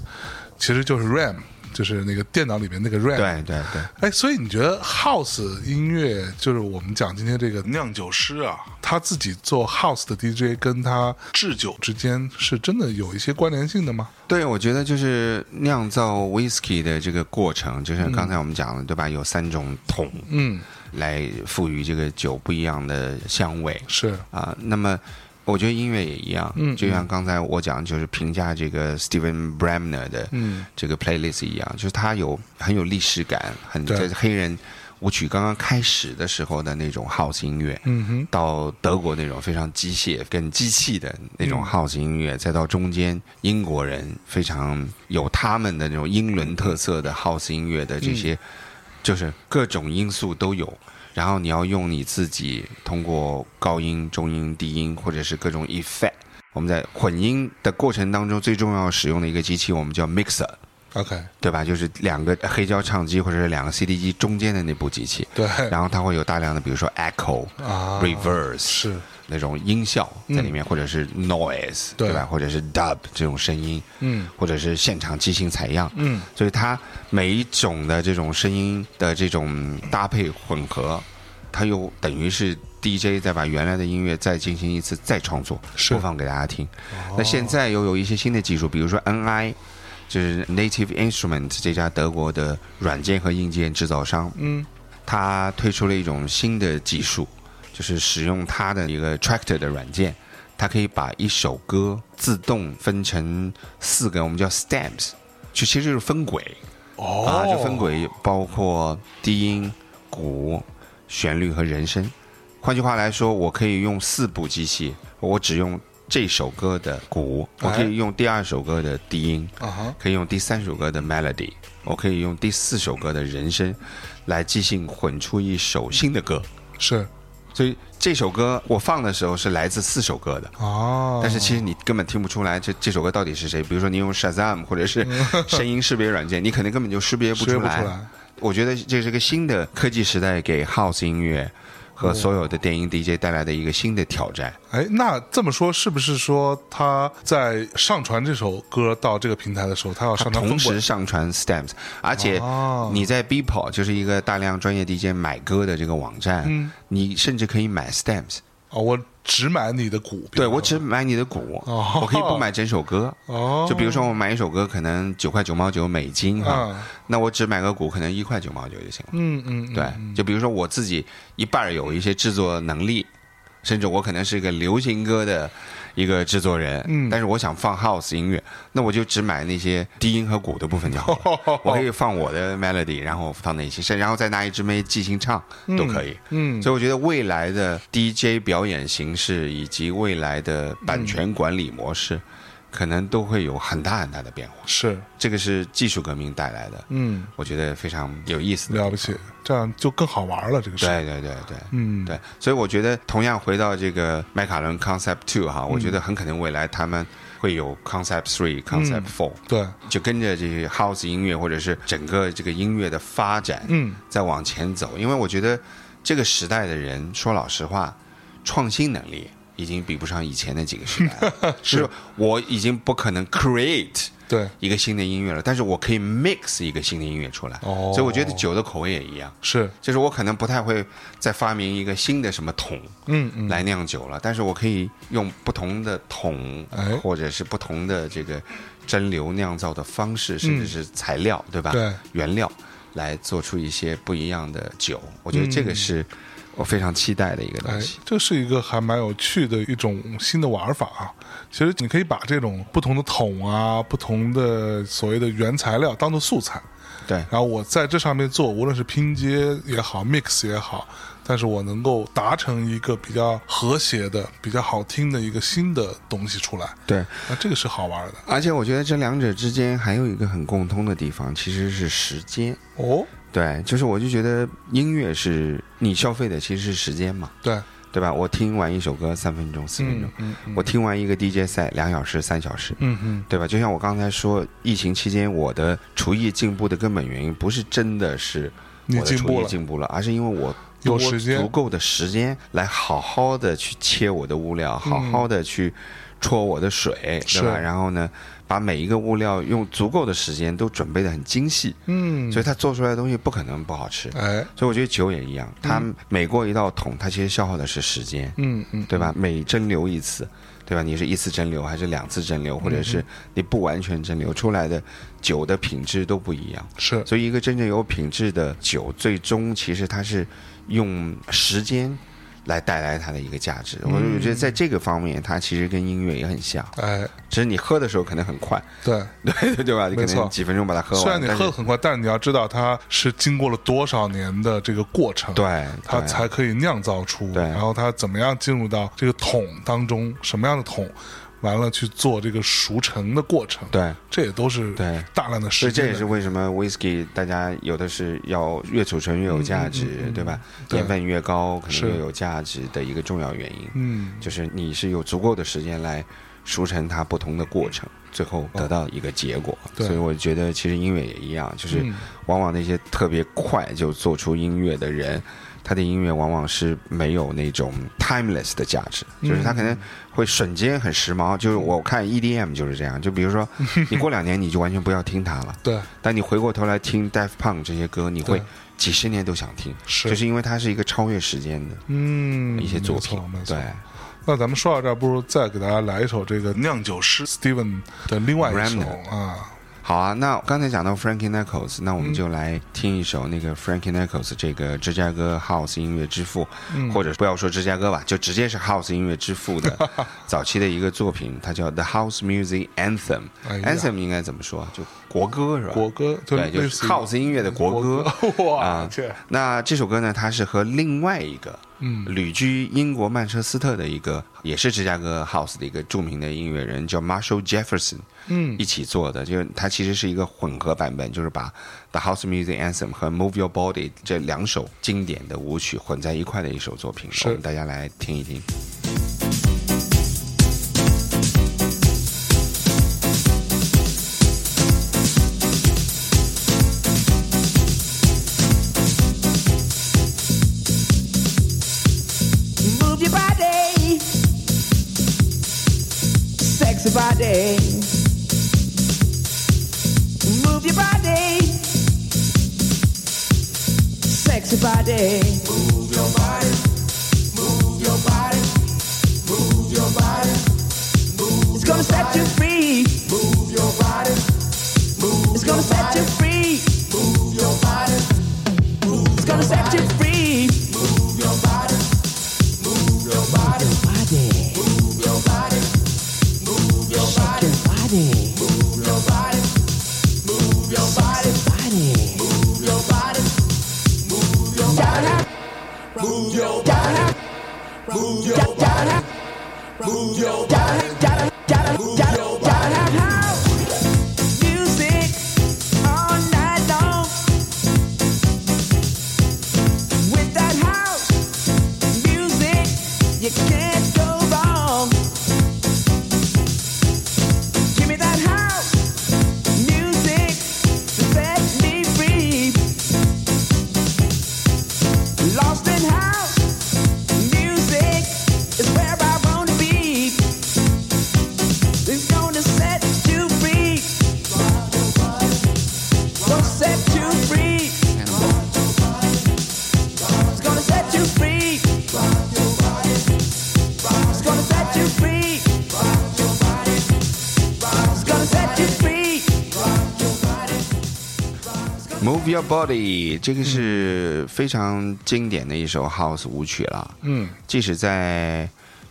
Speaker 2: 其实就是 RAM，就是那个电脑里面那个 RAM。
Speaker 1: 对对对，
Speaker 2: 哎，所以你觉得 house 音乐就是我们讲今天这个酿酒师啊，他自己做 house 的 DJ 跟他制酒之间是真的有一些关联性的吗？
Speaker 1: 对，我觉得就是酿造 whisky 的这个过程，就像刚才我们讲的，对吧？有三种桶，
Speaker 2: 嗯，
Speaker 1: 来赋予这个酒不一样的香味
Speaker 2: 是
Speaker 1: 啊、那么。我觉得音乐也一样，
Speaker 2: 嗯
Speaker 1: 就像刚才我讲，就是评价这个 Steven Bremner 的
Speaker 2: 嗯
Speaker 1: 这个 playlist 一样，就是它有很有历史感，很
Speaker 2: 对
Speaker 1: 在黑人舞曲刚刚开始的时候的那种 house 音乐，
Speaker 2: 嗯哼，
Speaker 1: 到德国那种非常机械、跟机器的那
Speaker 2: 嗯
Speaker 1: 种 house 音乐，再到中间英国人非常有他们的那种英伦特色的 house 音乐的这些，
Speaker 2: 嗯
Speaker 1: 就是各种因素都有。然后你要用你自己通过高音、中音、低音，或者是各种 effect，我们在混音的过程当中最重要使用的一个机器，我们叫 mixer。
Speaker 2: OK，
Speaker 1: 对吧？就是两个黑胶唱机或者是两个 CD 机中间的那部机器，
Speaker 2: 对
Speaker 1: 然后它会有大量的，比如说 echo、
Speaker 2: 啊
Speaker 1: reverse
Speaker 2: 是嗯
Speaker 1: 那种音效在里面，或者是 noise
Speaker 2: 对
Speaker 1: 对吧？或者是 dub 这种声音，
Speaker 2: 嗯，
Speaker 1: 或者是现场即兴采样，
Speaker 2: 嗯，
Speaker 1: 所以它每一种的这种声音的这种搭配混合，它又等于是 DJ 再把原来的音乐再进行一次再创作，
Speaker 2: 是哦
Speaker 1: 播放给大家听。那现在又有一些新的技术，比如说 NI。就是 Native Instrument 这家德国的软件和硬件制造商，
Speaker 2: 嗯，
Speaker 1: 它推出了一种新的技术，就是使用它的一个 Tractor 的软件，它可以把一首歌自动分成四个，我们叫 stems，就其实就是分轨
Speaker 2: 哦，
Speaker 1: 啊，这分轨包括低音、鼓、旋律和人声。换句话来说，我可以用四部机器，我只用这首歌的鼓，我可
Speaker 2: 哎
Speaker 1: 以用第二首歌的低音，
Speaker 2: 啊哈，
Speaker 1: 可以用第三首歌的 melody，我可以用第四首歌的人声来即兴混出一首新的歌。
Speaker 2: 是
Speaker 1: 所以这首歌我放的时候是来自四首歌的，
Speaker 2: 啊，
Speaker 1: 但是其实你根本听不出来这这首歌到底是谁。比如说你用 Shazam 或者是 声音识别软件，你可能根本就识别不
Speaker 2: 嗯识
Speaker 1: 出
Speaker 2: 别不
Speaker 1: 来。
Speaker 2: 出来
Speaker 1: 我觉得这是个新的科技时代给 House 音乐和所有的电音 DJ 带来的一个新的挑战。
Speaker 2: 哎，那这么说是不是说他在上传这首歌到这个平台的时候，他要上传
Speaker 1: 同
Speaker 2: 分
Speaker 1: 时
Speaker 2: 滚？
Speaker 1: 上传 Stamps，而且
Speaker 2: 哦
Speaker 1: 你在 Beepo 就是一个大量专业 DJ 买歌的这个网站，
Speaker 2: 嗯
Speaker 1: 你甚至可以买 Stamps。
Speaker 2: 哦，我只买你的鼓。比
Speaker 1: 对
Speaker 2: 方
Speaker 1: 我只买你的鼓，
Speaker 2: 哦
Speaker 1: 我可以不买整首歌。
Speaker 2: 哦，
Speaker 1: 就比如说我买一首歌可能九块九毛九美金哈，
Speaker 2: 啊，
Speaker 1: 那我只买个鼓可能一块九毛九就行了。
Speaker 2: 嗯嗯，嗯
Speaker 1: 对，就比如说我自己一半儿有一些制作能力，甚至我可能是一个流行歌的一个制作人，
Speaker 2: 嗯
Speaker 1: 但是我想放 house 音乐，那我就只买那些低音和鼓的部分就好
Speaker 2: 哦
Speaker 1: 了。我可以放我的 melody，然后放那些，甚然后再拿一支麦即兴唱都可以。
Speaker 2: 嗯，
Speaker 1: 所以我觉得未来的 DJ 表演形式以及未来的版
Speaker 2: 嗯
Speaker 1: 权管理模式，可能都会有很大很大的变化。
Speaker 2: 是，
Speaker 1: 这个是技术革命带来的，
Speaker 2: 嗯，
Speaker 1: 我觉得非常有意思的。
Speaker 2: 了不起，这样就更好玩了，这个事。
Speaker 1: 对对对对，
Speaker 2: 嗯，
Speaker 1: 对，所以我觉得同样回到这个麦卡伦 Concept Two 哈，我觉
Speaker 2: 嗯
Speaker 1: 得很可能未来他们会有 Concept Three、Concept Four，、
Speaker 2: 对，
Speaker 1: 就跟着这些 House 音乐或者是整个这个音乐的发展，
Speaker 2: 嗯，
Speaker 1: 再往前走。因为我觉得这个时代的人，说老实话，创新能力已经比不上以前的几个时代了， 就是我已经不可能 create。
Speaker 2: 对，
Speaker 1: 一个新的音乐了，但是我可以 mix 一个新的音乐出来，
Speaker 2: 哦
Speaker 1: 所以我觉得酒的口味也一样，
Speaker 2: 是，
Speaker 1: 就是我可能不太会再发明一个新的什么桶
Speaker 2: 嗯嗯，
Speaker 1: 来酿酒了，但是我可以用不同的桶
Speaker 2: 哎
Speaker 1: 或者是不同的这个蒸馏酿造的方式，甚至是材料，对吧？
Speaker 2: 嗯对，
Speaker 1: 原料来做出一些不一样的酒，我
Speaker 2: 嗯
Speaker 1: 觉得这个是我非常期待的一个
Speaker 2: 哎
Speaker 1: 东西。，
Speaker 2: 这是一个还蛮有趣的一种新的玩法啊。其实你可以把这种不同的桶啊、不同的所谓的原材料当做素材，
Speaker 1: 对，
Speaker 2: 然后我在这上面做，无论是拼接也好，mix 也好，但是我能够达成一个比较和谐的、比较好听的一个新的东西出来，
Speaker 1: 对，
Speaker 2: 那啊这个是好玩的
Speaker 1: 而且我觉得这两者之间还有一个很共通的地方，其实是时间。
Speaker 2: 哦。
Speaker 1: 对，就是我就觉得音乐是你消费的其实是时间嘛，
Speaker 2: 对，
Speaker 1: 对吧？我听完一首歌三分钟、四分钟，
Speaker 2: 嗯
Speaker 1: 我听完一个 DJ 赛两小时、三小时，
Speaker 2: 嗯嗯，
Speaker 1: 对吧？就像我刚才说，疫情期间我的厨艺进步的根本原因不是真的是
Speaker 2: 你
Speaker 1: 我的
Speaker 2: 进
Speaker 1: 厨
Speaker 2: 步
Speaker 1: 艺
Speaker 2: 了
Speaker 1: 进步了，而是因为我
Speaker 2: 有
Speaker 1: 多
Speaker 2: 时间
Speaker 1: 足够的时间来好好的去切我的物料，好好的去戳我的水，对吧？
Speaker 2: 嗯是
Speaker 1: 然后呢，把每一个物料用足够的时间都准备的很精细，
Speaker 2: 嗯，
Speaker 1: 所以它做出来的东西不可能不好吃。
Speaker 2: 哎，
Speaker 1: 所以我觉得酒也一样，它每过一道桶，它其实消耗的是时间，
Speaker 2: 嗯嗯，
Speaker 1: 对吧？每蒸馏一次，对吧？你是一次蒸馏还是两次蒸
Speaker 2: 嗯
Speaker 1: 馏，或者是你不完全蒸馏出来的酒的品质都不一样。
Speaker 2: 是，
Speaker 1: 所以，一个真正有品质的酒，最终其实它是用时间来带来它的一个价值。我就觉得在这个方面，它其实跟音乐也很像，
Speaker 2: 嗯哎，
Speaker 1: 只是你喝的时候可能很快，
Speaker 2: 对，
Speaker 1: 对对吧？你可
Speaker 2: 没错
Speaker 1: 能几分钟把它喝完，
Speaker 2: 虽然你
Speaker 1: 但是
Speaker 2: 喝的很快，但是你要知道它是经过了多少年的这个过程，，
Speaker 1: 对，
Speaker 2: 它
Speaker 1: 对
Speaker 2: 才可以酿造出，
Speaker 1: 对
Speaker 2: 然后它怎么样进入到这个桶当中，什么样的桶，完了去做这个熟成的过程，，
Speaker 1: 对。
Speaker 2: 这也都是
Speaker 1: 对
Speaker 2: 大量的
Speaker 1: 所
Speaker 2: 时
Speaker 1: 以这
Speaker 2: 间
Speaker 1: 也
Speaker 2: 的，
Speaker 1: 是为什么 whisky 大家有的是要越储存越有价
Speaker 2: 嗯
Speaker 1: 值，对吧？
Speaker 2: 对
Speaker 1: 年份越高，可
Speaker 2: 是
Speaker 1: 能越有价值的一个重要原因，
Speaker 2: 嗯，
Speaker 1: 就是你是有足够的时间来熟成它不同的过程，最后得到一个结果。
Speaker 2: 哦对
Speaker 1: 所以我觉得其实音乐也一样，就是
Speaker 2: 嗯
Speaker 1: 往往那些特别快就做出音乐的人。他的音乐往往是没有那种 timeless 的价值，
Speaker 2: 嗯
Speaker 1: 就是他可能会瞬间很时髦。就是我看 EDM 就是这样，就比如说你过两年你就完全不要听它了，
Speaker 2: 对，
Speaker 1: 但你回过头来听 Def Punk 这些歌，你会
Speaker 2: 嗯对
Speaker 1: 几十年都想听，
Speaker 2: 是，
Speaker 1: 就是因为它是一个超越时间的
Speaker 2: 嗯，
Speaker 1: 一些作品
Speaker 2: 没错，没。错
Speaker 1: 对。
Speaker 2: 那咱们说到这儿，不如再给大家来一首这个酿酒师 Steven 的另外一首
Speaker 1: Remnant
Speaker 2: 啊，
Speaker 1: 好啊，那刚才讲到 Frankie Knuckles，那我
Speaker 2: 嗯
Speaker 1: 们就来听一首那个 Frankie Knuckles 这个芝加哥 House 音乐之父，
Speaker 2: 嗯
Speaker 1: 或者不要说芝加哥吧，就直接是 House 音乐之父 的早期的一个作品，它叫 The House Music Anthem。
Speaker 2: 哎呀
Speaker 1: Anthem 应该怎么说啊？就国歌是吧？
Speaker 2: 国歌就
Speaker 1: 对，就
Speaker 2: 类
Speaker 1: 是
Speaker 2: 似于
Speaker 1: House 音乐的国歌。
Speaker 2: 国歌，哇
Speaker 1: 啊
Speaker 2: 这
Speaker 1: 那这首歌呢，它是和另外一个
Speaker 2: 嗯
Speaker 1: 旅居英国曼彻斯特的一个，也是芝加哥 House 的一个著名的音乐人，叫 Marshall Jefferson，
Speaker 2: 嗯
Speaker 1: 一起做的，就是它其实是一个混合版本，就是把 The House Music Anthem 和 Move Your Body 这两首经典的舞曲混在一块的一首作品，
Speaker 2: 是
Speaker 1: 我们大家来听一听。
Speaker 4: Move your body. Sexy body. Move your body. Sexy body. Move your body. Move your body. Move your body. Move it's gonna set you free. Move your body. Move it's gonna set you free. Move your body. Move it's gonna set you free. Move your body. With that house music, you can't go wrong. Give me that house music to set me free. Lost in house music is where I wanna be. It's gonna set you free. Gonna set you free. It's gonna set you free. It's gonna set you free. It's gonna set you free.
Speaker 1: Move Your Body，这个是非常经典的一首 House 舞曲了。
Speaker 2: 嗯，
Speaker 1: 即使在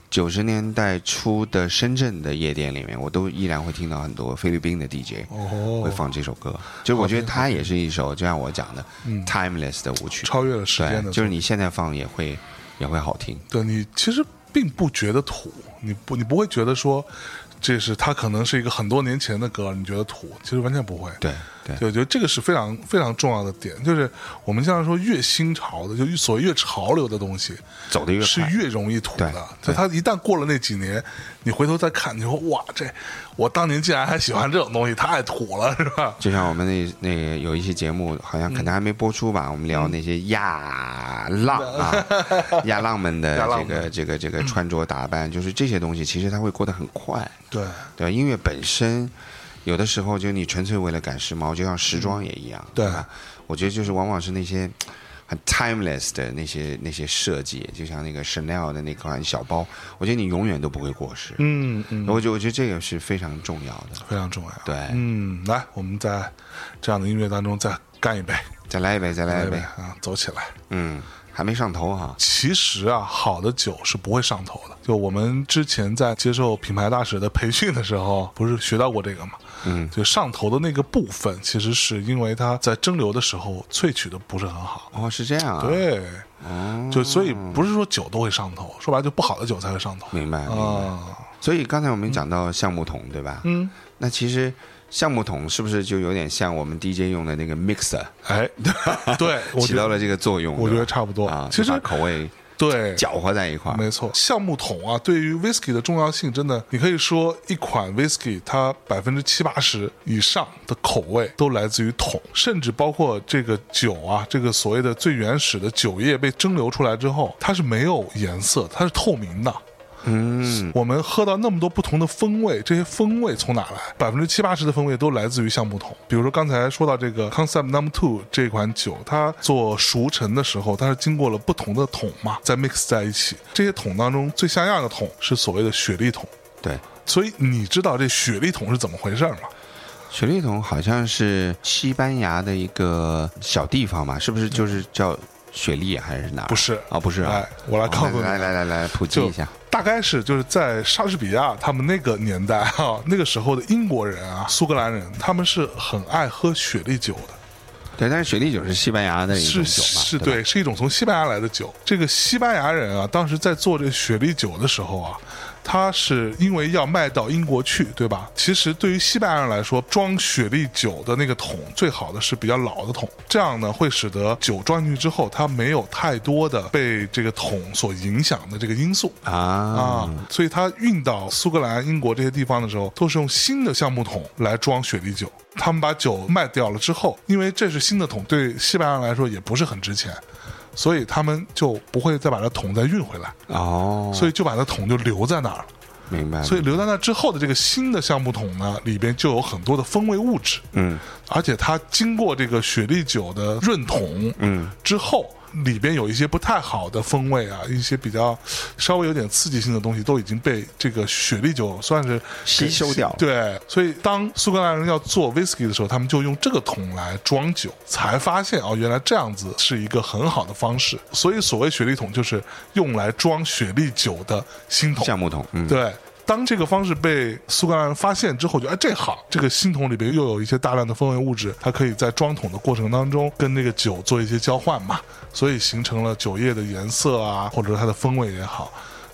Speaker 1: 九十年代初的深圳的夜店里面，我都依然会听到很多菲律宾的 DJ
Speaker 2: 哦
Speaker 1: 会放这首歌。就是我觉得它也是一首，就像我讲的，timeless 的舞曲，
Speaker 2: 嗯超越了时间
Speaker 1: 对，
Speaker 2: 的，
Speaker 1: 就是你现在放也会也会好听。
Speaker 2: 对你其实并不觉得土，你不你不会觉得说这是它可能是一个很多年前的歌，你觉得土，其实完全不会。
Speaker 1: 对对
Speaker 2: 对，我觉得这个是非常非常重要的点，就是我们像说越新潮的，就越所谓越潮流的东西，
Speaker 1: 走得越快
Speaker 2: 是越容易土
Speaker 1: 对
Speaker 2: 的。就它一旦过了那几年，你回头再看，你说哇，这我当年竟然还喜欢这种东西，太土了，是吧？
Speaker 1: 就像我们那那个有一期节目，好像可
Speaker 2: 嗯
Speaker 1: 能还没播出吧，我们聊那些亚浪 啊，亚浪们的
Speaker 2: 亚浪嗯
Speaker 1: 这个这个这个穿着打扮，就是这些东西，其实它会过得很快，
Speaker 2: 对，
Speaker 1: 对吧？音乐本身有的时候就你纯粹为了赶时髦，就像时装也一样，
Speaker 2: 嗯对
Speaker 1: 吧？我觉得就是往往是那些。很 timeless 的那些那些设计，就像那个 Chanel 的那款小包，我觉得你永远都不会过时。
Speaker 2: 嗯嗯，
Speaker 1: 我觉得我觉得这个是非常重要的。
Speaker 2: 非常重要。
Speaker 1: 对
Speaker 2: 嗯，来，我们在这样的音乐当中再干一杯，
Speaker 1: 再来一杯，再来
Speaker 2: 干
Speaker 1: 一
Speaker 2: 一杯
Speaker 1: 杯。
Speaker 2: 啊，走起来。
Speaker 1: 嗯，还没上头哈、
Speaker 2: 其实啊，好的酒是不会上头的。就我们之前在接受品牌大使的培训的时候， 不是学到过这个吗？嗯，就上头的那个部分，其实是因为它在蒸馏的时候萃取的不是很好。
Speaker 1: 哦，是这样啊。，哦
Speaker 2: 对，就所以不是说酒都会上头，说白了就不好的酒才会上头。
Speaker 1: 明白明白。
Speaker 2: 啊，
Speaker 1: 所以刚才我们讲
Speaker 2: 嗯
Speaker 1: 到橡木桶，对吧？嗯。那其实橡木桶是不是就有点像我们 DJ 用的那个 mixer，
Speaker 2: 哎，对，我
Speaker 1: 起
Speaker 2: 觉
Speaker 1: 到
Speaker 2: 得
Speaker 1: 了这个作用？
Speaker 2: 我觉
Speaker 1: 对吧
Speaker 2: 得差不多
Speaker 1: 啊，
Speaker 2: 其实
Speaker 1: 就把口味
Speaker 2: 对，
Speaker 1: 搅和在一块儿。
Speaker 2: 没错，橡木桶啊，对于 whisky 的重要性，真的，你可以说一款 whisky 它百分之七八十以上的口味都来自于桶，甚至包括这个酒啊，这个所谓的最原始的酒液被蒸馏出来之后，它是没有颜色，它是透明的。
Speaker 1: 嗯，
Speaker 2: 我们喝到那么多不同的风味，这些风味从哪来？百分之七八十的风味都来自于橡木桶。比如说刚才说到这个 Concept Number Two 这款酒，它做熟成的时候，它是经过了不同的桶嘛，再 mix 在一起。这些桶当中最像样的桶是所谓的雪莉桶。
Speaker 1: 对。
Speaker 2: 所以你知道这雪莉桶是怎么回事儿吗？
Speaker 1: 雪莉桶好像是西班牙的一个小地方嘛，是不是就是叫雪莉还是哪儿？
Speaker 2: 不是
Speaker 1: 啊，不是啊。
Speaker 2: 哎我来
Speaker 1: 哦
Speaker 2: 告诉你
Speaker 1: 来来来来，普及
Speaker 2: 就
Speaker 1: 一下。
Speaker 2: 大概是就是在莎士比亚他们那个年代啊哈、那个时候的英国人啊、苏格兰人，他们是很爱喝雪莉酒的。
Speaker 1: 对，但是雪莉酒是西班牙的一种
Speaker 2: 是
Speaker 1: 酒嘛，
Speaker 2: 是，
Speaker 1: 对吧，
Speaker 2: 对，是一种从西班牙来的酒。这个西班牙人啊，当时在做这雪莉酒的时候啊，他是因为要卖到英国去，对吧？其实对于西班牙人来说，装雪莉酒的那个桶最好的是比较老的桶，这样呢会使得酒装进去之后，它没有太多的被这个桶所影响的这个因素。
Speaker 1: 啊，
Speaker 2: 啊，所以它运到苏格兰、英国这些地方的时候，都是用新的橡木桶来装雪莉酒。他们把酒卖掉了之后，因为这是新的桶，对西班牙人来说也不是很值钱，所以他们就不会再把这桶再运回来，
Speaker 1: 哦，
Speaker 2: 所以就把这桶就留在那儿了。
Speaker 1: 明白了，
Speaker 2: 所以留在那之后的这个新的橡木桶呢，里边就有很多的风味物质，
Speaker 1: 嗯，
Speaker 2: 而且它经过这个雪莉酒的润桶，嗯，之后里边有一些不太好的风味啊，一些比较稍微有点刺激性的东西都已经被这个雪莉酒算是
Speaker 1: 吸收掉了
Speaker 2: 对，所以当苏格兰人要做 whisky 的时候，他们就用这个桶来装酒，才发现哦，原来这样子是一个很好的方式。所以所谓雪莉桶就是用来装雪莉酒的新桶，
Speaker 1: 橡木桶，嗯，
Speaker 2: 对，当这个方式被苏格兰人发现之后，就哎这好，这个新桶里边又有一些大量的风味物质，它可以在装桶的过程当中跟那个酒做一些交换嘛，所以形成了酒液的颜色啊，或者是它的风味也好，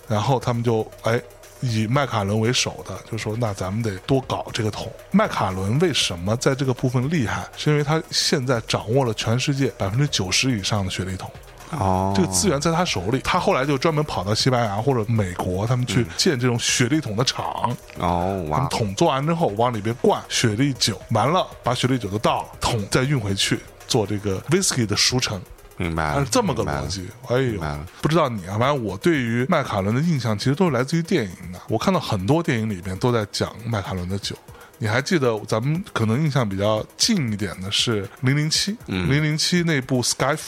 Speaker 2: 然后他们就哎。以麦卡伦为首的，就说那咱们得多搞这个桶。麦卡伦为什么在这个部分厉害？是因为他现在掌握了全世界百分之九十以上的雪莉桶。
Speaker 1: 哦，
Speaker 2: 这个资源在他手里，他后来就专门跑到西班牙或者美国，他们去建这种雪莉桶的厂，
Speaker 1: 哦，
Speaker 2: 他们
Speaker 1: 哇，
Speaker 2: 桶做完之后往里边灌雪莉酒，完了把雪莉酒都倒了，桶再运回去做这个 whisky 的熟成，
Speaker 1: 明白
Speaker 2: 它
Speaker 1: 了
Speaker 2: 是，这么个
Speaker 1: 明白了
Speaker 2: 逻辑。哎呦
Speaker 1: 白了，
Speaker 2: 不知道你啊，反正我对于麦卡伦的印象其实都是来自于电影的，啊我看到很多电影里边都在讲麦卡伦的酒。你还记得咱们可能印象比较近一点的是《零零七》，《零零七》那部《Skyfall》，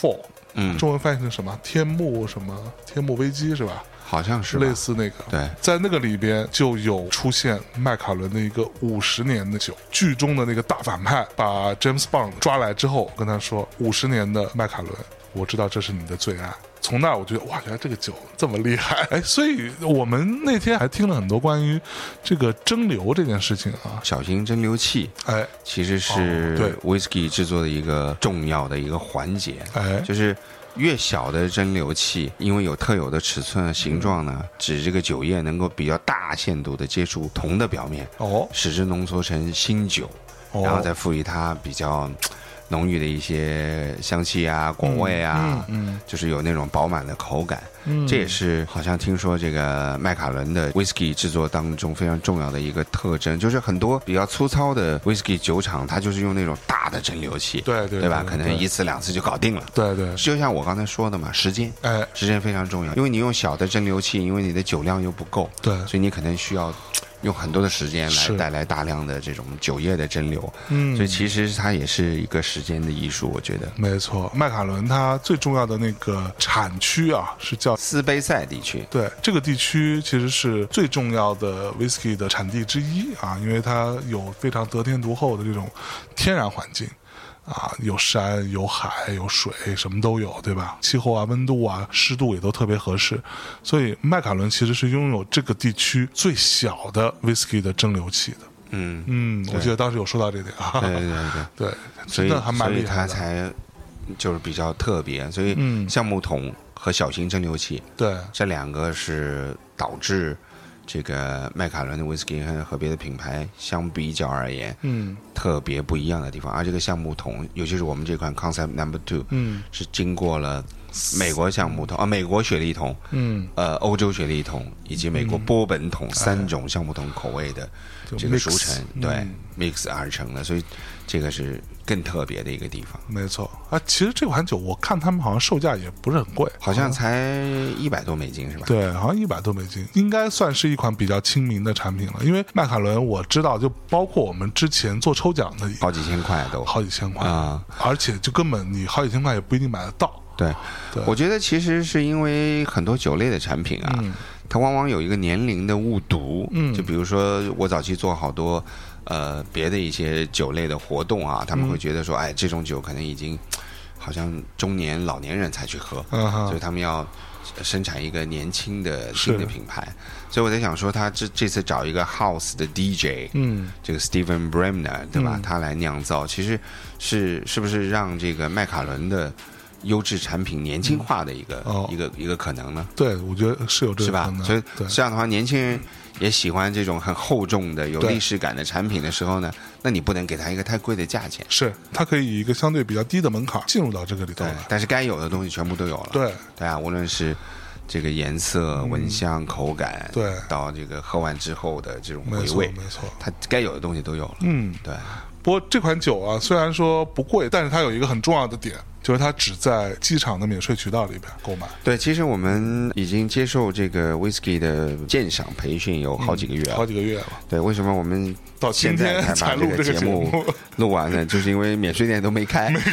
Speaker 1: 嗯
Speaker 2: 中文翻译成什么？天幕什么？天幕危机是吧？
Speaker 1: 好像是吧
Speaker 2: 类似那个。
Speaker 1: 对
Speaker 2: 在那个里边就有出现麦卡伦的一个五十年的酒，剧中的那个大反派把 James Bond 抓来之后，跟他说五十年的麦卡伦，我知道这是你的最爱。从那儿我觉得哇，原来这个酒这么厉害哎，所以我们那天还听了很多关于这个蒸馏这件事情啊，
Speaker 1: 小型蒸馏器，
Speaker 2: 哎
Speaker 1: 其实
Speaker 2: 哦
Speaker 1: 是
Speaker 2: 对
Speaker 1: whisky 制作的一个重要的一个环节，
Speaker 2: 哎
Speaker 1: 就是越小的蒸馏器，因为有特有的尺寸和形状呢，使这个酒液能够比较大限度的接触铜的表面，
Speaker 2: 哦
Speaker 1: 使之浓缩成新酒，
Speaker 2: 哦，
Speaker 1: 然后再赋予它比较嗯浓郁的一些香气啊、果味啊，
Speaker 2: 嗯
Speaker 1: 就是有那种饱满的口感。
Speaker 2: 嗯
Speaker 1: 这也是好像听说这个麦卡伦的 whisky 制作当中非常重要的一个特征，就是很多比较粗糙的 whisky 酒厂，它就是用那种大的蒸馏器，
Speaker 2: 对对
Speaker 1: 对吧？
Speaker 2: 对
Speaker 1: 可能
Speaker 2: 对
Speaker 1: 一次两次就搞定了。
Speaker 2: 对对
Speaker 1: 就像我刚才说的嘛，时间，
Speaker 2: 哎
Speaker 1: 时间非常重要，因为你用小的蒸馏器，因为你的酒量又不够，
Speaker 2: 对
Speaker 1: 所以你可能需要用很多的时间
Speaker 2: 是
Speaker 1: 来带来大量的这种酒液的蒸馏，
Speaker 2: 嗯
Speaker 1: 所以其实它也是一个时间的艺术，我觉得。
Speaker 2: 没错，麦卡伦它最重要的那个产区啊是叫
Speaker 1: 斯杯赛地区，
Speaker 2: 对，这个地区其实是最重要的 whisky 的产地之一啊，因为它有非常得天独厚的这种天然环境。啊，有山有海有水，什么都有，对吧？气候啊、温度啊、湿度也都特别合适，所以麦卡伦其实是拥有这个地区最小的 whisky 的蒸馏器的。
Speaker 1: 嗯，
Speaker 2: 嗯，我记得当时有说到这点啊。
Speaker 1: 对对对对。
Speaker 2: 对，
Speaker 1: 所以
Speaker 2: 真的还蛮
Speaker 1: 所以
Speaker 2: 厉害
Speaker 1: 它
Speaker 2: 的。
Speaker 1: 才就是比较特别。所
Speaker 2: 嗯
Speaker 1: 以橡木桶和小型蒸馏器
Speaker 2: 对，
Speaker 1: 这两个是导致这个麦卡伦的 whisky 和和别的品牌相比较而言
Speaker 2: 嗯
Speaker 1: 特别不一样的地方。而这个橡木桶，尤其是我们这款 Concept Number Two，
Speaker 2: 嗯
Speaker 1: 是经过了美国橡木桶啊、美国雪莉桶。
Speaker 2: 嗯，
Speaker 1: 呃，欧洲雪莉桶以及美国波本桶三种橡木桶口味的这个熟
Speaker 2: 哎 mix，
Speaker 1: 成，
Speaker 2: 嗯
Speaker 1: 对 mix 而成的，所以这个是更特别的一个地方。
Speaker 2: 没错啊。其实这款酒我看他们好像售价也不是很贵，
Speaker 1: 好像才一百多美金是吧？，
Speaker 2: 对，好像一百多美金，应该算是一款比较亲民的产品了。因为迈凯伦我知道，就包括我们之前做抽奖的，
Speaker 1: 好几千块都。
Speaker 2: 好几千块
Speaker 1: 啊，
Speaker 2: 而且就根本你好几千块也不一定买得到。
Speaker 1: 对，
Speaker 2: 对
Speaker 1: 我觉得其实是因为很多酒类的产品啊，
Speaker 2: 嗯
Speaker 1: 它往往有一个年龄的误读。嗯，就比如说我早期做好多呃别的一些酒类的活动
Speaker 2: 嗯
Speaker 1: 啊，他们会觉得说，哎，这种酒可能已经好像中年老年人才去喝，
Speaker 2: 嗯哼
Speaker 1: 所以他们要生产一个年轻的
Speaker 2: 是
Speaker 1: 新的品牌，所以我在想说，他这这次找一个 house 的 DJ，
Speaker 2: 嗯，
Speaker 1: 这个 Steven Bremner 对吧？他来酿造，其实是是不是让这个麦卡伦的优质产品年轻化的一个、
Speaker 2: 哦
Speaker 1: 一个一个可能呢？
Speaker 2: 对，我觉得是有这
Speaker 1: 是
Speaker 2: 个可
Speaker 1: 吧
Speaker 2: 能，？
Speaker 1: 所以
Speaker 2: 对
Speaker 1: 这样的话，年轻人也喜欢这种很厚重的、有
Speaker 2: 对
Speaker 1: 历史感的产品的时候呢，那你不能给他一个太贵的价钱，
Speaker 2: 是它可以以一个相对比较低的门槛进入到这个里头
Speaker 1: 对
Speaker 2: 来。，
Speaker 1: 但是该有的东西全部都有了，
Speaker 2: 对嗯
Speaker 1: 对啊，无论是这个颜色、闻香、口感，
Speaker 2: 对
Speaker 1: 到这个喝完之后的这种
Speaker 2: 没
Speaker 1: 回
Speaker 2: 错
Speaker 1: 味，
Speaker 2: 没错。
Speaker 1: 它该有的东西都有了，
Speaker 2: 嗯，
Speaker 1: 对，
Speaker 2: 不过这款酒啊，虽然说不贵，但是它有一个很重要的点，就是它只在机场的免税渠道里边购买，
Speaker 1: 对，其实我们已经接受这个 whisky 的鉴赏培训有好几个月了，
Speaker 2: 嗯好几个月了，
Speaker 1: 对，啊为什么我们
Speaker 2: 到
Speaker 1: 现
Speaker 2: 今
Speaker 1: 在
Speaker 2: 天
Speaker 1: 才
Speaker 2: 才
Speaker 1: 把
Speaker 2: 录
Speaker 1: 个
Speaker 2: 这个
Speaker 1: 节
Speaker 2: 节目
Speaker 1: 目录完呢？就是因为免税店都没开。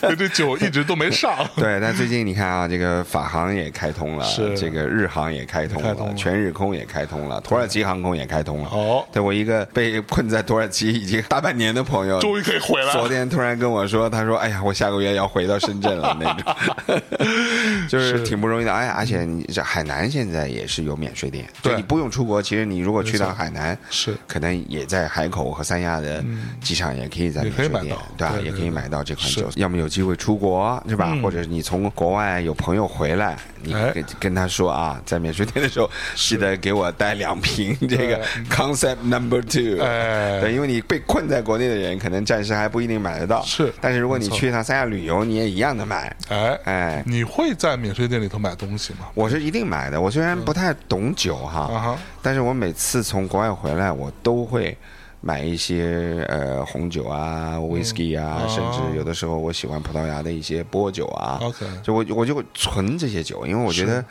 Speaker 2: 所以这酒一直都没上。
Speaker 1: 对，但最近你看啊，这个法航也开通了，
Speaker 2: 是
Speaker 1: 这个日航也开通
Speaker 2: 也
Speaker 1: 了，
Speaker 2: 开通了
Speaker 1: 全日空也开通了，土耳其航空也开通了。
Speaker 2: 哦
Speaker 1: 对我一个被困在土耳其已经大半年的朋友，
Speaker 2: 终于可以回来了
Speaker 1: 昨天突然跟我说，他说：“哎呀，我下个月要回到深圳了。”那 种，就是挺不容易的。哎呀，而且你这海南现在也是有免税店，
Speaker 2: 对
Speaker 1: 就你不用出国，其实你如果去到海南，
Speaker 2: 是
Speaker 1: 可能也在海口和三亚的机场也可以在
Speaker 2: 也
Speaker 1: 免
Speaker 2: 可以
Speaker 1: 税
Speaker 2: 买
Speaker 1: 店
Speaker 2: 到，
Speaker 1: 对吧
Speaker 2: 对？对
Speaker 1: 也可以
Speaker 2: 对
Speaker 1: 买到这款
Speaker 2: 是
Speaker 1: 酒。要么有机会出国，是吧？
Speaker 2: 嗯
Speaker 1: 或者你从国外有朋友回来，你
Speaker 2: 哎
Speaker 1: 跟跟他说啊，在免税店的时候，记得给我带两瓶这个 Concept Number Two。
Speaker 2: 哎
Speaker 1: 对，因为你被困在国内的人，可能暂时还不一定买得到。
Speaker 2: 是
Speaker 1: 但是如果你去一趟三亚旅游，你也一样的买。
Speaker 2: 哎
Speaker 1: 哎
Speaker 2: 你会在免税店里头买东西吗？
Speaker 1: 我是一定买的。我虽然不太懂酒
Speaker 2: 嗯啊
Speaker 1: 哈
Speaker 2: 哈，
Speaker 1: 但是我每次从国外回来，我都会买一些呃红酒啊、whisky 啊，
Speaker 2: 啊
Speaker 1: 甚至有的时候我喜欢葡萄牙的一些波酒啊。
Speaker 2: OK
Speaker 1: 就我我就存这些酒，因为我觉得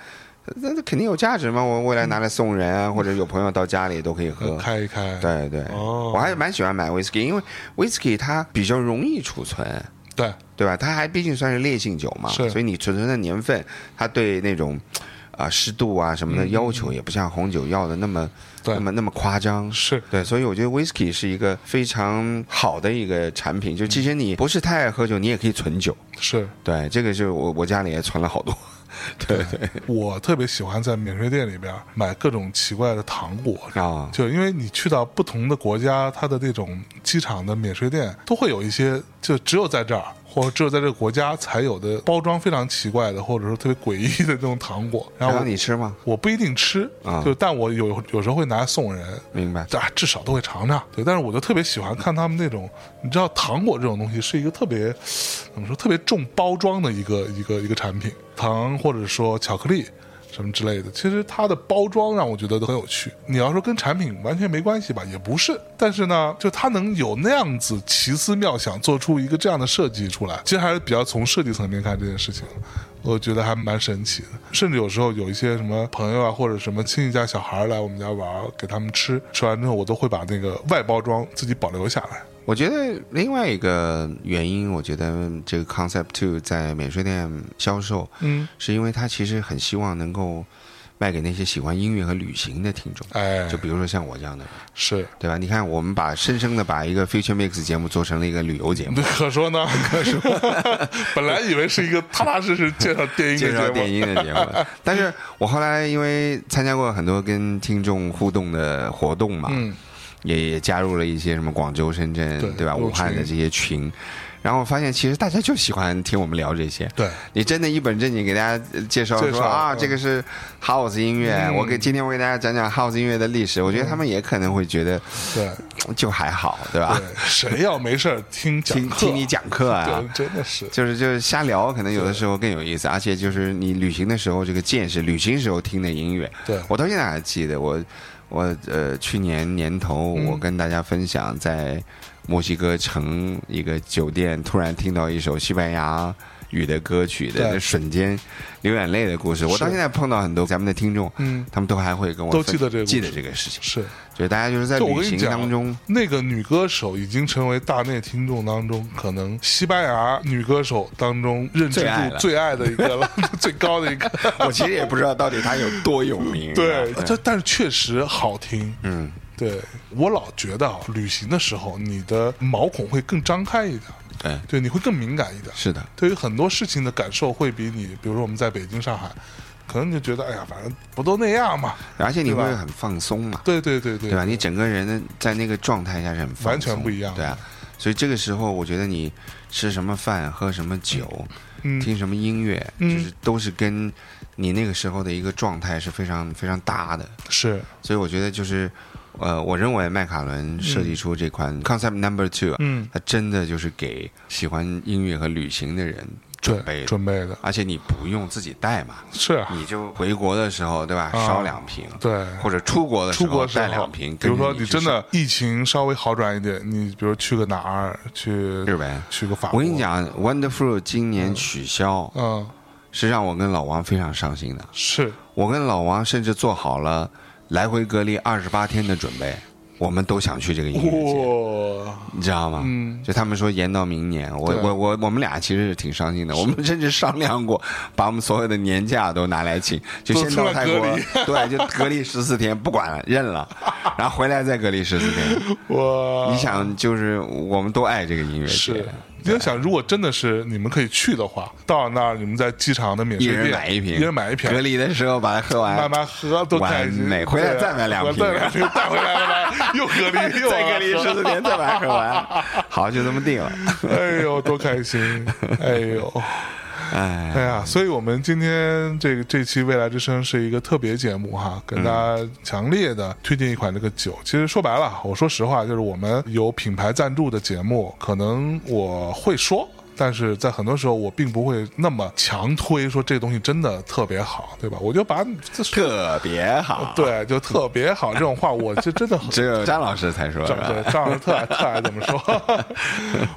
Speaker 1: 呃那那肯定有价值嘛。我未
Speaker 2: 嗯
Speaker 1: 来拿来送人啊，或者有朋友到家里都可以喝。
Speaker 2: 开一开，
Speaker 1: 呃对对，
Speaker 2: 哦
Speaker 1: 我还是蛮喜欢买 whisky，因为 whisky 它比较容易储存。
Speaker 2: 对
Speaker 1: 对吧？它还毕竟算是烈性酒嘛，
Speaker 2: 是
Speaker 1: 所以你储存的年份，它对那种啊、湿度啊什么的要求也不像红酒要的那么
Speaker 2: 嗯对
Speaker 1: 那么那么夸张。
Speaker 2: 是
Speaker 1: 对，所以我觉得 whisky 是一个非常好的一个产品，就其实你不是太爱喝酒，你也可以存酒。
Speaker 2: 是，
Speaker 1: 对，这个是我我家里也存了好多。对对
Speaker 2: 我特别喜欢在免税店里边买各种奇怪的糖果。
Speaker 1: 啊，
Speaker 2: 就因为你去到不同的国家，它的那种机场的免税店都会有一些，就只有在这儿或者只有在这个国家才有的包装非常奇怪的，或者说特别诡异的那种糖果。
Speaker 1: 然
Speaker 2: 然后
Speaker 1: 后
Speaker 2: 我
Speaker 1: 你吃吗？
Speaker 2: 我不一定吃，
Speaker 1: 啊
Speaker 2: 就但我有有时候会拿来送人，
Speaker 1: 明白。
Speaker 2: 啊，至少都会尝尝。对，但是我就特别喜欢看他们那种，你知道糖果这种东西是一个特别怎么说，特别重包装的一个一个一个产品，糖或者说巧克力。什么之类的，其实它的包装让我觉得都很有趣。你要说跟产品完全没关系吧，也不是。但是呢，就它能有那样子奇思妙想，做出一个这样的设计出来，其实还是比较从设计层面看这件事情。我觉得还蛮神奇的。甚至有时候有一些什么朋友啊，或者什么亲戚家小孩来我们家玩儿，给他们吃，吃完之后我都会把那个外包装自己保留下来。
Speaker 1: 我觉得另外一个原因，我觉得这个 Concept Two 在免税店销售，
Speaker 2: 嗯，
Speaker 1: 是因为他其实很希望能够卖给那些喜欢音乐和旅行的听众，
Speaker 2: 哎，
Speaker 1: 就比如说像我这样的人，
Speaker 2: 是，
Speaker 1: 对吧？你看，我们把深深的把一个 Future Mix 节目做成了一个旅游 节目
Speaker 2: 对，，可说呢，可说。本来以为是一个踏踏实实介绍电影
Speaker 1: 介绍
Speaker 2: 的节
Speaker 1: 电
Speaker 2: 目，
Speaker 1: 音的节 目。但是我后来因为参加过很多跟听众互动的活动嘛，
Speaker 2: 嗯，
Speaker 1: 也也加入了一些什么广州、深圳，
Speaker 2: 对
Speaker 1: 对吧？
Speaker 2: 入
Speaker 1: 武汉的这
Speaker 2: 群
Speaker 1: 些群，然后我发现其实大家就喜欢听我们聊这些，
Speaker 2: 对，
Speaker 1: 你真的一本正经给大家呃介绍
Speaker 2: 介
Speaker 1: 说
Speaker 2: 绍
Speaker 1: 啊，
Speaker 2: 嗯
Speaker 1: 这个是 house 音乐。
Speaker 2: 嗯
Speaker 1: 我给今天我给大家讲讲 house 音乐的历史，我觉得他们也可能会觉得
Speaker 2: 对，
Speaker 1: 就还好，对吧？
Speaker 2: 对，谁要没事儿听讲
Speaker 1: 啊听
Speaker 2: 课，
Speaker 1: 听你讲课啊
Speaker 2: 对，，真的 是，
Speaker 1: 就是就是瞎聊，可能有的时候更有意思，而且就是你旅行的时候这个见识，旅行时候听的音乐，
Speaker 2: 对
Speaker 1: 我到现在还记得我我呃去年年头
Speaker 2: 嗯
Speaker 1: 我跟大家分享在墨西哥城一个酒店突然听到一首西班牙语的歌曲的
Speaker 2: 对
Speaker 1: 那瞬间流眼泪的故事，我到现在碰到很多咱们的听众，
Speaker 2: 嗯，
Speaker 1: 他们都还会跟我
Speaker 2: 都
Speaker 1: 分
Speaker 2: 记得这个故
Speaker 1: 记
Speaker 2: 事
Speaker 1: 得这个事情，
Speaker 2: 是。
Speaker 1: 所以大家就是在
Speaker 2: 就我
Speaker 1: 旅
Speaker 2: 跟你
Speaker 1: 行
Speaker 2: 讲，
Speaker 1: 当中，
Speaker 2: 那个女歌手已经成为大内听众当中可能西班牙女歌手当中认知
Speaker 1: 最爱
Speaker 2: 度
Speaker 1: 了
Speaker 2: 最爱的一个了， 最高的 一个。
Speaker 1: 我其实也不知道到底他有多有名，啊
Speaker 2: 对，这但是确实好听。
Speaker 1: 嗯。
Speaker 2: 对我老觉得啊，旅行的时候你的毛孔会更张开一点，
Speaker 1: 对，
Speaker 2: 对，你会更敏感一点。
Speaker 1: 是的。
Speaker 2: 对于很多事情的感受会比你，比如说我们在北京、上海，可能你就觉得哎呀，反正不都那样嘛。
Speaker 1: 而且你
Speaker 2: 对
Speaker 1: 会
Speaker 2: 吧
Speaker 1: 很放松嘛，
Speaker 2: 对对对对
Speaker 1: 对吧？你整个人在那个状态下是很放松
Speaker 2: 完全不一样
Speaker 1: 对啊。所以这个时候，我觉得你吃什么饭、喝什么酒、
Speaker 2: 嗯
Speaker 1: 听什么音乐，
Speaker 2: 嗯
Speaker 1: 就是都是跟你那个时候的一个状态是非常非常搭的。
Speaker 2: 是，
Speaker 1: 所以我觉得就是，呃，我认为麦卡伦设计出这款 Concept Number Two，、啊
Speaker 2: 嗯，
Speaker 1: 它真的就是给喜欢音乐和旅行的人准备
Speaker 2: 对，
Speaker 1: 的，
Speaker 2: 准备的
Speaker 1: 而且你不用自己带嘛，
Speaker 2: 是啊，
Speaker 1: 你就回国的时候，对吧？
Speaker 2: 啊
Speaker 1: 烧两瓶，
Speaker 2: 对。
Speaker 1: 嗯或者出国的时
Speaker 2: 出国
Speaker 1: 候
Speaker 2: 的时
Speaker 1: 带
Speaker 2: 候
Speaker 1: 两瓶，
Speaker 2: 比
Speaker 1: 跟
Speaker 2: 如说
Speaker 1: 着你去
Speaker 2: 真的疫情稍微好转一点，你比如去个哪儿，去
Speaker 1: 日本。
Speaker 2: 去个法
Speaker 1: 我
Speaker 2: 国，
Speaker 1: 跟你，讲，Wonderful 今年取消，
Speaker 2: 嗯，
Speaker 1: 是让我跟老王非常伤心的。
Speaker 2: 是
Speaker 1: 我跟老王甚至做好了来回隔离二十八天的准备，我们都想去这个音乐节。
Speaker 2: 哇，
Speaker 1: 你知道吗？
Speaker 2: 哦嗯
Speaker 1: 就他们说延到明年，我
Speaker 2: 对
Speaker 1: 我我我们俩其实是挺伤心的。我们甚至商量过，把我们所有的年假都拿来请，就
Speaker 2: 都
Speaker 1: 先
Speaker 2: 出
Speaker 1: 到
Speaker 2: 来
Speaker 1: 泰
Speaker 2: 隔
Speaker 1: 国
Speaker 2: 离，
Speaker 1: 对，就隔离十四天，不管了，认了，然后回来再隔离十四天。
Speaker 2: 哇，
Speaker 1: 你想，就是我们都爱这个音乐节
Speaker 2: 啊是，。你要想，如果真的是你们可以去的话，到了那儿你们在机场的免
Speaker 1: 一
Speaker 2: 税店
Speaker 1: 人买一瓶，
Speaker 2: 一人买一瓶，
Speaker 1: 隔离的时候把它喝完，
Speaker 2: 慢慢喝都开
Speaker 1: 完
Speaker 2: 心。
Speaker 1: 美哎回来
Speaker 2: 对
Speaker 1: 再买两
Speaker 2: 我
Speaker 1: 瓶啊
Speaker 2: 再 买两瓶啊带回来了，又隔离又
Speaker 1: 再隔离
Speaker 2: 喝
Speaker 1: 十四天，再把它喝 完。好，就这么定了。
Speaker 2: 哎呦，多开 心！哎呦，
Speaker 1: 哎，
Speaker 2: 哎呀，所以我们今天这个这期《未来之声》是一个特别节目哈，跟大
Speaker 1: 嗯
Speaker 2: 家强烈的推荐一款这个酒。其实说白了，我说实话，就是我们有品牌赞助的节目，可能我会说。但是在很多时候，我并不会那么强推说这个东西真的特别好，对吧？我就把 这
Speaker 1: 特别好，，
Speaker 2: 对，就特别好这种话，我就真的 很
Speaker 1: 只有张老师才说，是
Speaker 2: 张
Speaker 1: 吧
Speaker 2: 对张老师特爱特爱这么说。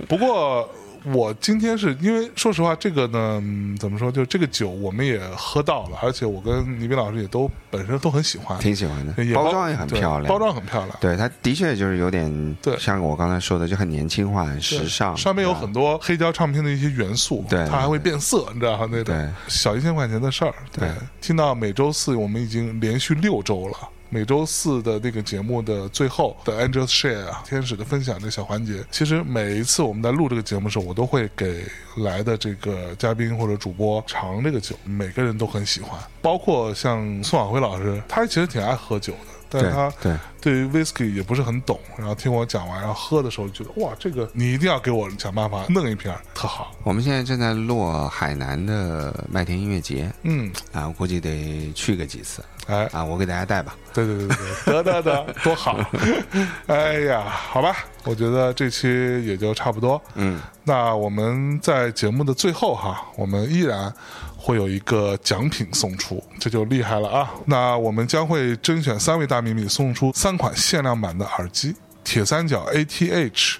Speaker 2: 不过我今天是因为说实话，这个呢、嗯怎么说，就这个酒我们也喝到了，而且我跟倪斌老师也都本身都很喜欢，
Speaker 1: 挺喜欢
Speaker 2: 也
Speaker 1: 的，包装也很
Speaker 2: 对
Speaker 1: 漂亮，
Speaker 2: 包装很漂亮。
Speaker 1: 对，它的确就是有点
Speaker 2: 对
Speaker 1: 像我刚才说的，就很年轻化、很时尚，
Speaker 2: 上面有很多黑胶唱片的一些元素，
Speaker 1: 对
Speaker 2: 它还会变色，你知道吗？
Speaker 1: 对
Speaker 2: 那种小一千块钱的事儿，对
Speaker 1: 对。
Speaker 2: 听到每周四，我们已经连续六周了。每周四的那个节目的最后的 Angel Share 啊，天使的分享这小环节，其实每一次我们在录这个节目的时候，我都会给来的这个嘉宾或者主播尝这个酒，每个人都很喜欢，包括像宋晓辉老师，他其实挺爱喝酒的，但是
Speaker 1: 对
Speaker 2: 他
Speaker 1: 对
Speaker 2: 对于 whisky 也不是很懂，然后听我讲完，然后喝的时候就觉得哇，这个你一定要给我想办法弄一瓶儿，特好。
Speaker 1: 我们现在正在落海南的麦田音乐节
Speaker 2: 嗯，
Speaker 1: 啊，我估计得去个几次
Speaker 2: 哎，
Speaker 1: 啊，我给大家带吧。
Speaker 2: 对对对对，对， 得得得，多好！ 哎呀，好吧，我觉得这期也就差不多。
Speaker 1: 嗯，
Speaker 2: 那我们在节目的最后哈，我们依然会有一个奖品送出，这就厉害了啊！那我们将会甄选三位大秘密，送出三款限量版的耳机：铁三角 ATH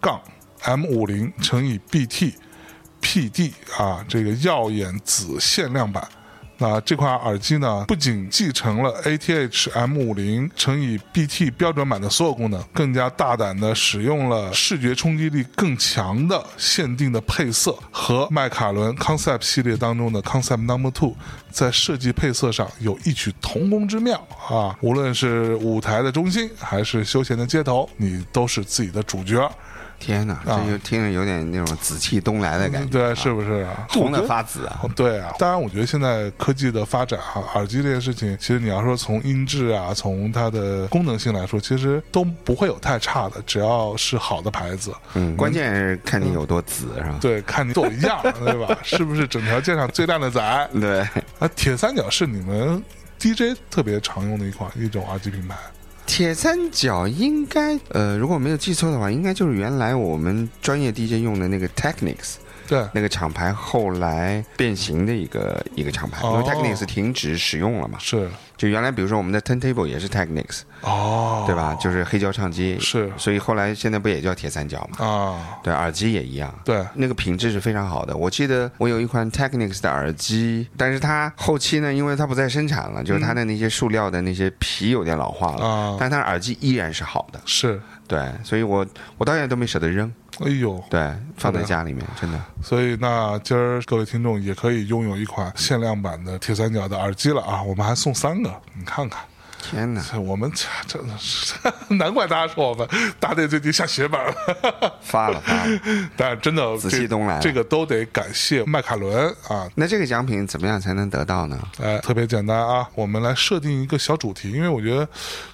Speaker 2: 杠 M 五零乘以 BT PD 啊，这个耀眼紫限量版。那这款耳机呢，不仅继承了 ATH M 五零乘以 BT 标准版的所有功能，更加大胆的使用了视觉冲击力更强的限定的配色和麦卡伦 Concept 系列当中的 Concept Number Two 在设计配色上有异曲同工之妙啊！无论是舞台的中心，还是休闲的街头，你都是自己的主角。
Speaker 1: 天哪，
Speaker 2: 啊
Speaker 1: 这就听着有点那种紫气东来的感觉，
Speaker 2: 对，是不是啊？
Speaker 1: 红的发紫啊。
Speaker 2: 对啊，当然，我觉得现在科技的发展哈、耳机这件事情，其实你要说从音质啊，从它的功能性来说，其实都不会有太差的，只要是好的牌子。
Speaker 1: 嗯，关键是看你有多紫，是吧？
Speaker 2: 对，看你走一样，对吧？是不是整条街上最靓的仔？啊，
Speaker 1: 对，
Speaker 2: 铁三角是你们 DJ 特别常用的一款一种耳机品牌。
Speaker 1: 铁三角应该呃，如果没有记错的话，应该就是原来我们专业 DJ 用的那个 Technics。
Speaker 2: 对，
Speaker 1: 那个厂牌后来变形的一个一个厂牌，因
Speaker 2: 哦
Speaker 1: 为 Technics 停止使用了嘛。
Speaker 2: 是
Speaker 1: 就原来比如说我们的 Turntable 也是 Technics，
Speaker 2: 哦，
Speaker 1: 对吧？就是黑胶唱机，
Speaker 2: 是
Speaker 1: 所以后来现在不也叫铁三角嘛？
Speaker 2: 啊，
Speaker 1: 对，耳机也一样。
Speaker 2: 对，
Speaker 1: 那个品质是非常好的，我记得我有一款 Technics 的耳机，但是它后期呢，因为它不再生产了，就是它的那些塑料的那些皮有点老化了，
Speaker 2: 啊
Speaker 1: 但它的耳机依然是好的，
Speaker 2: 是，
Speaker 1: 对，所以我我到现在都没舍得扔，
Speaker 2: 哎呦，
Speaker 1: 对，放在家里面，真的，
Speaker 2: 所以那今儿各位听众也可以拥有一款限量版的铁三角的耳机了啊！我们还送三个，你看看，
Speaker 1: 天哪，
Speaker 2: 这我们这这这，难怪大家说我们大队最近下血本了。
Speaker 1: 发了发了。
Speaker 2: 但是真的，
Speaker 1: 紫气
Speaker 2: 这
Speaker 1: 东来了
Speaker 2: 这个都得感谢麦卡伦啊，
Speaker 1: 那这个奖品怎么样才能得到呢？
Speaker 2: 哎，特别简单啊！我们来设定一个小主题，因为我觉得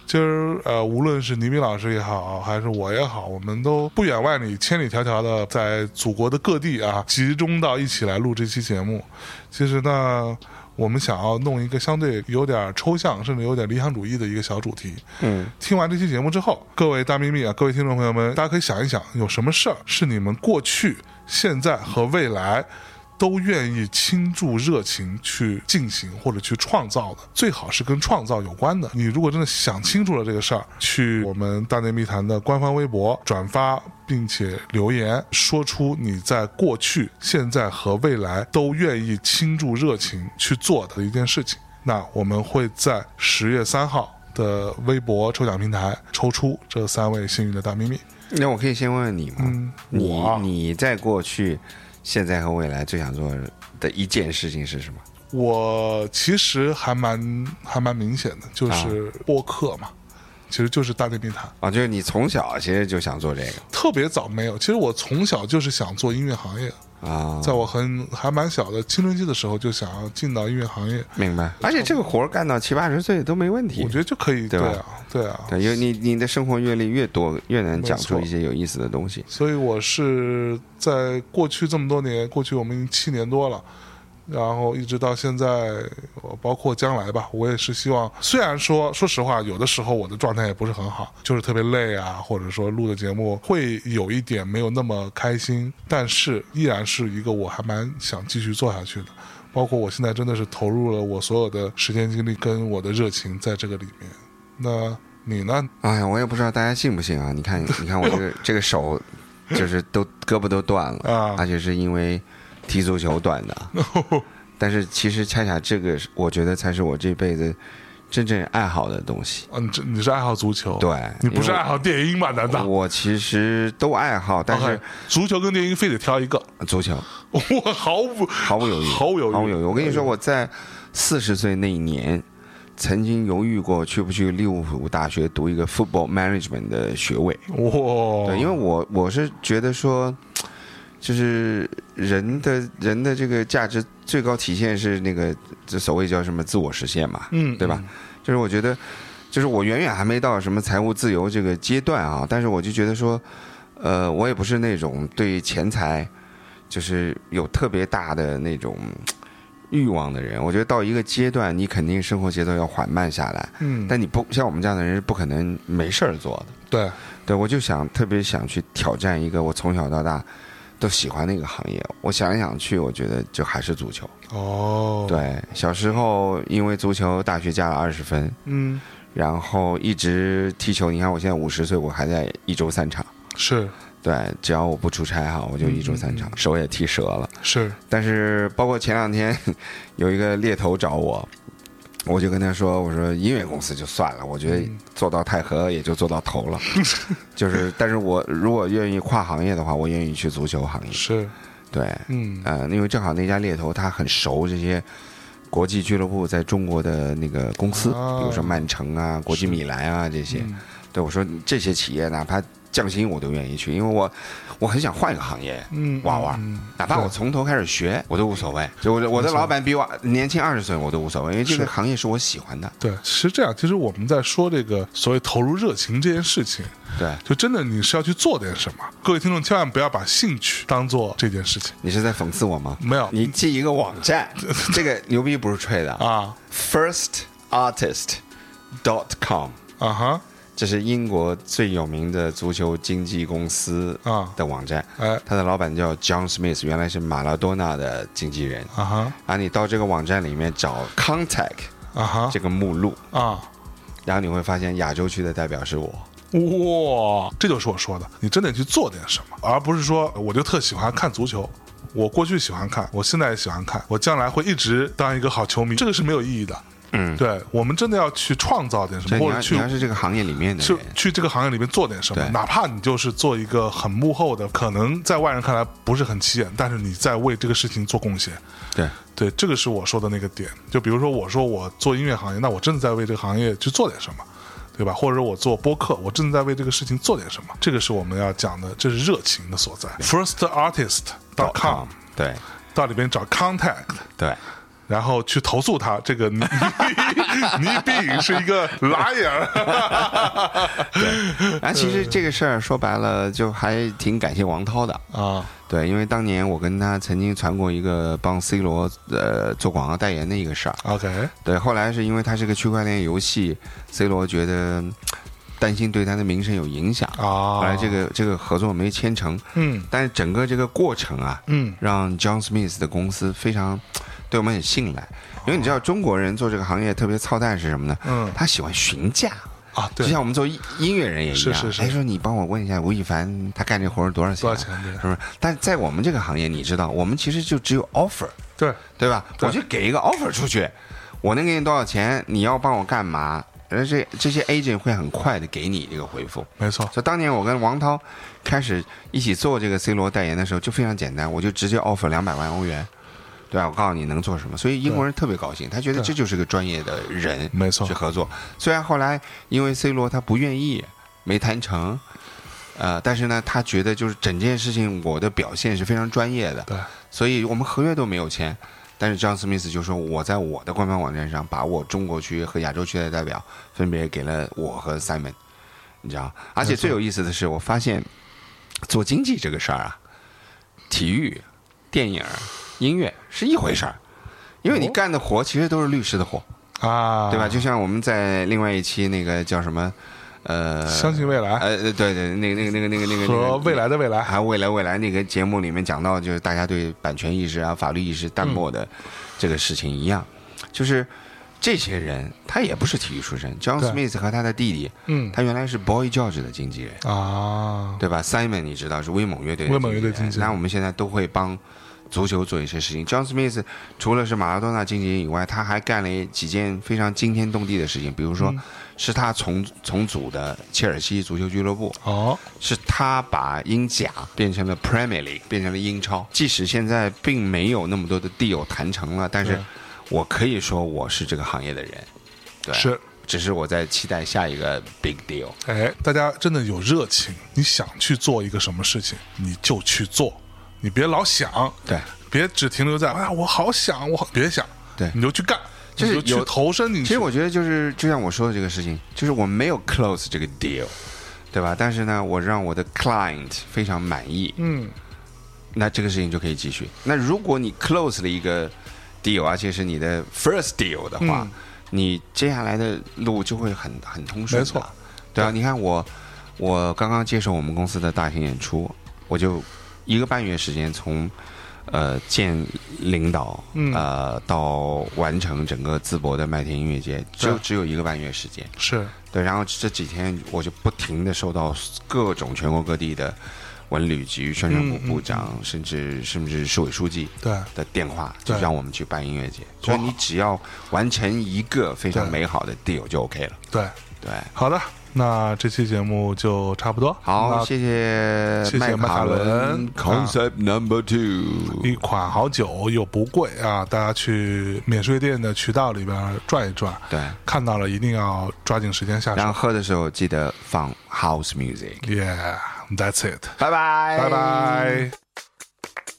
Speaker 2: 今儿呃，无论是倪斌老师也好，还是我也好，我们都不远万里、千里迢迢的在祖国的各地啊，集中到一起来录这期节目。其实呢，我们想要弄一个相对有点抽象，甚至有点理想主义的一个小主题。嗯，听完这期节目之后，各位大咪咪啊，各位听众朋友们，大家可以想一想，有什么事儿是你们过去、现在和未来。都愿意倾注热情去进行或者去创造的，最好是跟创造有关的。你如果真的想清楚了这个事儿，去我们大内密谈的官方微博转发，并且留言，说出你在过去、现在和未来都愿意倾注热情去做的一件事情。那我们会在十月三号的微博抽奖平台抽出这三位幸运的大咪咪。
Speaker 1: 那我可以先问问你吗？你
Speaker 2: 我啊
Speaker 1: 你在过去、现在和未来最想做的一件事情是什么？
Speaker 2: 我其实还蛮还蛮明显的，就是播客嘛，其实就是大内密谈。
Speaker 1: 啊，就是你从小其实就想做这个
Speaker 2: 特别早没有，其实我从小就是想做音乐行业，
Speaker 1: 啊，
Speaker 2: 在我很还蛮小的青春期的时候就想要进到音乐行业，
Speaker 1: 明白。而且这个活儿干到七八十岁都没问题
Speaker 2: 我。觉得就可以，
Speaker 1: 对
Speaker 2: 对
Speaker 1: 吧
Speaker 2: 啊，对啊，
Speaker 1: 对，因为你你的生活阅历越多，越能讲出
Speaker 2: 没错
Speaker 1: 一些有意思的东西。
Speaker 2: 所以我是在过去这么多年，过去我们已经七年多了，然后一直到现在，呃包括将来吧，我也是希望，虽然说说实话，有的时候我的状态也不是很好，就是特别累啊，或者说录的节目会有一点没有那么开心，但是依然是一个我还蛮想继续做下去的。包括我现在真的是投入了我所有的时间精力跟我的热情在这个里面。那你呢？
Speaker 1: 哎呀，我也不知道大家信不信啊！你看，你看我这 个这个手，就是都胳膊都断了，
Speaker 2: 啊
Speaker 1: 而且是因为踢足球断的。 但是其实恰恰这个是，我觉得才是我这辈子真正爱好的东西。
Speaker 2: 啊，你这你是爱好足球？
Speaker 1: 对
Speaker 2: 你不是
Speaker 1: 因为
Speaker 2: 爱好电影吧？难道？
Speaker 1: 我其实都爱好，但
Speaker 2: OK，
Speaker 1: 是
Speaker 2: 足球跟电音非得挑一个，
Speaker 1: 足球
Speaker 2: 我毫无
Speaker 1: 毫不犹豫，
Speaker 2: 毫无犹豫，哎
Speaker 1: 毫不犹豫。我跟你说，我在四十岁那一年，曾经犹豫过去不去利物浦大学读一个 football management 的学位。
Speaker 2: 哇，
Speaker 1: 对，因为我我是觉得说，就是人的人的这个价值最高体现是那个这所谓叫什么自我实现嘛，
Speaker 2: 嗯
Speaker 1: 对吧？就是我觉得，就是我远远还没到什么财务自由这个阶段啊，但是我就觉得说，呃，我也不是那种对钱财就是有特别大的那种。欲望的人，我觉得到一个阶段，你肯定生活节奏要缓慢下来。
Speaker 2: 嗯，
Speaker 1: 但你不像我们这样的人，是不可能没事儿做的。
Speaker 2: 对，
Speaker 1: 对，我就想特别想去挑战一个我从小到大都喜欢的一个行业。我想来想去，我觉得就还是足球。
Speaker 2: 哦，，
Speaker 1: 对，小时候因为足球，大学加了二十分，
Speaker 2: 嗯，
Speaker 1: 然后一直踢球。你看我现在五十岁，我还在一周三场。
Speaker 2: 是
Speaker 1: 对，只要我不出差哈，我就一周三场，手也踢折了。
Speaker 2: 是，
Speaker 1: 但是包括前两天有一个猎头找我，我就跟他说：“我说音乐公司就算了，我觉得做到太和也就做到头了。就是，但是我如果愿意跨行业的话，我愿意去足球行业。
Speaker 2: 是，
Speaker 1: 对，
Speaker 2: 嗯，
Speaker 1: 呃，因为正好那家猎头他很熟这些国际俱乐部在中国的那个公司，
Speaker 2: 啊
Speaker 1: 比如说曼城啊、国际米兰啊这些。
Speaker 2: 嗯
Speaker 1: 对我说这些企业哪怕降薪我都愿意去，因为我我很想换一个行业。
Speaker 2: 嗯，
Speaker 1: 玩玩，哪怕我从头开始学，我都无所谓。就我的我的老板比我年轻二十岁，我都无所谓，因为这个行业是我喜欢的。
Speaker 2: 对，是这样。其实我们在说这个所谓投入热情这件事情，
Speaker 1: 对，
Speaker 2: 就真的你是要去做点什么。各位听众千万不要把兴趣当做这件事情
Speaker 1: 你是在讽刺我吗？
Speaker 2: 没有
Speaker 1: 你记一个网 站，这个牛逼不是吹的啊
Speaker 2: 啊
Speaker 1: ，first artist dot com，
Speaker 2: 啊哈，
Speaker 1: 这是英国最有名的足球经纪公司
Speaker 2: 啊
Speaker 1: 的网站。
Speaker 2: 哎
Speaker 1: 他的老板叫 John Smith，原来是马拉多纳的经纪人。
Speaker 2: 啊哈
Speaker 1: 啊，你到这个网站里面找 contact
Speaker 2: 啊哈
Speaker 1: 这个目录，
Speaker 2: 啊。
Speaker 1: 然后你会发现亚洲区的代表是我。
Speaker 2: 哇，这就是我说的，你真得去做点什么，而不是说我就特喜欢看足球。我过去喜欢看，我现在也喜欢看，我将来会一直当一个好球迷，这个是没有意义的。嗯，对我们真的要去创造点什
Speaker 1: 这
Speaker 2: 么，
Speaker 1: 你
Speaker 2: 或
Speaker 1: 要
Speaker 2: 者
Speaker 1: 你
Speaker 2: 去
Speaker 1: 要是这个行业里面的
Speaker 2: 就
Speaker 1: 人，
Speaker 2: 去这个行业里面做点什么，
Speaker 1: 对
Speaker 2: 哪怕你就是做一个很幕后的，可能在外人看来不是很起眼，但是你在为这个事情做贡献。
Speaker 1: 对
Speaker 2: 对，这个是我说的那个点。就比如说，我说我做音乐行业，那我真的在为这个行业去做点什么，对吧？或者我做播客，我真的在为这个事情做点什么。这个是我们要讲的，这是热情的所在。firstartist.com
Speaker 1: 啊对
Speaker 2: 到里边找 contact，
Speaker 1: 对，
Speaker 2: 然后去投诉他。这 个你你毕竟是一个 liar
Speaker 1: 啊，其实这个事儿说白了，就还挺感谢王涛的。
Speaker 2: 啊，
Speaker 1: 对，因为当年我跟他曾经传过一个帮 C 罗呃做广告代言的一个事儿。
Speaker 2: OK，
Speaker 1: 对，后来是因为它是个区块链游戏，C 罗觉得嗯担心对他的名声有影响，
Speaker 2: 啊
Speaker 1: 后来这个这个合作没签成。
Speaker 2: 嗯
Speaker 1: 但是整个这个过程啊，
Speaker 2: 嗯
Speaker 1: 让 John Smith 的公司非常对我们很信赖，因为你知道中国人做这个行业特别操蛋是什么呢？
Speaker 2: 嗯
Speaker 1: 他喜欢询价。
Speaker 2: 啊，
Speaker 1: 就
Speaker 2: 对
Speaker 1: 像我们做音音乐人也一样，
Speaker 2: 是是是
Speaker 1: 哎，说你帮我问一下吴亦凡，他干这活儿多少钱啊、
Speaker 2: 多少钱对
Speaker 1: 是不是？但在我们这个行业，你知道，我们其实就只有 offer，
Speaker 2: 对
Speaker 1: 对吧？
Speaker 2: 对
Speaker 1: 我就给一个 offer 出去，我能给你多少钱？你要帮我干嘛？而这这些 agent 会很快的给你这个回复。
Speaker 2: 没错，
Speaker 1: 所以当年我跟王涛开始一起做这个 C 罗代言的时候，就非常简单，我就直接 offer 两百万欧元，对吧、我告诉你能做什么，所以英国人特别高兴，他觉得这就是个专业的人，
Speaker 2: 没错
Speaker 1: 去合作。虽然后来因为 C 罗他不愿意，没谈成。呃，但是呢，他觉得就是整件事情我的表现是非常专业的，
Speaker 2: 对
Speaker 1: 所以我们合约都没有签。但是 John Smith 就说，我在我的官方网站上把我中国区和亚洲区的代表分别给了我和 Simon，你知道？而且最有意思的是，我发现做经济这个事儿啊，体育、电影、音乐是一回事儿，因为你干的活其实都是律师的活，
Speaker 2: 哦啊，
Speaker 1: 对吧？？就像我们在另外一期那个叫什么，呃，
Speaker 2: 相信未来
Speaker 1: 呃，对对，那个那个那个那个那个那个
Speaker 2: 和未来的未来
Speaker 1: 还有未来未来那个节目里面讲到，就是大家对版权意识啊、法律意识
Speaker 2: 嗯
Speaker 1: 淡漠的这个事情一样，就是这些人他也不是体育出身，John
Speaker 2: 对
Speaker 1: Smith 和他的弟弟，
Speaker 2: 嗯
Speaker 1: 他原来是 Boy George 的经纪人，
Speaker 2: 啊，
Speaker 1: 对吧？Simon 你知道是威猛乐队的
Speaker 2: 威猛乐队
Speaker 1: 经纪
Speaker 2: 经纪
Speaker 1: 人，
Speaker 2: 人
Speaker 1: 那我们现在都会帮。足球做一些事情，John Smith 除了是马拉多纳经纪人以外，他还干了几件非常惊天动地的事情，比如
Speaker 2: 嗯
Speaker 1: 说，是他重重组的切尔西足球俱乐部，
Speaker 2: 哦，
Speaker 1: 是他把英甲变成了 Premier League，变成了英超。即使现在并没有那么多的地友谈成了，但是
Speaker 2: 对
Speaker 1: 我可以说我是这个行业的人，对，
Speaker 2: 是，
Speaker 1: 只是我在期待下一个 big deal。
Speaker 2: 哎，大家真的有热情，你想去做一个什么事情，你就去做，你别老想，
Speaker 1: 对，
Speaker 2: 别只停留在啊，我好想，我好别想，
Speaker 1: 对
Speaker 2: 你就去干，
Speaker 1: 就是
Speaker 2: 你就
Speaker 1: 有
Speaker 2: 去投身进去。
Speaker 1: 其实我觉得就是就像我说的这个事情，就是我没有 close 这个 deal，对吧？但是呢，我让我的 client 非常满意，
Speaker 2: 嗯，
Speaker 1: 那这个事情就可以继续。那如果你 close 了一个 deal，而且是你的 first deal 的
Speaker 2: 嗯
Speaker 1: 话，你接下来的路就会很很通顺的。
Speaker 2: 没错，
Speaker 1: 对啊，你看我我刚刚接手我们公司的大型演出，我就一个半月时间从。呃，见领导，
Speaker 2: 嗯
Speaker 1: 呃，到完成整个淄博的麦田音乐节，就
Speaker 2: 对
Speaker 1: 只有一个半月时间。
Speaker 2: 是
Speaker 1: 对，然后这几天我就不停的收到各种全国各地的文旅局宣传部部长，甚至甚至市委书记
Speaker 2: 嗯对
Speaker 1: 的电话，就
Speaker 2: 对
Speaker 1: 让我们去办音乐节。
Speaker 2: 多
Speaker 1: 所以
Speaker 2: 好
Speaker 1: 你只要完成一个非常
Speaker 2: 对
Speaker 1: 美好的 deal 就 OK 了。
Speaker 2: 对，
Speaker 1: 对，
Speaker 2: 好的，那这期节目就差不多。
Speaker 1: 好，
Speaker 2: 那
Speaker 1: 谢谢
Speaker 2: 谢谢
Speaker 1: 麦
Speaker 2: 麦卡
Speaker 1: 伦
Speaker 2: 伦嗯
Speaker 1: Concept Number Two。
Speaker 2: 一款好酒又不贵啊，大家去免税店的渠道里边转一转，
Speaker 1: 对
Speaker 2: 看到了一定要抓紧时间下
Speaker 1: 然后
Speaker 2: 手。
Speaker 1: 喝的时候记得放 house music。
Speaker 2: Yeah，that's it，
Speaker 1: 拜拜，
Speaker 2: 拜拜。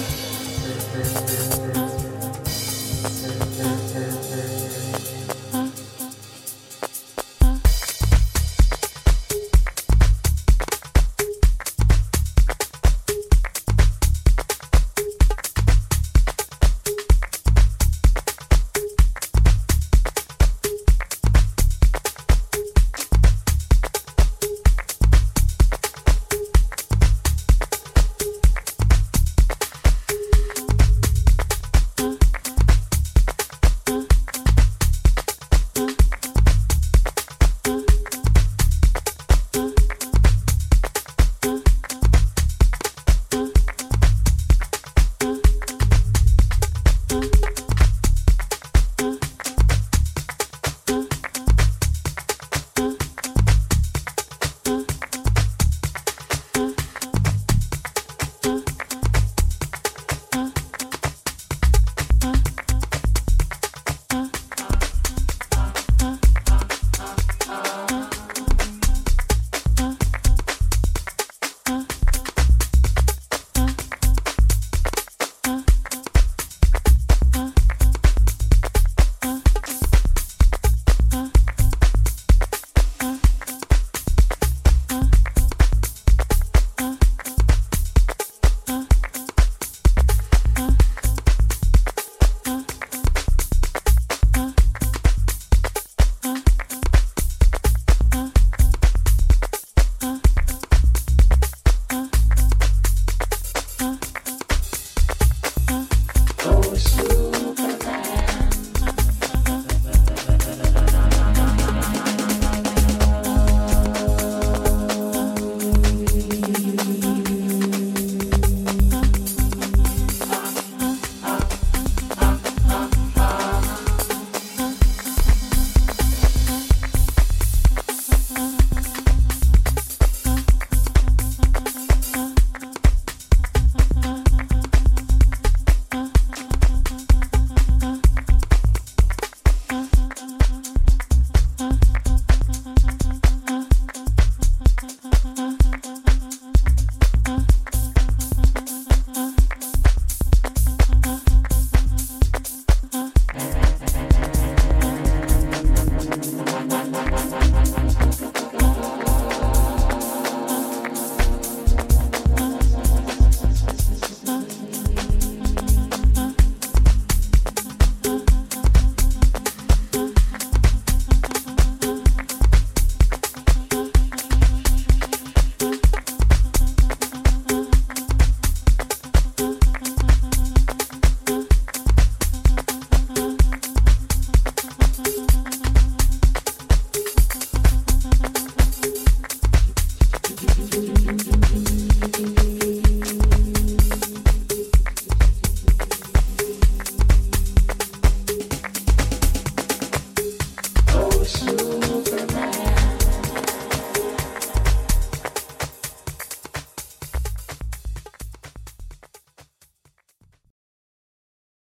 Speaker 1: 拜。